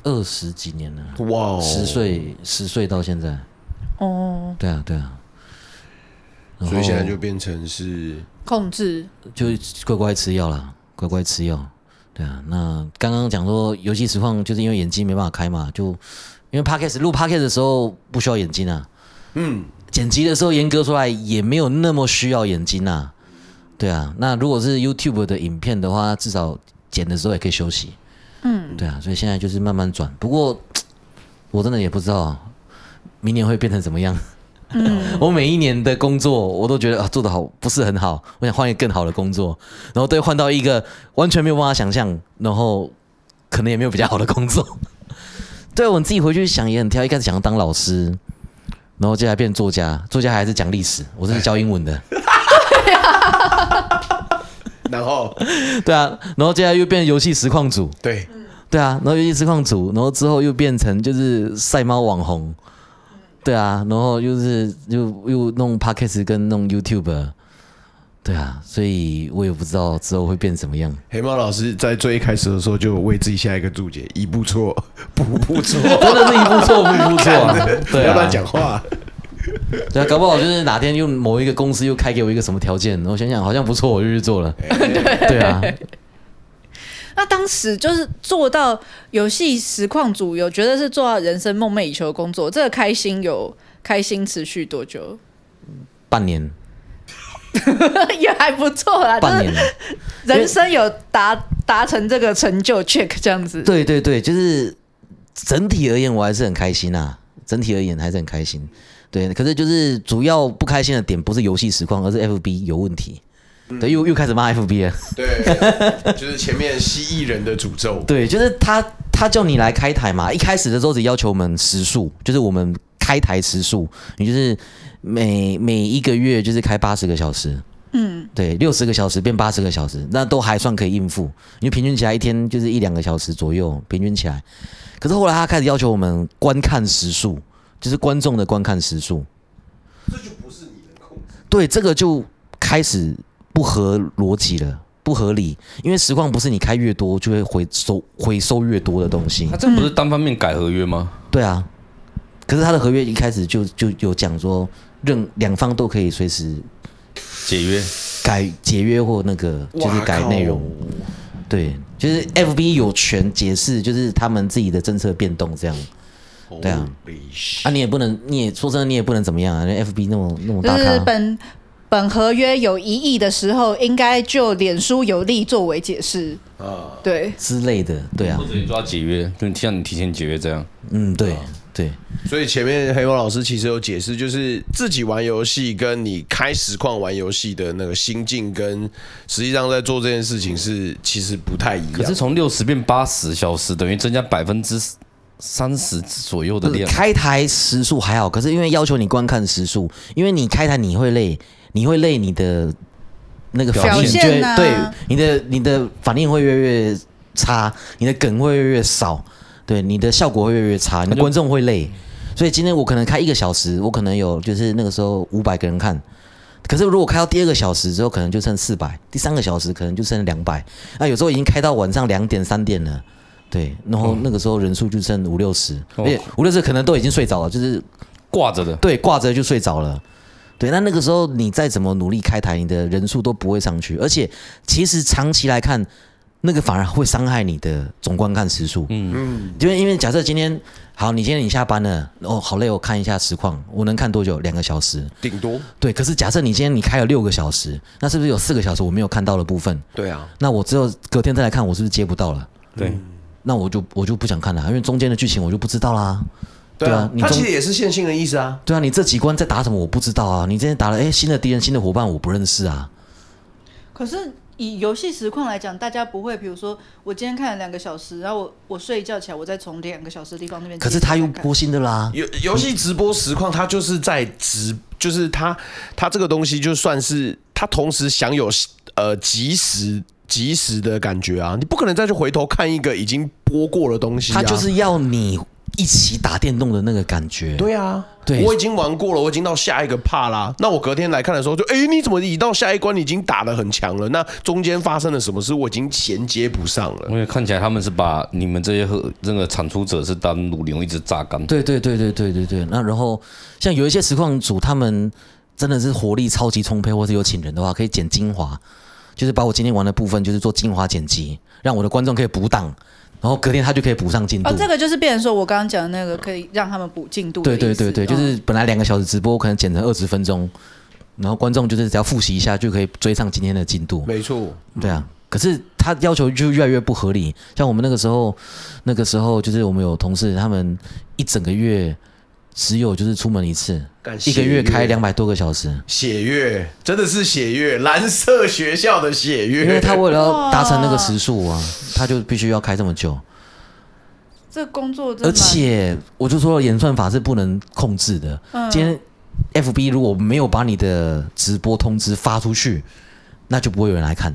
Speaker 4: 二十几年了，
Speaker 1: 哇哦，
Speaker 4: 十岁十岁到现在。
Speaker 2: 哦，
Speaker 4: 对啊，对啊。然
Speaker 1: 所以现在
Speaker 4: 后
Speaker 1: 就变成是
Speaker 2: 控制
Speaker 4: 就乖乖吃药啦，乖乖吃药。对啊，那刚刚讲说游戏实况，就是因为眼睛没办法开嘛，就因为 podcast 录 podcast 的时候不需要眼睛啊，嗯，剪辑的时候严格说来也没有那么需要眼睛啊。对啊，那如果是 YouTube 的影片的话，至少剪的时候也可以休息。嗯，对啊，所以现在就是慢慢转。不过我真的也不知道啊明年会变成怎么样。我每一年的工作，我都觉得啊做的好不是很好，我想换一个更好的工作，然后都会换到一个完全没有办法想象，然后可能也没有比较好的工作。 对我自己回去想也很挑，一开始想要当老师，然后接下来变作家，作家还是讲历史，我是教英文的，
Speaker 1: 然后
Speaker 4: 对啊，然后接下来又变游戏实况组，
Speaker 1: 对
Speaker 4: 对啊，然后游戏实况组，然后之后又变成就是赛猫网红，对啊，然后又是又又弄 podcast 跟弄 YouTube，对啊，所以我也不知道之后会变什么 样。
Speaker 1: 黑猫老师在最一开始的时候就有为自己下一个注解，一步错， 步步错，
Speaker 4: 真的是一步错步步 错 啊，
Speaker 1: 不
Speaker 4: 对
Speaker 1: 要
Speaker 4: 啊，
Speaker 1: 乱讲话。
Speaker 4: 对啊，搞不好就是哪天用某一个公司又开给我一个什么条件，然后想想好像不错，我就去做了。对啊，
Speaker 2: 那当时就是做到游戏实况组，有觉得是做到人生梦寐以求的工作，这个开心有开心持续多久？
Speaker 4: 半年，
Speaker 2: 也还不错啦，就
Speaker 4: 半
Speaker 2: 是
Speaker 4: 年。
Speaker 2: 人生有达达成这个成就 check 这样子。
Speaker 4: 对对对，就是整体而言，我还是很开心啊。整体而言还是很开心。对，可是就是主要不开心的点不是游戏实况，而是 FB 有问题。对，又又开始骂 FB 了。
Speaker 1: 对， 就是前面蜥蜴人的诅咒。
Speaker 4: 对，就是他他叫你来开台嘛，一开始的时候只要求我们时数，就是我们开台时数，你就是每每一个月就是开八十个小时。嗯，对，六十个小时变八十个小时，那都还算可以应付。你就平均起来一天就是一两个小时左右，平均起来。可是后来他开始要求我们观看时数，就是观众的观看时数。对，这个就开始不合逻辑了，不合理。因为实况不是你开越多就会回收回收越多的东西
Speaker 3: 他，这不是单方面改合约吗？
Speaker 4: 对啊。可是他的合约一开始就就有讲说，任两方都可以随时
Speaker 3: 解约？
Speaker 4: 改解约或那个就是改内容，对，就是 FB 有权解释，就是他们自己的政策变动这样。对啊，啊，你也不能，你也说真的，你也不能怎么样啊人家！FB 那么那么
Speaker 2: 就
Speaker 4: 大
Speaker 2: 是
Speaker 4: 咖，
Speaker 2: 本本合约有疑义的时候，应该就脸书有利作为解释。
Speaker 1: 啊，
Speaker 2: 对，
Speaker 4: 之类的，对啊
Speaker 3: 或，者你哦就要解约，就你像你提前解约这样。
Speaker 4: 嗯，对对，
Speaker 1: 所以前面黑猫老师其实有解释，就是自己玩游戏跟你开实况玩游戏的那个心境，跟实际上在做这件事情是其实不太一
Speaker 3: 可是
Speaker 1: 样。
Speaker 3: 从六十变八十小时，等于增加百分之三十左右的
Speaker 4: 不是
Speaker 3: 量。
Speaker 4: 开台时数还好，可是因为要求你观看时数，因为你开台你会累，你会累你的那个
Speaker 3: 表
Speaker 4: 反应就
Speaker 2: 现
Speaker 4: 会、
Speaker 2: 啊
Speaker 4: 对你的你的反应会越来越差，你的梗会越来越少，对你的效果会越来越差，你的观众会累。所以今天我可能开一个小时，我可能有就是那个时候五百个人看，可是如果开到第二个小时之后，可能就剩四百；第三个小时可能就剩两百。那有时候已经开到晚上两点、三点了，对，然后那个时候人数就剩五六十，
Speaker 3: 哦
Speaker 4: 而且五六十可能都已经睡着了，就是
Speaker 3: 挂着的，
Speaker 4: 对挂着就睡着了。对，那那个时候你再怎么努力开台，你的人数都不会上去，而且其实长期来看，那个反而会伤害你的总观看时数。嗯，因为因为假设今天好，你今天你下班了，哦，好累哦，我看一下实况，我能看多久？两个小时。
Speaker 1: 顶多
Speaker 4: 对，可是假设你今天你开了六个小时，那是不是有四个小时我没有看到的部分？
Speaker 1: 对啊，
Speaker 4: 那我只有隔天再来看，我是不是接不到了？
Speaker 3: 对，
Speaker 4: 那我就我就不想看了，因为中间的剧情我就不知道啦。
Speaker 1: 对啊，
Speaker 4: 你
Speaker 1: 他
Speaker 4: 中
Speaker 1: 其实也是线性的意思啊。
Speaker 4: 对啊，你这几关在打什么我不知道啊，你今天打了哎新的敌人、新的伙伴我不认识啊，
Speaker 2: 可是以游戏实况来讲，大家不会，比如说我今天看了两个小时，然后我我睡一觉起来，我再从两个小时的地方那边接
Speaker 4: 可
Speaker 2: 着看看。
Speaker 4: 是他又播新的啦。
Speaker 1: 游游戏直播实况，它就是在直，就是它它这个东西就算是它同时享有呃及时及时的感觉啊，你不可能再去回头看一个已经播过的东西、啊，
Speaker 4: 他就是要你一起打电动的那个感觉。
Speaker 1: 对啊，
Speaker 4: 对
Speaker 1: 我已经玩过了，我已经到下一个怕啦。那我隔天来看的时候就，诶，你怎么已到下一关，你已经打得很强了？那中间发生了什么事，我已经衔接不上了。
Speaker 3: 因为看起来他们是把你们这些和那个产出者是当乳牛一直榨干。
Speaker 4: 对对对对对对对。那然后像有一些实况组，他们真的是活力超级充沛，或是有请人的话，可以剪精华，就是把我今天玩的部分，就是做精华剪辑，让我的观众可以补档，然后隔天他就可以补上进度。
Speaker 2: 哦，这个就是变成说我刚刚讲的那个可以让他们补进度的
Speaker 4: 对
Speaker 2: 意思。
Speaker 4: 对对对，就
Speaker 2: 嗯
Speaker 4: 是本来两个小时直播，可能剪成二十分钟，然后观众就是只要复习一下就可以追上今天的进度。
Speaker 1: 没错，
Speaker 4: 对啊，可是他要求就越来越不合理。像我们那个时候，那个时候就是我们有同事，他们一整个月只有就是出门一次，
Speaker 1: 干
Speaker 4: 一个月开
Speaker 1: 血
Speaker 4: 两百多个小时，
Speaker 1: 血月真的是血月，蓝色学校的血月。
Speaker 4: 因为他为了要达成那个时速啊，他就必须要开这么久。
Speaker 2: 这工作真的
Speaker 4: 而
Speaker 2: 蛮，
Speaker 4: 且我就说了，演算法是不能控制的。
Speaker 2: 嗯
Speaker 4: 今天 F B 如果没有把你的直播通知发出去，那就不会有人来看。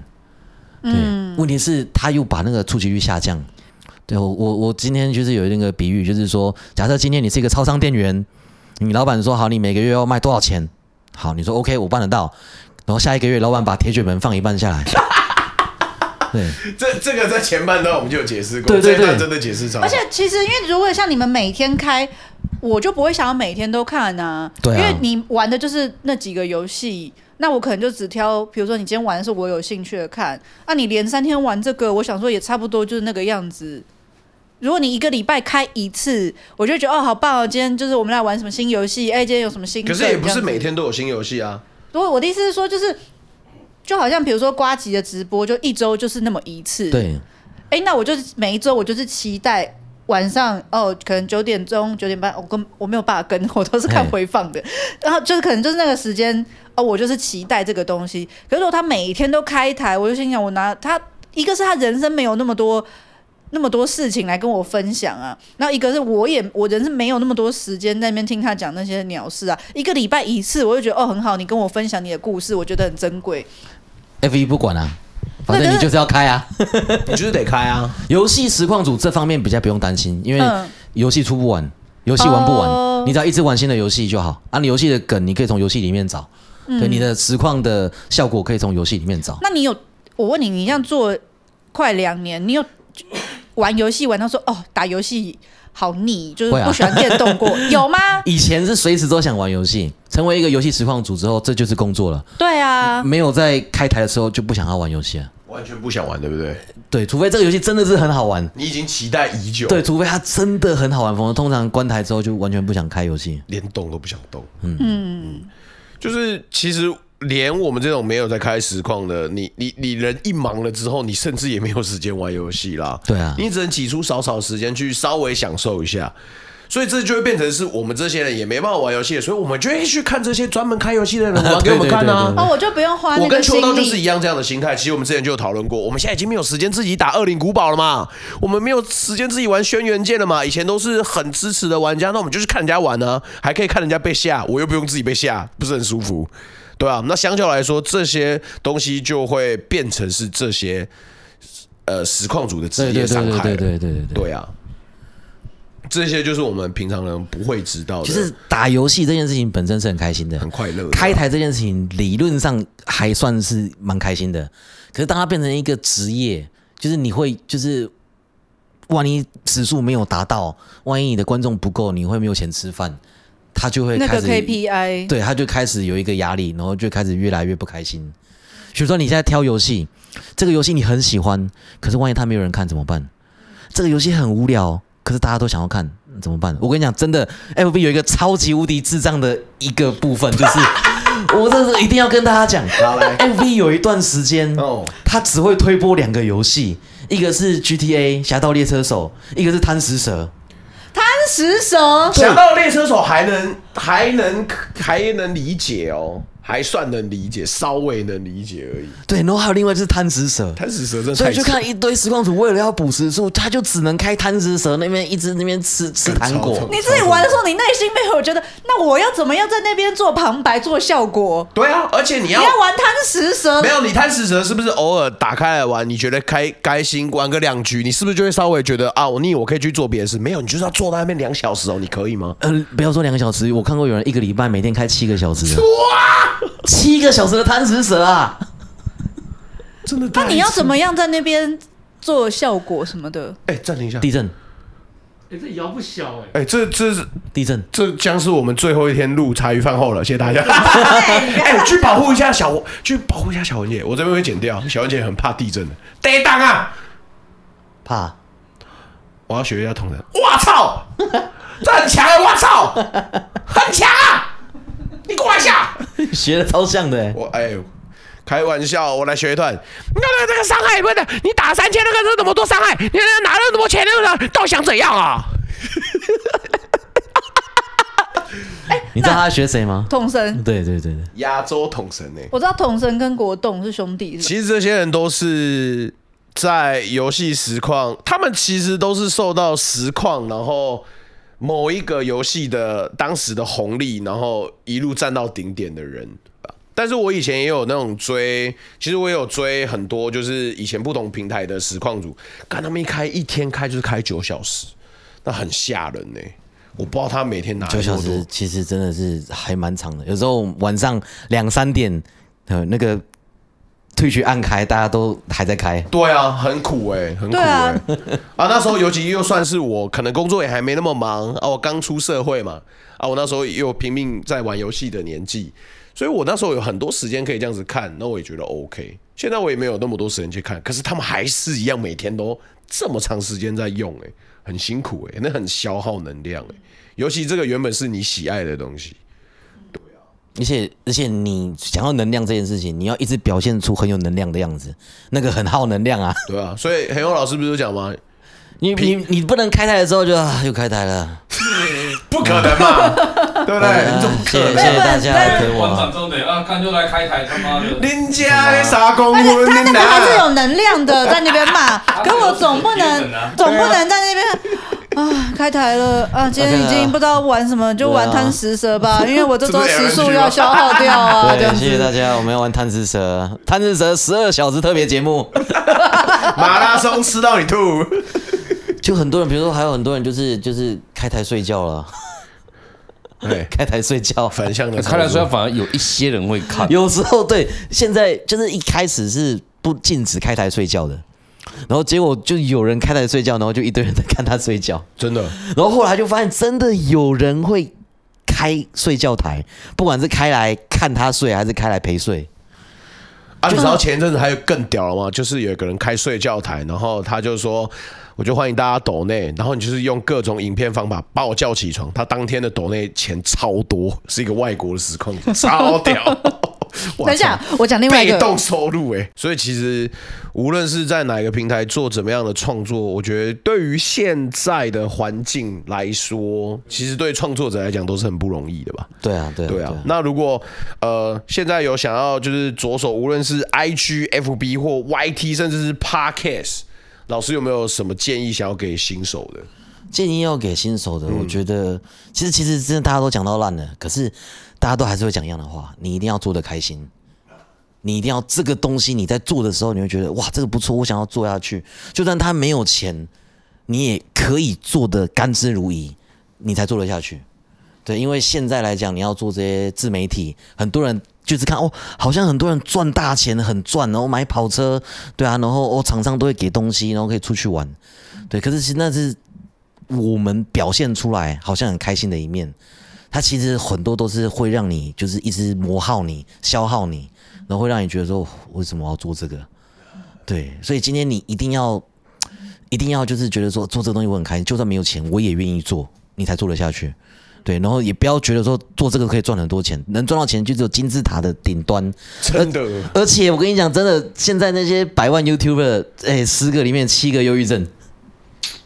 Speaker 4: 对，
Speaker 2: 嗯
Speaker 4: 问题是他又把那个触及率下降。对我我我今天就是有那个比喻，就是说，假设今天你是一个超商店员，你老板说好，你每个月要卖多少钱？好，你说 OK，我办得到。然后下一个月，老板把铁卷门放一半下 来。对，
Speaker 1: 这这个在前半段我们就有解释过，
Speaker 4: 对
Speaker 1: 这
Speaker 4: 对
Speaker 1: 一段
Speaker 4: 对
Speaker 1: 真的解释超好。
Speaker 2: 而且其实因为如果像你们每天开，我就不会想要每天都看啊，
Speaker 4: 对啊
Speaker 2: 因为你玩的就是那几个游戏。那我可能就只挑，比如说你今天玩的是我有兴趣的看，那、你连三天玩这个，我想说也差不多就是那个样子。如果你一个礼拜开一次，我就觉得哦好棒哦，今天就是我们来玩什么新游戏，哎、今天有什么新梗，
Speaker 1: 可是也不
Speaker 2: 这样
Speaker 1: 是
Speaker 2: 子
Speaker 1: 每天都有新游戏啊。
Speaker 2: 如果我的意思是说，就是就好像比如说瓜吉的直播，就一周就是那么一次。，
Speaker 4: 对，
Speaker 2: 哎、那我就是每一周我就是期待晚上哦，可能九点钟、九点半，我跟我没有办法跟， 我都是看
Speaker 4: 嘿
Speaker 2: 回放的。然后就是可能就是那个时间哦，我就是期待这个东西。可是如果他每一天都开一台，我就心想，我拿他一个是他人生没有那么多。那么多事情来跟我分享啊，那一个是我也我人是没有那么多时间在那边听他讲那些鸟事啊，一个礼拜一次，我就觉得哦很好，你跟我分享你的故事，我觉得很珍贵。
Speaker 4: F 一不管啊，反
Speaker 2: 对
Speaker 4: 正
Speaker 2: 可
Speaker 4: 你
Speaker 2: 是
Speaker 4: 就是要开啊。
Speaker 1: 你就是得开啊，
Speaker 4: 游戏实况组这方面比较不用担心，因为
Speaker 2: 嗯
Speaker 4: 游戏出不完，游戏玩不完，
Speaker 2: 哦
Speaker 4: 你只要一直玩新的游戏就好。啊，你游戏的梗你可以从游戏里面找，
Speaker 1: 嗯
Speaker 4: 对，你的实况的效果可以从游戏里面找。
Speaker 2: 那你有？我问你，你这样做快两年，你有玩游戏玩到说哦，打游戏好腻，就是
Speaker 4: 会啊
Speaker 2: 不喜欢电动 过，有吗？
Speaker 4: 以前是随时都想玩游戏，成为一个游戏实况组之后，这就是工作了。
Speaker 2: 对啊，
Speaker 1: 嗯
Speaker 4: 没有在开台的时候就不想要玩游戏了。
Speaker 1: 完全不想玩，对不对？
Speaker 4: 对，除非这个游戏真的是很好玩，
Speaker 1: 你已经期待已久，
Speaker 4: 对，，除非它真的很好玩，否则通常关台之后就完全不想开游戏。
Speaker 1: 连动都不想动。嗯就是其实连我们这种没有在开实况的，你你你人一忙了之后，你甚至也没有时间玩游戏啦。
Speaker 4: 对啊
Speaker 1: 你只能挤出少少时间去稍微享受一下。所以这就会变成是我们这些人也没办法玩游戏，所以我们就会去看这些专门开游戏的人玩给我们看
Speaker 4: 对对对
Speaker 1: 啊
Speaker 4: 对。对
Speaker 2: 哦，我就不用花
Speaker 1: 我
Speaker 2: 那
Speaker 1: 跟
Speaker 2: 个
Speaker 1: 秋
Speaker 2: 心
Speaker 1: 刀就是一
Speaker 2: 力。
Speaker 1: 样这样的心态。其实我们之前就有讨论过，我们现在已经没有时间自己打《恶灵古堡》了嘛，我们没有时间自己玩《轩辕剑》了嘛。以前都是很支持的玩家，那我们就去看人家玩呢、还可以看人家被吓，我又不用自己被吓，不是很舒服，对啊，那相较来说，这些东西就会变成是这些呃实况组的职
Speaker 4: 对
Speaker 1: 业
Speaker 4: 对
Speaker 1: 伤
Speaker 4: 对
Speaker 1: 害
Speaker 4: 对对
Speaker 1: 了，
Speaker 4: 对对对对。
Speaker 1: 对啊。这些就是我们平常人不会知道的，
Speaker 4: 其实打游戏这件事情本身是很开心的，
Speaker 1: 很快乐的
Speaker 4: 开台这件事情理论上还算是蛮开心的，可是当它变成一个职业，就是你会就是，万一时速没有达到，万一你的观众不够，你会没有钱吃饭，他就会
Speaker 2: 那
Speaker 4: 开
Speaker 2: 个
Speaker 4: 始
Speaker 2: KPI，
Speaker 4: 对，他就开始有一个压力，然后就开始越来越不开心。比如说你现在挑游戏，这个游戏你很喜欢，可是万一他没有人看怎么办？这个游戏很无聊，可是大家都想要看嗯怎么办？我跟你讲，真的，FB 有一个超级无敌智障的一个部分，就是 我这是一定要跟大家讲
Speaker 1: 好来
Speaker 4: ，FB 有一段时间
Speaker 1: 哦
Speaker 4: 他只会推播两个游戏，一个是 GTA《侠盗猎车手》，一个是贪食蛇。
Speaker 2: 贪食蛇
Speaker 1: 想到列车手还能还能还能理解哦，还算能理解，稍微能理解而已。
Speaker 4: 对，然后还有另外就是贪食蛇，
Speaker 1: 贪食蛇真的
Speaker 4: 所
Speaker 1: 太
Speaker 4: 以就
Speaker 1: 扯
Speaker 4: 看一堆实况组为了要捕食数，他就只能开贪食蛇那边一直那边吃吃糖
Speaker 1: 超
Speaker 4: 果
Speaker 1: 痛。
Speaker 2: 你自己玩的时候，你内心没有觉得，那我要怎么样在那边做旁白、做效果？
Speaker 1: 对啊，而且你
Speaker 2: 你
Speaker 1: 要
Speaker 2: 要玩贪食啊蛇
Speaker 1: 没，有你贪食蛇是不是偶尔打开来玩？你觉得开开心玩个两局，你是不是就会稍微觉得啊，我腻，我可以去做别的事？没有，你就是要坐在那边两小时哦，你可以吗？
Speaker 4: 呃，不要说两个小时，我看过有人一个礼拜每天开七个小时的，哇，七个小时的贪食蛇啊！
Speaker 1: 真的太
Speaker 2: 那你要怎么样在那边做效果什么的？
Speaker 1: 哎，暂停一下。
Speaker 4: 地震，
Speaker 6: 哎，这摇不小哎。
Speaker 1: 哎，这这是
Speaker 4: 地震，
Speaker 1: 这将是我们最后一天录茶余饭后了，谢谢 大家。哎，去保护一下小，去保护一下小文姐，我这边会剪掉。小文姐很怕地震的，得当啊！
Speaker 4: 怕
Speaker 1: 我要学一下同人。我操，这很强哎！我操，很强啊！你过来一下。
Speaker 4: 学的超像的欸，
Speaker 1: 我哎呦，开玩笑，我来学一段。你看那个这个伤害不是？你打三千那个是那么多伤害，你拿了那么多钱那个，到底想怎样啊？
Speaker 4: 你知道他在学谁吗？
Speaker 2: 统
Speaker 1: 嗯
Speaker 2: 神，
Speaker 4: 对对对对，
Speaker 1: 亚洲统神呢、
Speaker 2: 我知道统神跟国栋是兄弟，是吧
Speaker 1: 其实这些人都是在游戏实况，他们其实都是受到实况，然后某一个游戏的当时的红利，然后一路站到顶点的人。但是我以前也有那种追，其实我也有追很多，就是以前不同平台的实况组，看他们一开一天开就是开九小时，那很吓人呢、我不知道他每天拿
Speaker 4: 九小时其实真的是还蛮长的，有时候晚上两三点，呃，那个退去按开，大家都还在开。
Speaker 1: 对啊，很苦哎、很苦
Speaker 2: 对
Speaker 1: 哎、
Speaker 2: 啊
Speaker 1: 啊那时候尤其又算是我可能工作也还没那么忙啊，我刚出社会嘛，啊，我那时候又拼命在玩游戏的年纪，所以我那时候有很多时间可以这样子看，那我也觉得 OK。现在我也没有那么多时间去看，可是他们还是一样每天都这么长时间在用、欸，很辛苦哎、那很消耗能量哎、尤其这个原本是你喜爱的东西，
Speaker 4: 而且而且你想要能量这件事情，你要一直表现出很有能量的样子，那个很耗能量啊。
Speaker 1: 对啊，所以黑勇老师不是有讲吗？
Speaker 4: 你你你不能开台的时候就啊又开台了，啊
Speaker 1: 不可能 嘛，对不对？哎你怎么可
Speaker 4: 谢谢
Speaker 1: 能？
Speaker 4: 谢谢大家 来陪我
Speaker 3: 馆长
Speaker 4: 啊。
Speaker 3: 重点啊，看就来开台他妈的。
Speaker 1: 恁家的啥公文
Speaker 2: 他那
Speaker 1: 恁
Speaker 2: 个还是
Speaker 1: 拿？
Speaker 2: 有能量的，在那边 骂，可我总不能
Speaker 3: 对啊
Speaker 2: 总不能在那边啊开台了啊，今天已经不知道玩什么，就玩贪食蛇 吧，因为我这周时数要消耗掉啊，这
Speaker 4: 对
Speaker 2: 样，
Speaker 4: 谢谢
Speaker 2: 子。
Speaker 4: 大家，我们要玩贪吃蛇，贪吃蛇十二小时特别节目，
Speaker 1: 马拉松吃到你吐，
Speaker 4: 就很多人，比如说还有很多人就是就是开台睡觉了，
Speaker 1: 哎，
Speaker 4: 开台睡 觉，
Speaker 1: 反向的操作。
Speaker 3: 哎看来说反而有一些人会看，
Speaker 4: 有时候对，现在就是一开始是不禁止开台睡觉的，然后结果就有人开台睡觉，然后就一堆人在看他睡觉，
Speaker 1: 真的，
Speaker 4: 然后后来就发现真的有人会开睡觉台，不管是开来看他睡，还是开来陪睡。
Speaker 1: 啊，你知道前阵子还有更屌了吗？就是有一个人开睡觉台，然后他就说，我就欢迎大家抖内，然后你就是用各种影片方法把我叫起床。他当天的抖内钱超多，是一个外国的实况，超屌。哇
Speaker 2: 等一下，我讲另外一
Speaker 1: 被
Speaker 2: 个，
Speaker 1: 动收入哎、所以其实无论是在哪个平台做怎么样的创作，我觉得对于现在的环境来说，其实对创作者来讲都是很不容易的吧。
Speaker 4: 对啊，对啊，
Speaker 1: 对啊，那如果呃现在有想要就是着手，无论是 IG、FB 或 YT，甚至是 Podcast，老师有没有什么建议想要给新手的？
Speaker 4: 建议要给新手的，我觉得其实其实真的大家都讲到烂了，可是大家都还是会讲一样的话，你一定要做的开心。你一定要这个东西，你在做的时候，你会觉得哇，这个不错，我想要做下去。就算他没有钱，你也可以做的甘之如饴，你才做得下去。对，因为现在来讲，你要做这些自媒体，很多人就是看哦，好像很多人赚大钱，很赚，然后买跑车，对啊，然后哦，厂商都会给东西，然后可以出去玩，对。可是其实那是我们表现出来好像很开心的一面，它其实很多都是会让你就是一直磨耗你、消耗你，然后会让你觉得说哦为什么我要做这个？对，所以今天你一定要，一定要就是觉得说做这个东西我很开心，就算没有钱我也愿意做，你才做得下去。对，然后也不要觉得说做这个可以赚很多钱，能赚到钱就只有金字塔的顶端。
Speaker 1: 真的，
Speaker 4: 而且我跟你讲，真的，现在那些百万 YouTuber，哎，十个里面七个忧郁症。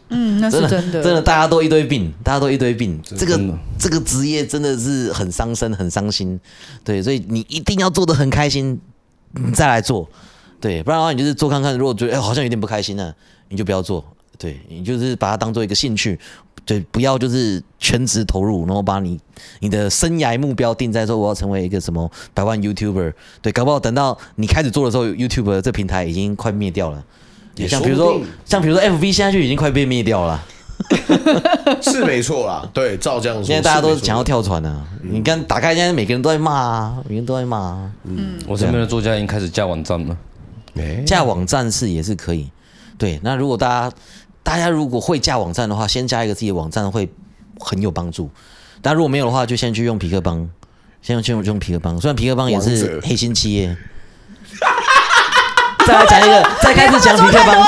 Speaker 2: 嗯，那是
Speaker 4: 真的
Speaker 2: 真的，
Speaker 4: 真的大家都一堆病，大家都一堆病。这个这个职业真的是很伤身，很伤心。对，所以你一定要做的很开心，你再来做。对，不然的话你就是做看看，如果觉得哎、好像有点不开心呢，你就不要做。对你就是把它当做一个兴趣，对，不要就是全职投入，然后把你你的生涯目标定在说我要成为一个什么百万 YouTuber。对，搞不好等到你开始做的时候，YouTube 这平台已经快灭掉了。
Speaker 1: 也
Speaker 4: 像
Speaker 1: 说
Speaker 4: 比如
Speaker 1: 不
Speaker 4: 说
Speaker 1: 定，
Speaker 4: 像比如说 FB 现在就已经快被灭掉了。
Speaker 1: 是没错啦，对，照这样说，
Speaker 4: 现在大家都想要
Speaker 1: 跳，
Speaker 4: 跳船啊！
Speaker 1: 嗯
Speaker 4: 你看，打开现在每个人都在骂啊，每个人都在骂啊。
Speaker 3: 我身边的作家已经开始架网站了，
Speaker 1: 哎
Speaker 4: 架网站是也是可以，对。那如果大家大家如果会架网站的话，先加一个自己的网站会很有帮助。但如果没有的话，就先去用皮克邦，先去用用皮克邦。虽然皮克邦也
Speaker 1: 王
Speaker 4: 是
Speaker 1: 者
Speaker 4: 黑心企业。 再来讲一个，再开始讲皮克邦。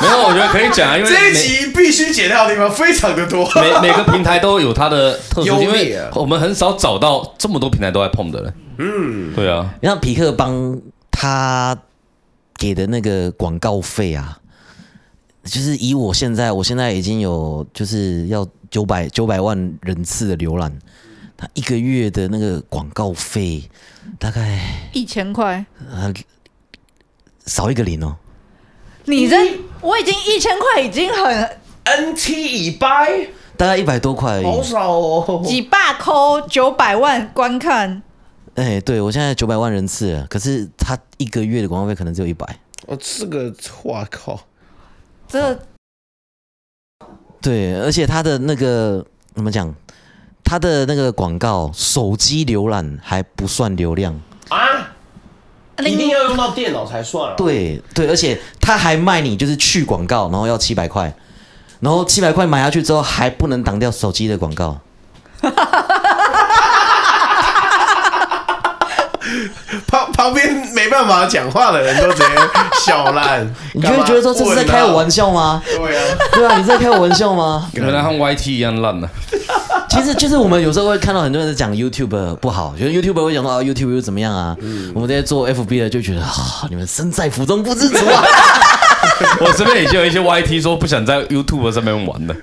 Speaker 3: 没有，我觉得可以讲啊，因为
Speaker 1: 这一
Speaker 3: 每
Speaker 1: 集必须剪掉的地方非常的多，
Speaker 3: 每每个平台都有它的特
Speaker 1: 优
Speaker 3: 殊，
Speaker 1: 劣啊
Speaker 3: 因为我们很少找到这么多平台都在碰的人。嗯，对啊，
Speaker 4: 你像皮克邦他给的那个广告费啊，就是以我现在，我现在已经有就是要九百九百万人次的浏览，他一个月的那个广告费大概
Speaker 2: 一千块，
Speaker 4: 呃少一个零哦，
Speaker 2: 你这我已经一千块已经很
Speaker 1: NT 以拜，
Speaker 4: 大概一百多块而
Speaker 1: 好
Speaker 4: 已。
Speaker 1: 少哦。
Speaker 2: 几把扣九百万观看，
Speaker 4: 哎，对我现在九百万人次了，可是他一个月的广告费可能只有一百。
Speaker 1: 哦，这个，哇靠！
Speaker 2: 这
Speaker 4: 对，而且它的那个怎么讲？它的那个广告，手机浏览还不算流量。
Speaker 1: 一定要用到电脑才算啊。
Speaker 4: 对对，而且他还卖你就是去广告，然后要七百块，然后七百块买下去之后还不能挡掉手机的广告。
Speaker 1: 旁旁边没办法讲话的人都直接笑烂，
Speaker 4: 你就会觉得说这是在开我玩
Speaker 1: 笑。
Speaker 4: 笑吗？
Speaker 1: 对啊，
Speaker 4: 对啊，你在开我玩笑吗？
Speaker 3: 原来和 YT 一样烂呢、啊
Speaker 4: 其实就是我们有时候会看到很多人在讲 YouTube 不好，觉得 YouTube 会讲到啊 YouTube 又怎么样啊？我们这些做 FB 的就觉得啊，你们身在福中不知足啊。
Speaker 3: 我身边已经有一些 YT 说不想在 YouTube 上面玩了，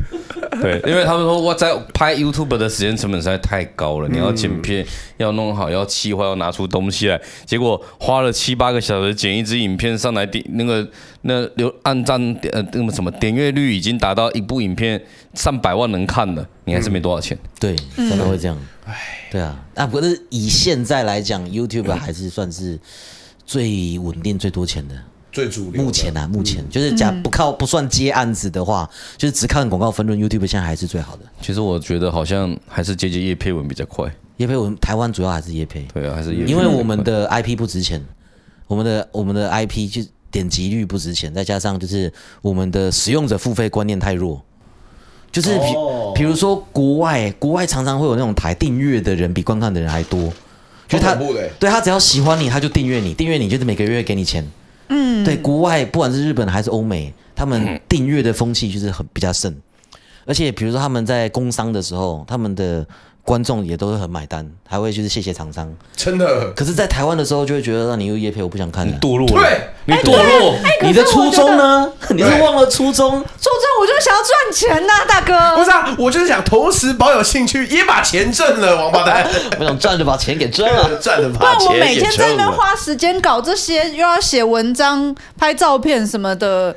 Speaker 3: 对，因为他们说我在拍 YouTube 的时间成本实在太高了，你要剪片，要弄好，要企划，要拿出东西来，结果花了七八个小时剪一支影片上来，点那个那流按赞呃那个什么点阅率已经达到一部影片上百万能看了，你还是没多少钱。
Speaker 4: 对，
Speaker 1: 嗯
Speaker 4: 真的会这样。对啊，啊，不是以现在来讲，YouTube 还是算是最稳定、最多钱的。
Speaker 1: 最主流的嗯
Speaker 4: 目前啊，目前就是假不靠不算接案子的话，就是只看广告分润，YouTube 现在还是最好的。
Speaker 3: 其实我觉得好像还是接接叶佩文比较快，
Speaker 4: 叶配我们台湾主要还是叶配，
Speaker 3: 对啊，还是叶佩文比较
Speaker 4: 因
Speaker 3: 快，
Speaker 4: 为我们的 IP 不值钱，我们的我们的 IP 就点击率不值钱，再加上就是我们的使用者付费观念太弱，就是比
Speaker 1: 哦
Speaker 4: 比如说国外，国外常常会有那种台订阅的人比观看的人还多，就是他
Speaker 1: 超恐怖的欸
Speaker 4: 对他只要喜欢你，他就订阅你，订阅你就是每个月给你钱。嗯，对，国外不管是日本还是欧美，他们订阅的风气就是很比较盛，而且比如说他们在工商的时候，他们的观众也都是很买单，还会就是谢谢厂商。
Speaker 1: 真 的
Speaker 4: 可是，在台湾的时候就会觉得，那你又叶配，我不想看了。啊
Speaker 3: 堕落了，
Speaker 1: 对，
Speaker 3: 你堕落，
Speaker 4: 你的初衷呢？ 你是
Speaker 1: 对
Speaker 4: 忘了初衷？
Speaker 2: 说真，我就想要赚钱呐、大
Speaker 1: 不
Speaker 2: 哥。
Speaker 1: 是啊，我就是想同时保有兴趣，也把钱挣了，王八 蛋，
Speaker 4: 我想赚就把钱给挣了。
Speaker 1: 赚了
Speaker 2: 不
Speaker 1: 把
Speaker 2: 然我
Speaker 1: 钱
Speaker 2: 每
Speaker 1: 也
Speaker 2: 天在那
Speaker 1: 挣
Speaker 2: 边
Speaker 1: 了。
Speaker 2: 花时间搞这些，又要写文章、拍照片什么的，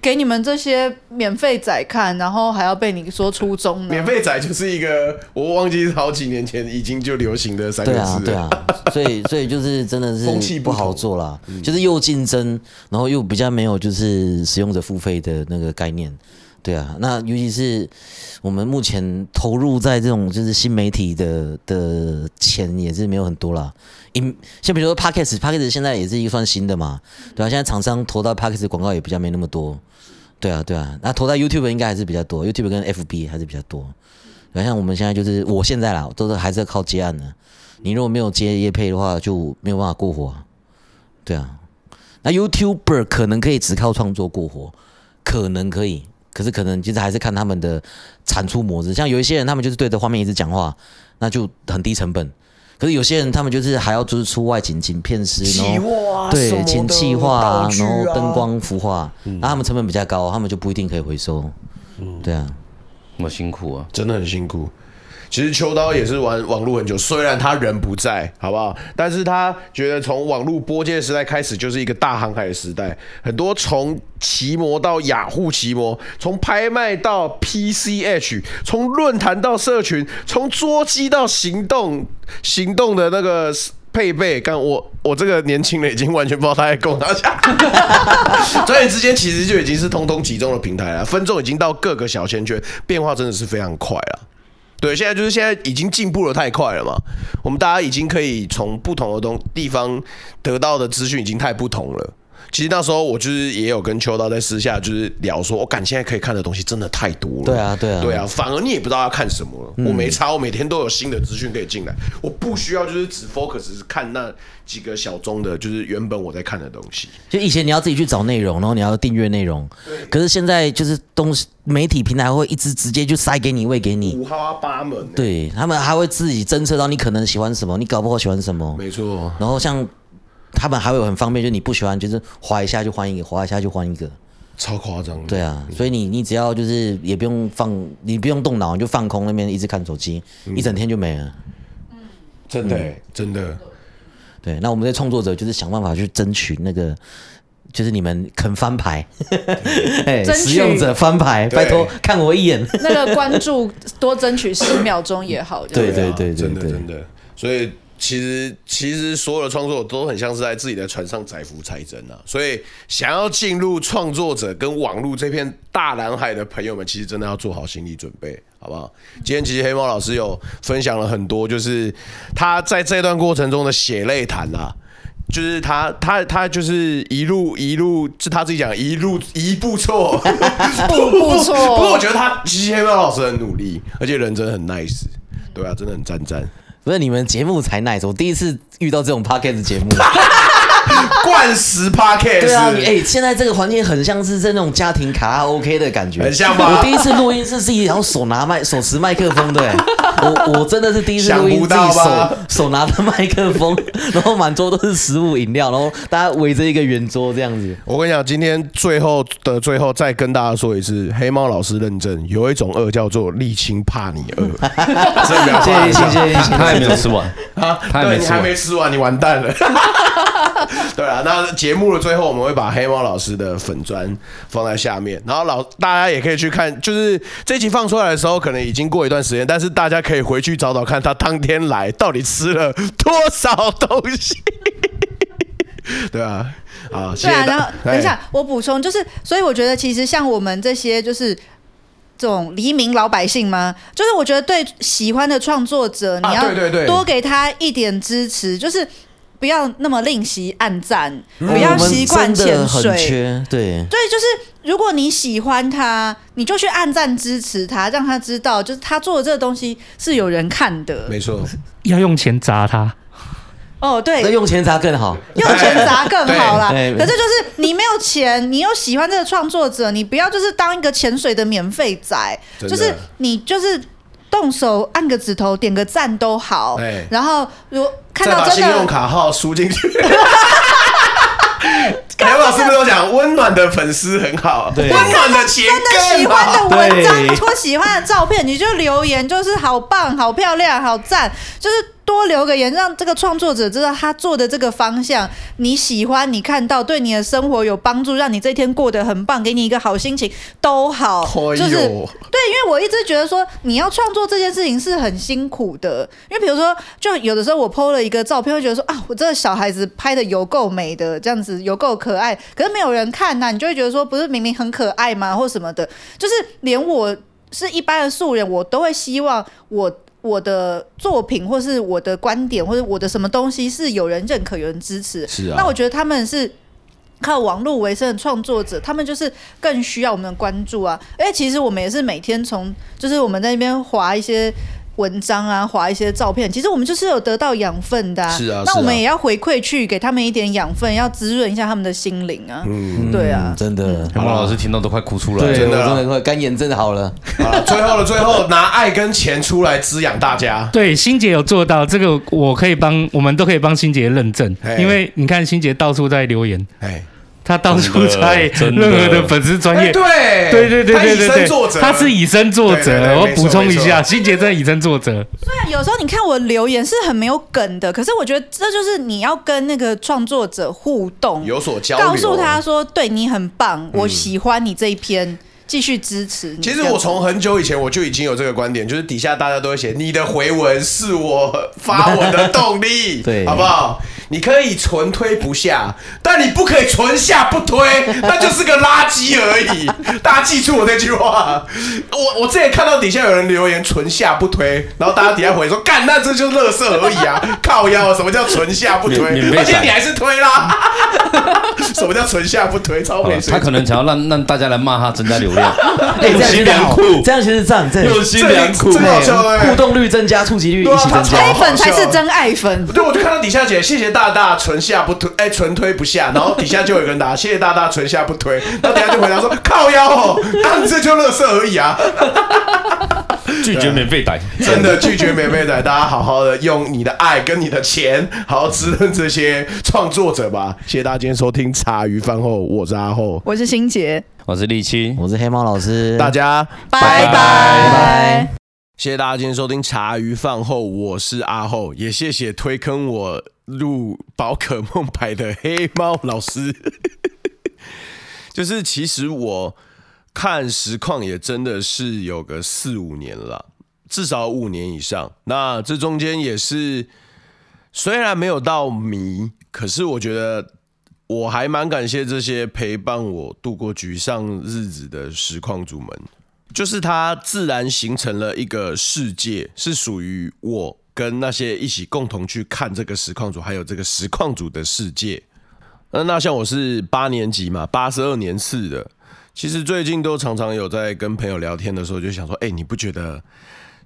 Speaker 2: 给你们这些免费仔看，然后还要被你说初衷呢
Speaker 1: 免。费仔就是一个，我忘记是好几年前已经就流行的三个
Speaker 4: 对
Speaker 1: 字
Speaker 4: 啊
Speaker 1: 了，
Speaker 4: 对啊，所以所以就是真的
Speaker 1: 风气
Speaker 4: 是
Speaker 1: 不
Speaker 4: 不
Speaker 1: 同嗯
Speaker 4: 好做啦，就是又竞争，然后又比较没有就是使用者付费的那个概念。对啊，那尤其是我们目前投入在这种就是新媒体的的钱也是没有很多啦。因像比如说 Podcast，Podcast 现在也是一个算新的嘛，对啊，现在厂商投到 Podcast 广告也比较没那么多。对啊，对啊，那投在 YouTube 应该还是比较多，YouTube 跟 FB 还是比较多。对啊，像我们现在就是我现在啦，都是还是靠接案的。你如果没有接业配的话，就没有办法过活、啊。对啊，那 YouTuber 可能可以只靠创作过活，可能可以，可是可能其实还是看他们的产出模式。像有一些人，他们就是对着画面一直讲话，那就很低成本。可是有些人他们就是还要就是出外景，请片师，
Speaker 1: 企
Speaker 4: 然
Speaker 1: 划啊什么
Speaker 4: 后对，
Speaker 1: 的
Speaker 4: 请企划
Speaker 1: 道
Speaker 4: 啊，
Speaker 1: 具啊
Speaker 4: 然后灯光服化，那他们成本比较高，他们就不一定可以回收。对啊，
Speaker 3: 我辛苦啊。
Speaker 1: 真的很辛苦。其实秋刀也是玩网络很久，虽然他人不在，好不好？但是他觉得从网络播接的时代开始，就是一个大航海的时代。很多从奇摩到雅虎奇摩，从拍卖到 PCH，从论坛到社群，从桌机到行动行动的那个配备。干我我这个年轻人已经完全不知道他在供他讲。 转眼之间，其实就已经是通通集中的平台了，分众已经到各个小圈圈，变化真的是非常快了。对，现在就是现在已经进步的太快了嘛，我们大家已经可以从不同的东地方得到的资讯已经太不同了。其实那时候我就是也有跟秋刀在私下就是聊说，我、感现在可以看的东西真的太多了。
Speaker 4: 对啊对啊嗯
Speaker 1: 对啊，反而你也不知道要看什么了。我没差，我每天都有新的资讯可以进来，我不需要就是只 focus 看那几个小众的，就是原本我在看的东西。
Speaker 4: 就以前你要自己去找内容，然后你要订阅内容，可是现在就是东西媒体平台会一直直接就塞给你喂给你，
Speaker 1: 五花八门、欸。
Speaker 4: 对他们还会自己侦测到你可能喜欢什么，你搞不好喜欢什么。
Speaker 1: 没错，
Speaker 4: 然后像他们还会有很方便，就是你不喜欢，就是划一下就换一个，划一下就换一
Speaker 1: 嗯
Speaker 4: 个。
Speaker 1: 超夸张的。
Speaker 4: 对啊，所以你你只要就是也不用放，你不用动脑，你就放空那边一直看手机，
Speaker 1: 嗯
Speaker 4: 一整天就没了。
Speaker 1: 真的、
Speaker 4: 嗯
Speaker 1: 欸真的。
Speaker 4: 对，那我们这些创作者就是想办法去争取那个，就是你们肯翻 牌，哎，
Speaker 2: 争取
Speaker 4: 使用者翻牌，拜托
Speaker 1: 对
Speaker 4: 看我一眼。
Speaker 2: 那个关注多争取十秒钟也好，这样
Speaker 4: 对
Speaker 1: 啊
Speaker 4: 对对
Speaker 1: 真的
Speaker 4: 对
Speaker 1: 真的。所以其实其实所有的创作都很像是在自己的船上载浮载沉啊。所以想要进入创作者跟网络这片大蓝海的朋友们，其实真的要做好心理准备，好不好？今天其实黑猫老师有分享了很多，就是他在这段过程中的血泪谈啊。就是他，他，他就是一路一路，是他自己讲，一路一步错， 步
Speaker 2: 步错
Speaker 4: 哦
Speaker 2: 哦
Speaker 1: 不过我觉得他其实黑猫老师很努力，而且人真的很 nice，对啊，真的很赞赞。
Speaker 4: 不是你们节目才 nice，我第一次遇到这种 podcast 节目。
Speaker 1: 灌食 podcast，
Speaker 4: 对啊，你哎、现在这个环境很像是在那种家庭卡拉 OK 的感觉，
Speaker 1: 很像吧
Speaker 4: 我第一次录音是自己然后手拿麦，手持麦克风的、哎我我真的是第一次录
Speaker 1: 想
Speaker 4: 音
Speaker 1: 不
Speaker 4: 自
Speaker 1: 到
Speaker 4: 己手
Speaker 1: 吧
Speaker 4: 手拿着麦克风，然后满桌都是食物饮料，然后大家围着一个圆桌这样子。
Speaker 1: 我跟你讲，今天最后的最后再跟大家说一次，黑猫老师认证有一种饿叫做沥青怕你饿， 真的不要怕
Speaker 4: 谢谢谢谢谢
Speaker 3: 他还没有吃完，
Speaker 1: 啊！
Speaker 3: 他还
Speaker 1: 对
Speaker 3: 没
Speaker 1: 你
Speaker 3: 吃
Speaker 1: 还
Speaker 3: 完
Speaker 1: 没吃完，你完蛋了。 对啊，那节目的最后我们会把黑猫老师的粉砖放在下面，然后老大家也可以去看，就是这集放出来的时候可能已经过一段时间，但是大家可以回去找找看他当天来到底吃了多少东西。对啊，好，谢
Speaker 2: 对
Speaker 1: 谢大家。
Speaker 2: 啊，然后等一
Speaker 1: 哎
Speaker 2: 下，我补充就是，所以我觉得其实像我们这些就是这种黎明老百姓嘛，就是我觉得对喜欢的创作者，
Speaker 1: 啊
Speaker 2: 你要
Speaker 1: 对对对
Speaker 2: 多给他一点支持，就是不要那么吝惜暗赞，
Speaker 1: 嗯
Speaker 2: 不要
Speaker 4: 嗯我们
Speaker 2: 习惯
Speaker 4: 真的
Speaker 2: 潜
Speaker 4: 很
Speaker 2: 水。
Speaker 4: 缺，对。
Speaker 2: 对，就是如果你喜欢他，你就去暗赞支持他，让他知道，就是他做的这个东西是有人看的。
Speaker 1: 没错，
Speaker 6: 要用钱砸他，
Speaker 2: 哦，对，
Speaker 4: 那用钱砸更好，
Speaker 2: 用钱砸更好啦。
Speaker 4: 对对
Speaker 2: 可是就是你没有钱，你又喜欢这个创作者，你不要就是当一个潜水的免费仔，
Speaker 1: 真
Speaker 2: 就
Speaker 1: 的
Speaker 2: 是你就是动手按个指头点个赞都好
Speaker 1: 哎。
Speaker 2: 然后如果看
Speaker 1: 再
Speaker 2: 到
Speaker 1: 把
Speaker 2: 真
Speaker 1: 信用
Speaker 2: 的
Speaker 1: 卡号输进 去。梁老师不是有讲，温暖的粉丝很好，温暖的钱
Speaker 2: 真的喜
Speaker 1: 更好。
Speaker 2: 欢的文章
Speaker 4: 对
Speaker 2: 或喜欢的照片，你就留言，就是好棒、好漂亮、好赞，就是多留个言，让这个创作者知道他做的这个方向你喜欢，你看到对你的生活有帮助，让你这一天过得很棒，给你一个好心情都好，
Speaker 1: 哎呦
Speaker 2: 哦就是对， 因为我一直觉得说你要创作这件事情是很辛苦的，因为比如说，就有的时候我 PO 了一个照片，会觉得说啊，我这个小孩子拍的有够美的，这样子有够可爱，可是没有人看呐、你就会觉得说不是明明很可爱吗，或什么的，就是连我是一般的素人，我都会希望我我的作品，或是我的观点，或者我的什么东西是有人认可、有人支持。
Speaker 1: 是啊
Speaker 2: 那我觉得他们是。靠网络为生的创作者，他们就是更需要我们的关注啊！而且其实我们也是每天从，就是我们在那边划一些文章啊，划一些照片，其实我们就是有得到养分的、
Speaker 1: 是啊
Speaker 2: 那
Speaker 1: 是
Speaker 2: 我们
Speaker 1: 啊
Speaker 2: 也要回馈去给他们一点养分，要滋润一下他们的心灵啊。嗯，对啊
Speaker 4: 嗯，真的，
Speaker 3: 黑猫老师听到都快哭出来了。
Speaker 4: 对，
Speaker 1: 真的
Speaker 4: 我
Speaker 1: 啊
Speaker 4: 真的快干眼症好了。
Speaker 1: 好了，啊最后的最后，拿爱跟钱出来滋养大家。
Speaker 7: 对，欣姐有做到这个，我可以帮，我们都可以帮欣姐认证
Speaker 1: 嘿，
Speaker 7: 因为你看欣姐到处在留言，
Speaker 1: 哎，
Speaker 7: 她到处在
Speaker 3: 真的
Speaker 7: 任何的粉丝专
Speaker 1: 哎
Speaker 7: 业。
Speaker 1: 对
Speaker 7: 对对对
Speaker 1: 他
Speaker 7: 对
Speaker 1: 以
Speaker 7: 对
Speaker 1: 身作则，
Speaker 7: 对，她是以身作
Speaker 1: 对对对
Speaker 7: 则。我
Speaker 1: 没错
Speaker 7: 补充一下，
Speaker 1: 没
Speaker 7: 欣姐真的以身作则。
Speaker 2: 有时候你看我留言是很没有梗的，可是我觉得这就是你要跟那个创作者互动，
Speaker 1: 有所交流，啊嗯
Speaker 2: 告诉他说，对你很棒，我喜欢你这一篇，继续支持你。
Speaker 1: 其实我从很久以前我就已经有这个观点，就是底下大家都会写你的回文是我发文的动 力，
Speaker 4: 对
Speaker 1: 好不好？你可以纯推不下，但你不可以纯下不推，那就是个垃圾而已。 大家记住我这句话。我我之前看到底下有人留言纯下不推，然后大家底下回说干，那这就是垃圾而已 啊，靠腰啊，什么叫纯下不推？
Speaker 3: 免免费
Speaker 1: 而且
Speaker 3: 仔
Speaker 1: 你还是推啦。 什么叫纯下不推？超
Speaker 3: 好
Speaker 1: 没
Speaker 3: 了，
Speaker 1: 水
Speaker 3: 他
Speaker 1: 准。
Speaker 3: 可能想要让让大家来骂他，增加流量，
Speaker 4: 哎，这样其实好
Speaker 3: 酷，
Speaker 4: 这样其实赞，这样
Speaker 3: 用心良苦
Speaker 1: 这。个好笑
Speaker 4: 互
Speaker 1: 哎。
Speaker 4: 动率增加，触及率
Speaker 1: 对
Speaker 4: 一
Speaker 1: 啊
Speaker 4: 起增
Speaker 1: 他
Speaker 4: 加
Speaker 2: 爱
Speaker 1: 超。
Speaker 2: 粉才是真爱粉，
Speaker 1: 对，我就看到底下写谢谢大大，纯下不推，哎、纯推不下，然后底下就有一个人打 谢谢大大，纯下不推，然后底下就回答说靠腰哦，那你这就乐色而已啊，
Speaker 3: 拒绝免费逮。
Speaker 1: 真的拒绝免费仔，大家好好的用你的爱跟你的钱，好好滋润这些创作者吧，谢谢大家今天收听茶余饭后，我是阿后，
Speaker 2: 我是欣杰，
Speaker 3: 我是立七，
Speaker 4: 我是黑猫老师，
Speaker 1: 大家
Speaker 2: 拜拜。
Speaker 1: 谢谢大家今天收听茶余饭后，我是阿后，也谢谢推坑我入宝可梦牌的黑猫老师。 就是其实我看实况也真的是有个四五年了，至少五年以上。那这中间也是虽然没有到迷，可是我觉得我还蛮感谢这些陪伴我度过沮丧日子的实况主们。就是它自然形成了一个世界，是属于我跟那些一起共同去看这个实况组，还有这个实况组的世界。那那像我是八年级嘛，八十二年次的，其实最近都常常有在跟朋友聊天的时候，就想说，哎、你不觉得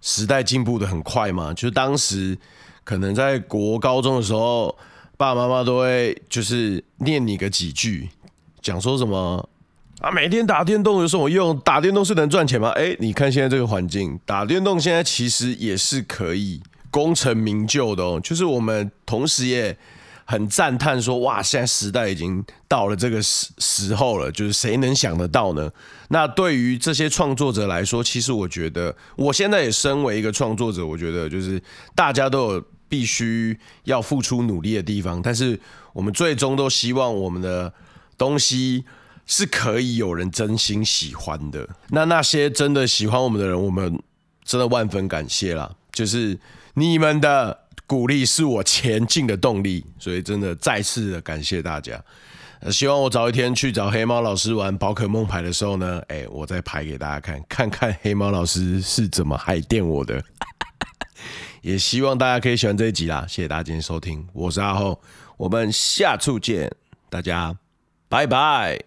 Speaker 1: 时代进步的很快吗？就是当时可能在国高中的时候，爸爸妈妈都会就是念你个几句，讲说什么啊，每天打电动有什么用？打电动是能赚钱吗？哎，你看现在这个环境，打电动现在其实也是可以功成名就的哦。就是我们同时也很赞叹说，哇，现在时代已经到了这个时时候了，就是谁能想得到呢？那对于这些创作者来说，其实我觉得，我现在也身为一个创作者，我觉得就是大家都有必须要付出努力的地方，但是我们最终都希望我们的东西。是可以有人真心喜欢的。那那些真的喜欢我们的人，我们真的万分感谢啦！就是你们的鼓励是我前进的动力，所以真的再次的感谢大家。呃希望我早一天去找黑猫老师玩宝可梦牌的时候呢，哎、我再牌给大家看，看看黑猫老师是怎么海淀我的。 也希望大家可以喜欢这一集啦，谢谢大家今天收听，我是阿后，我们下次见，大家拜拜。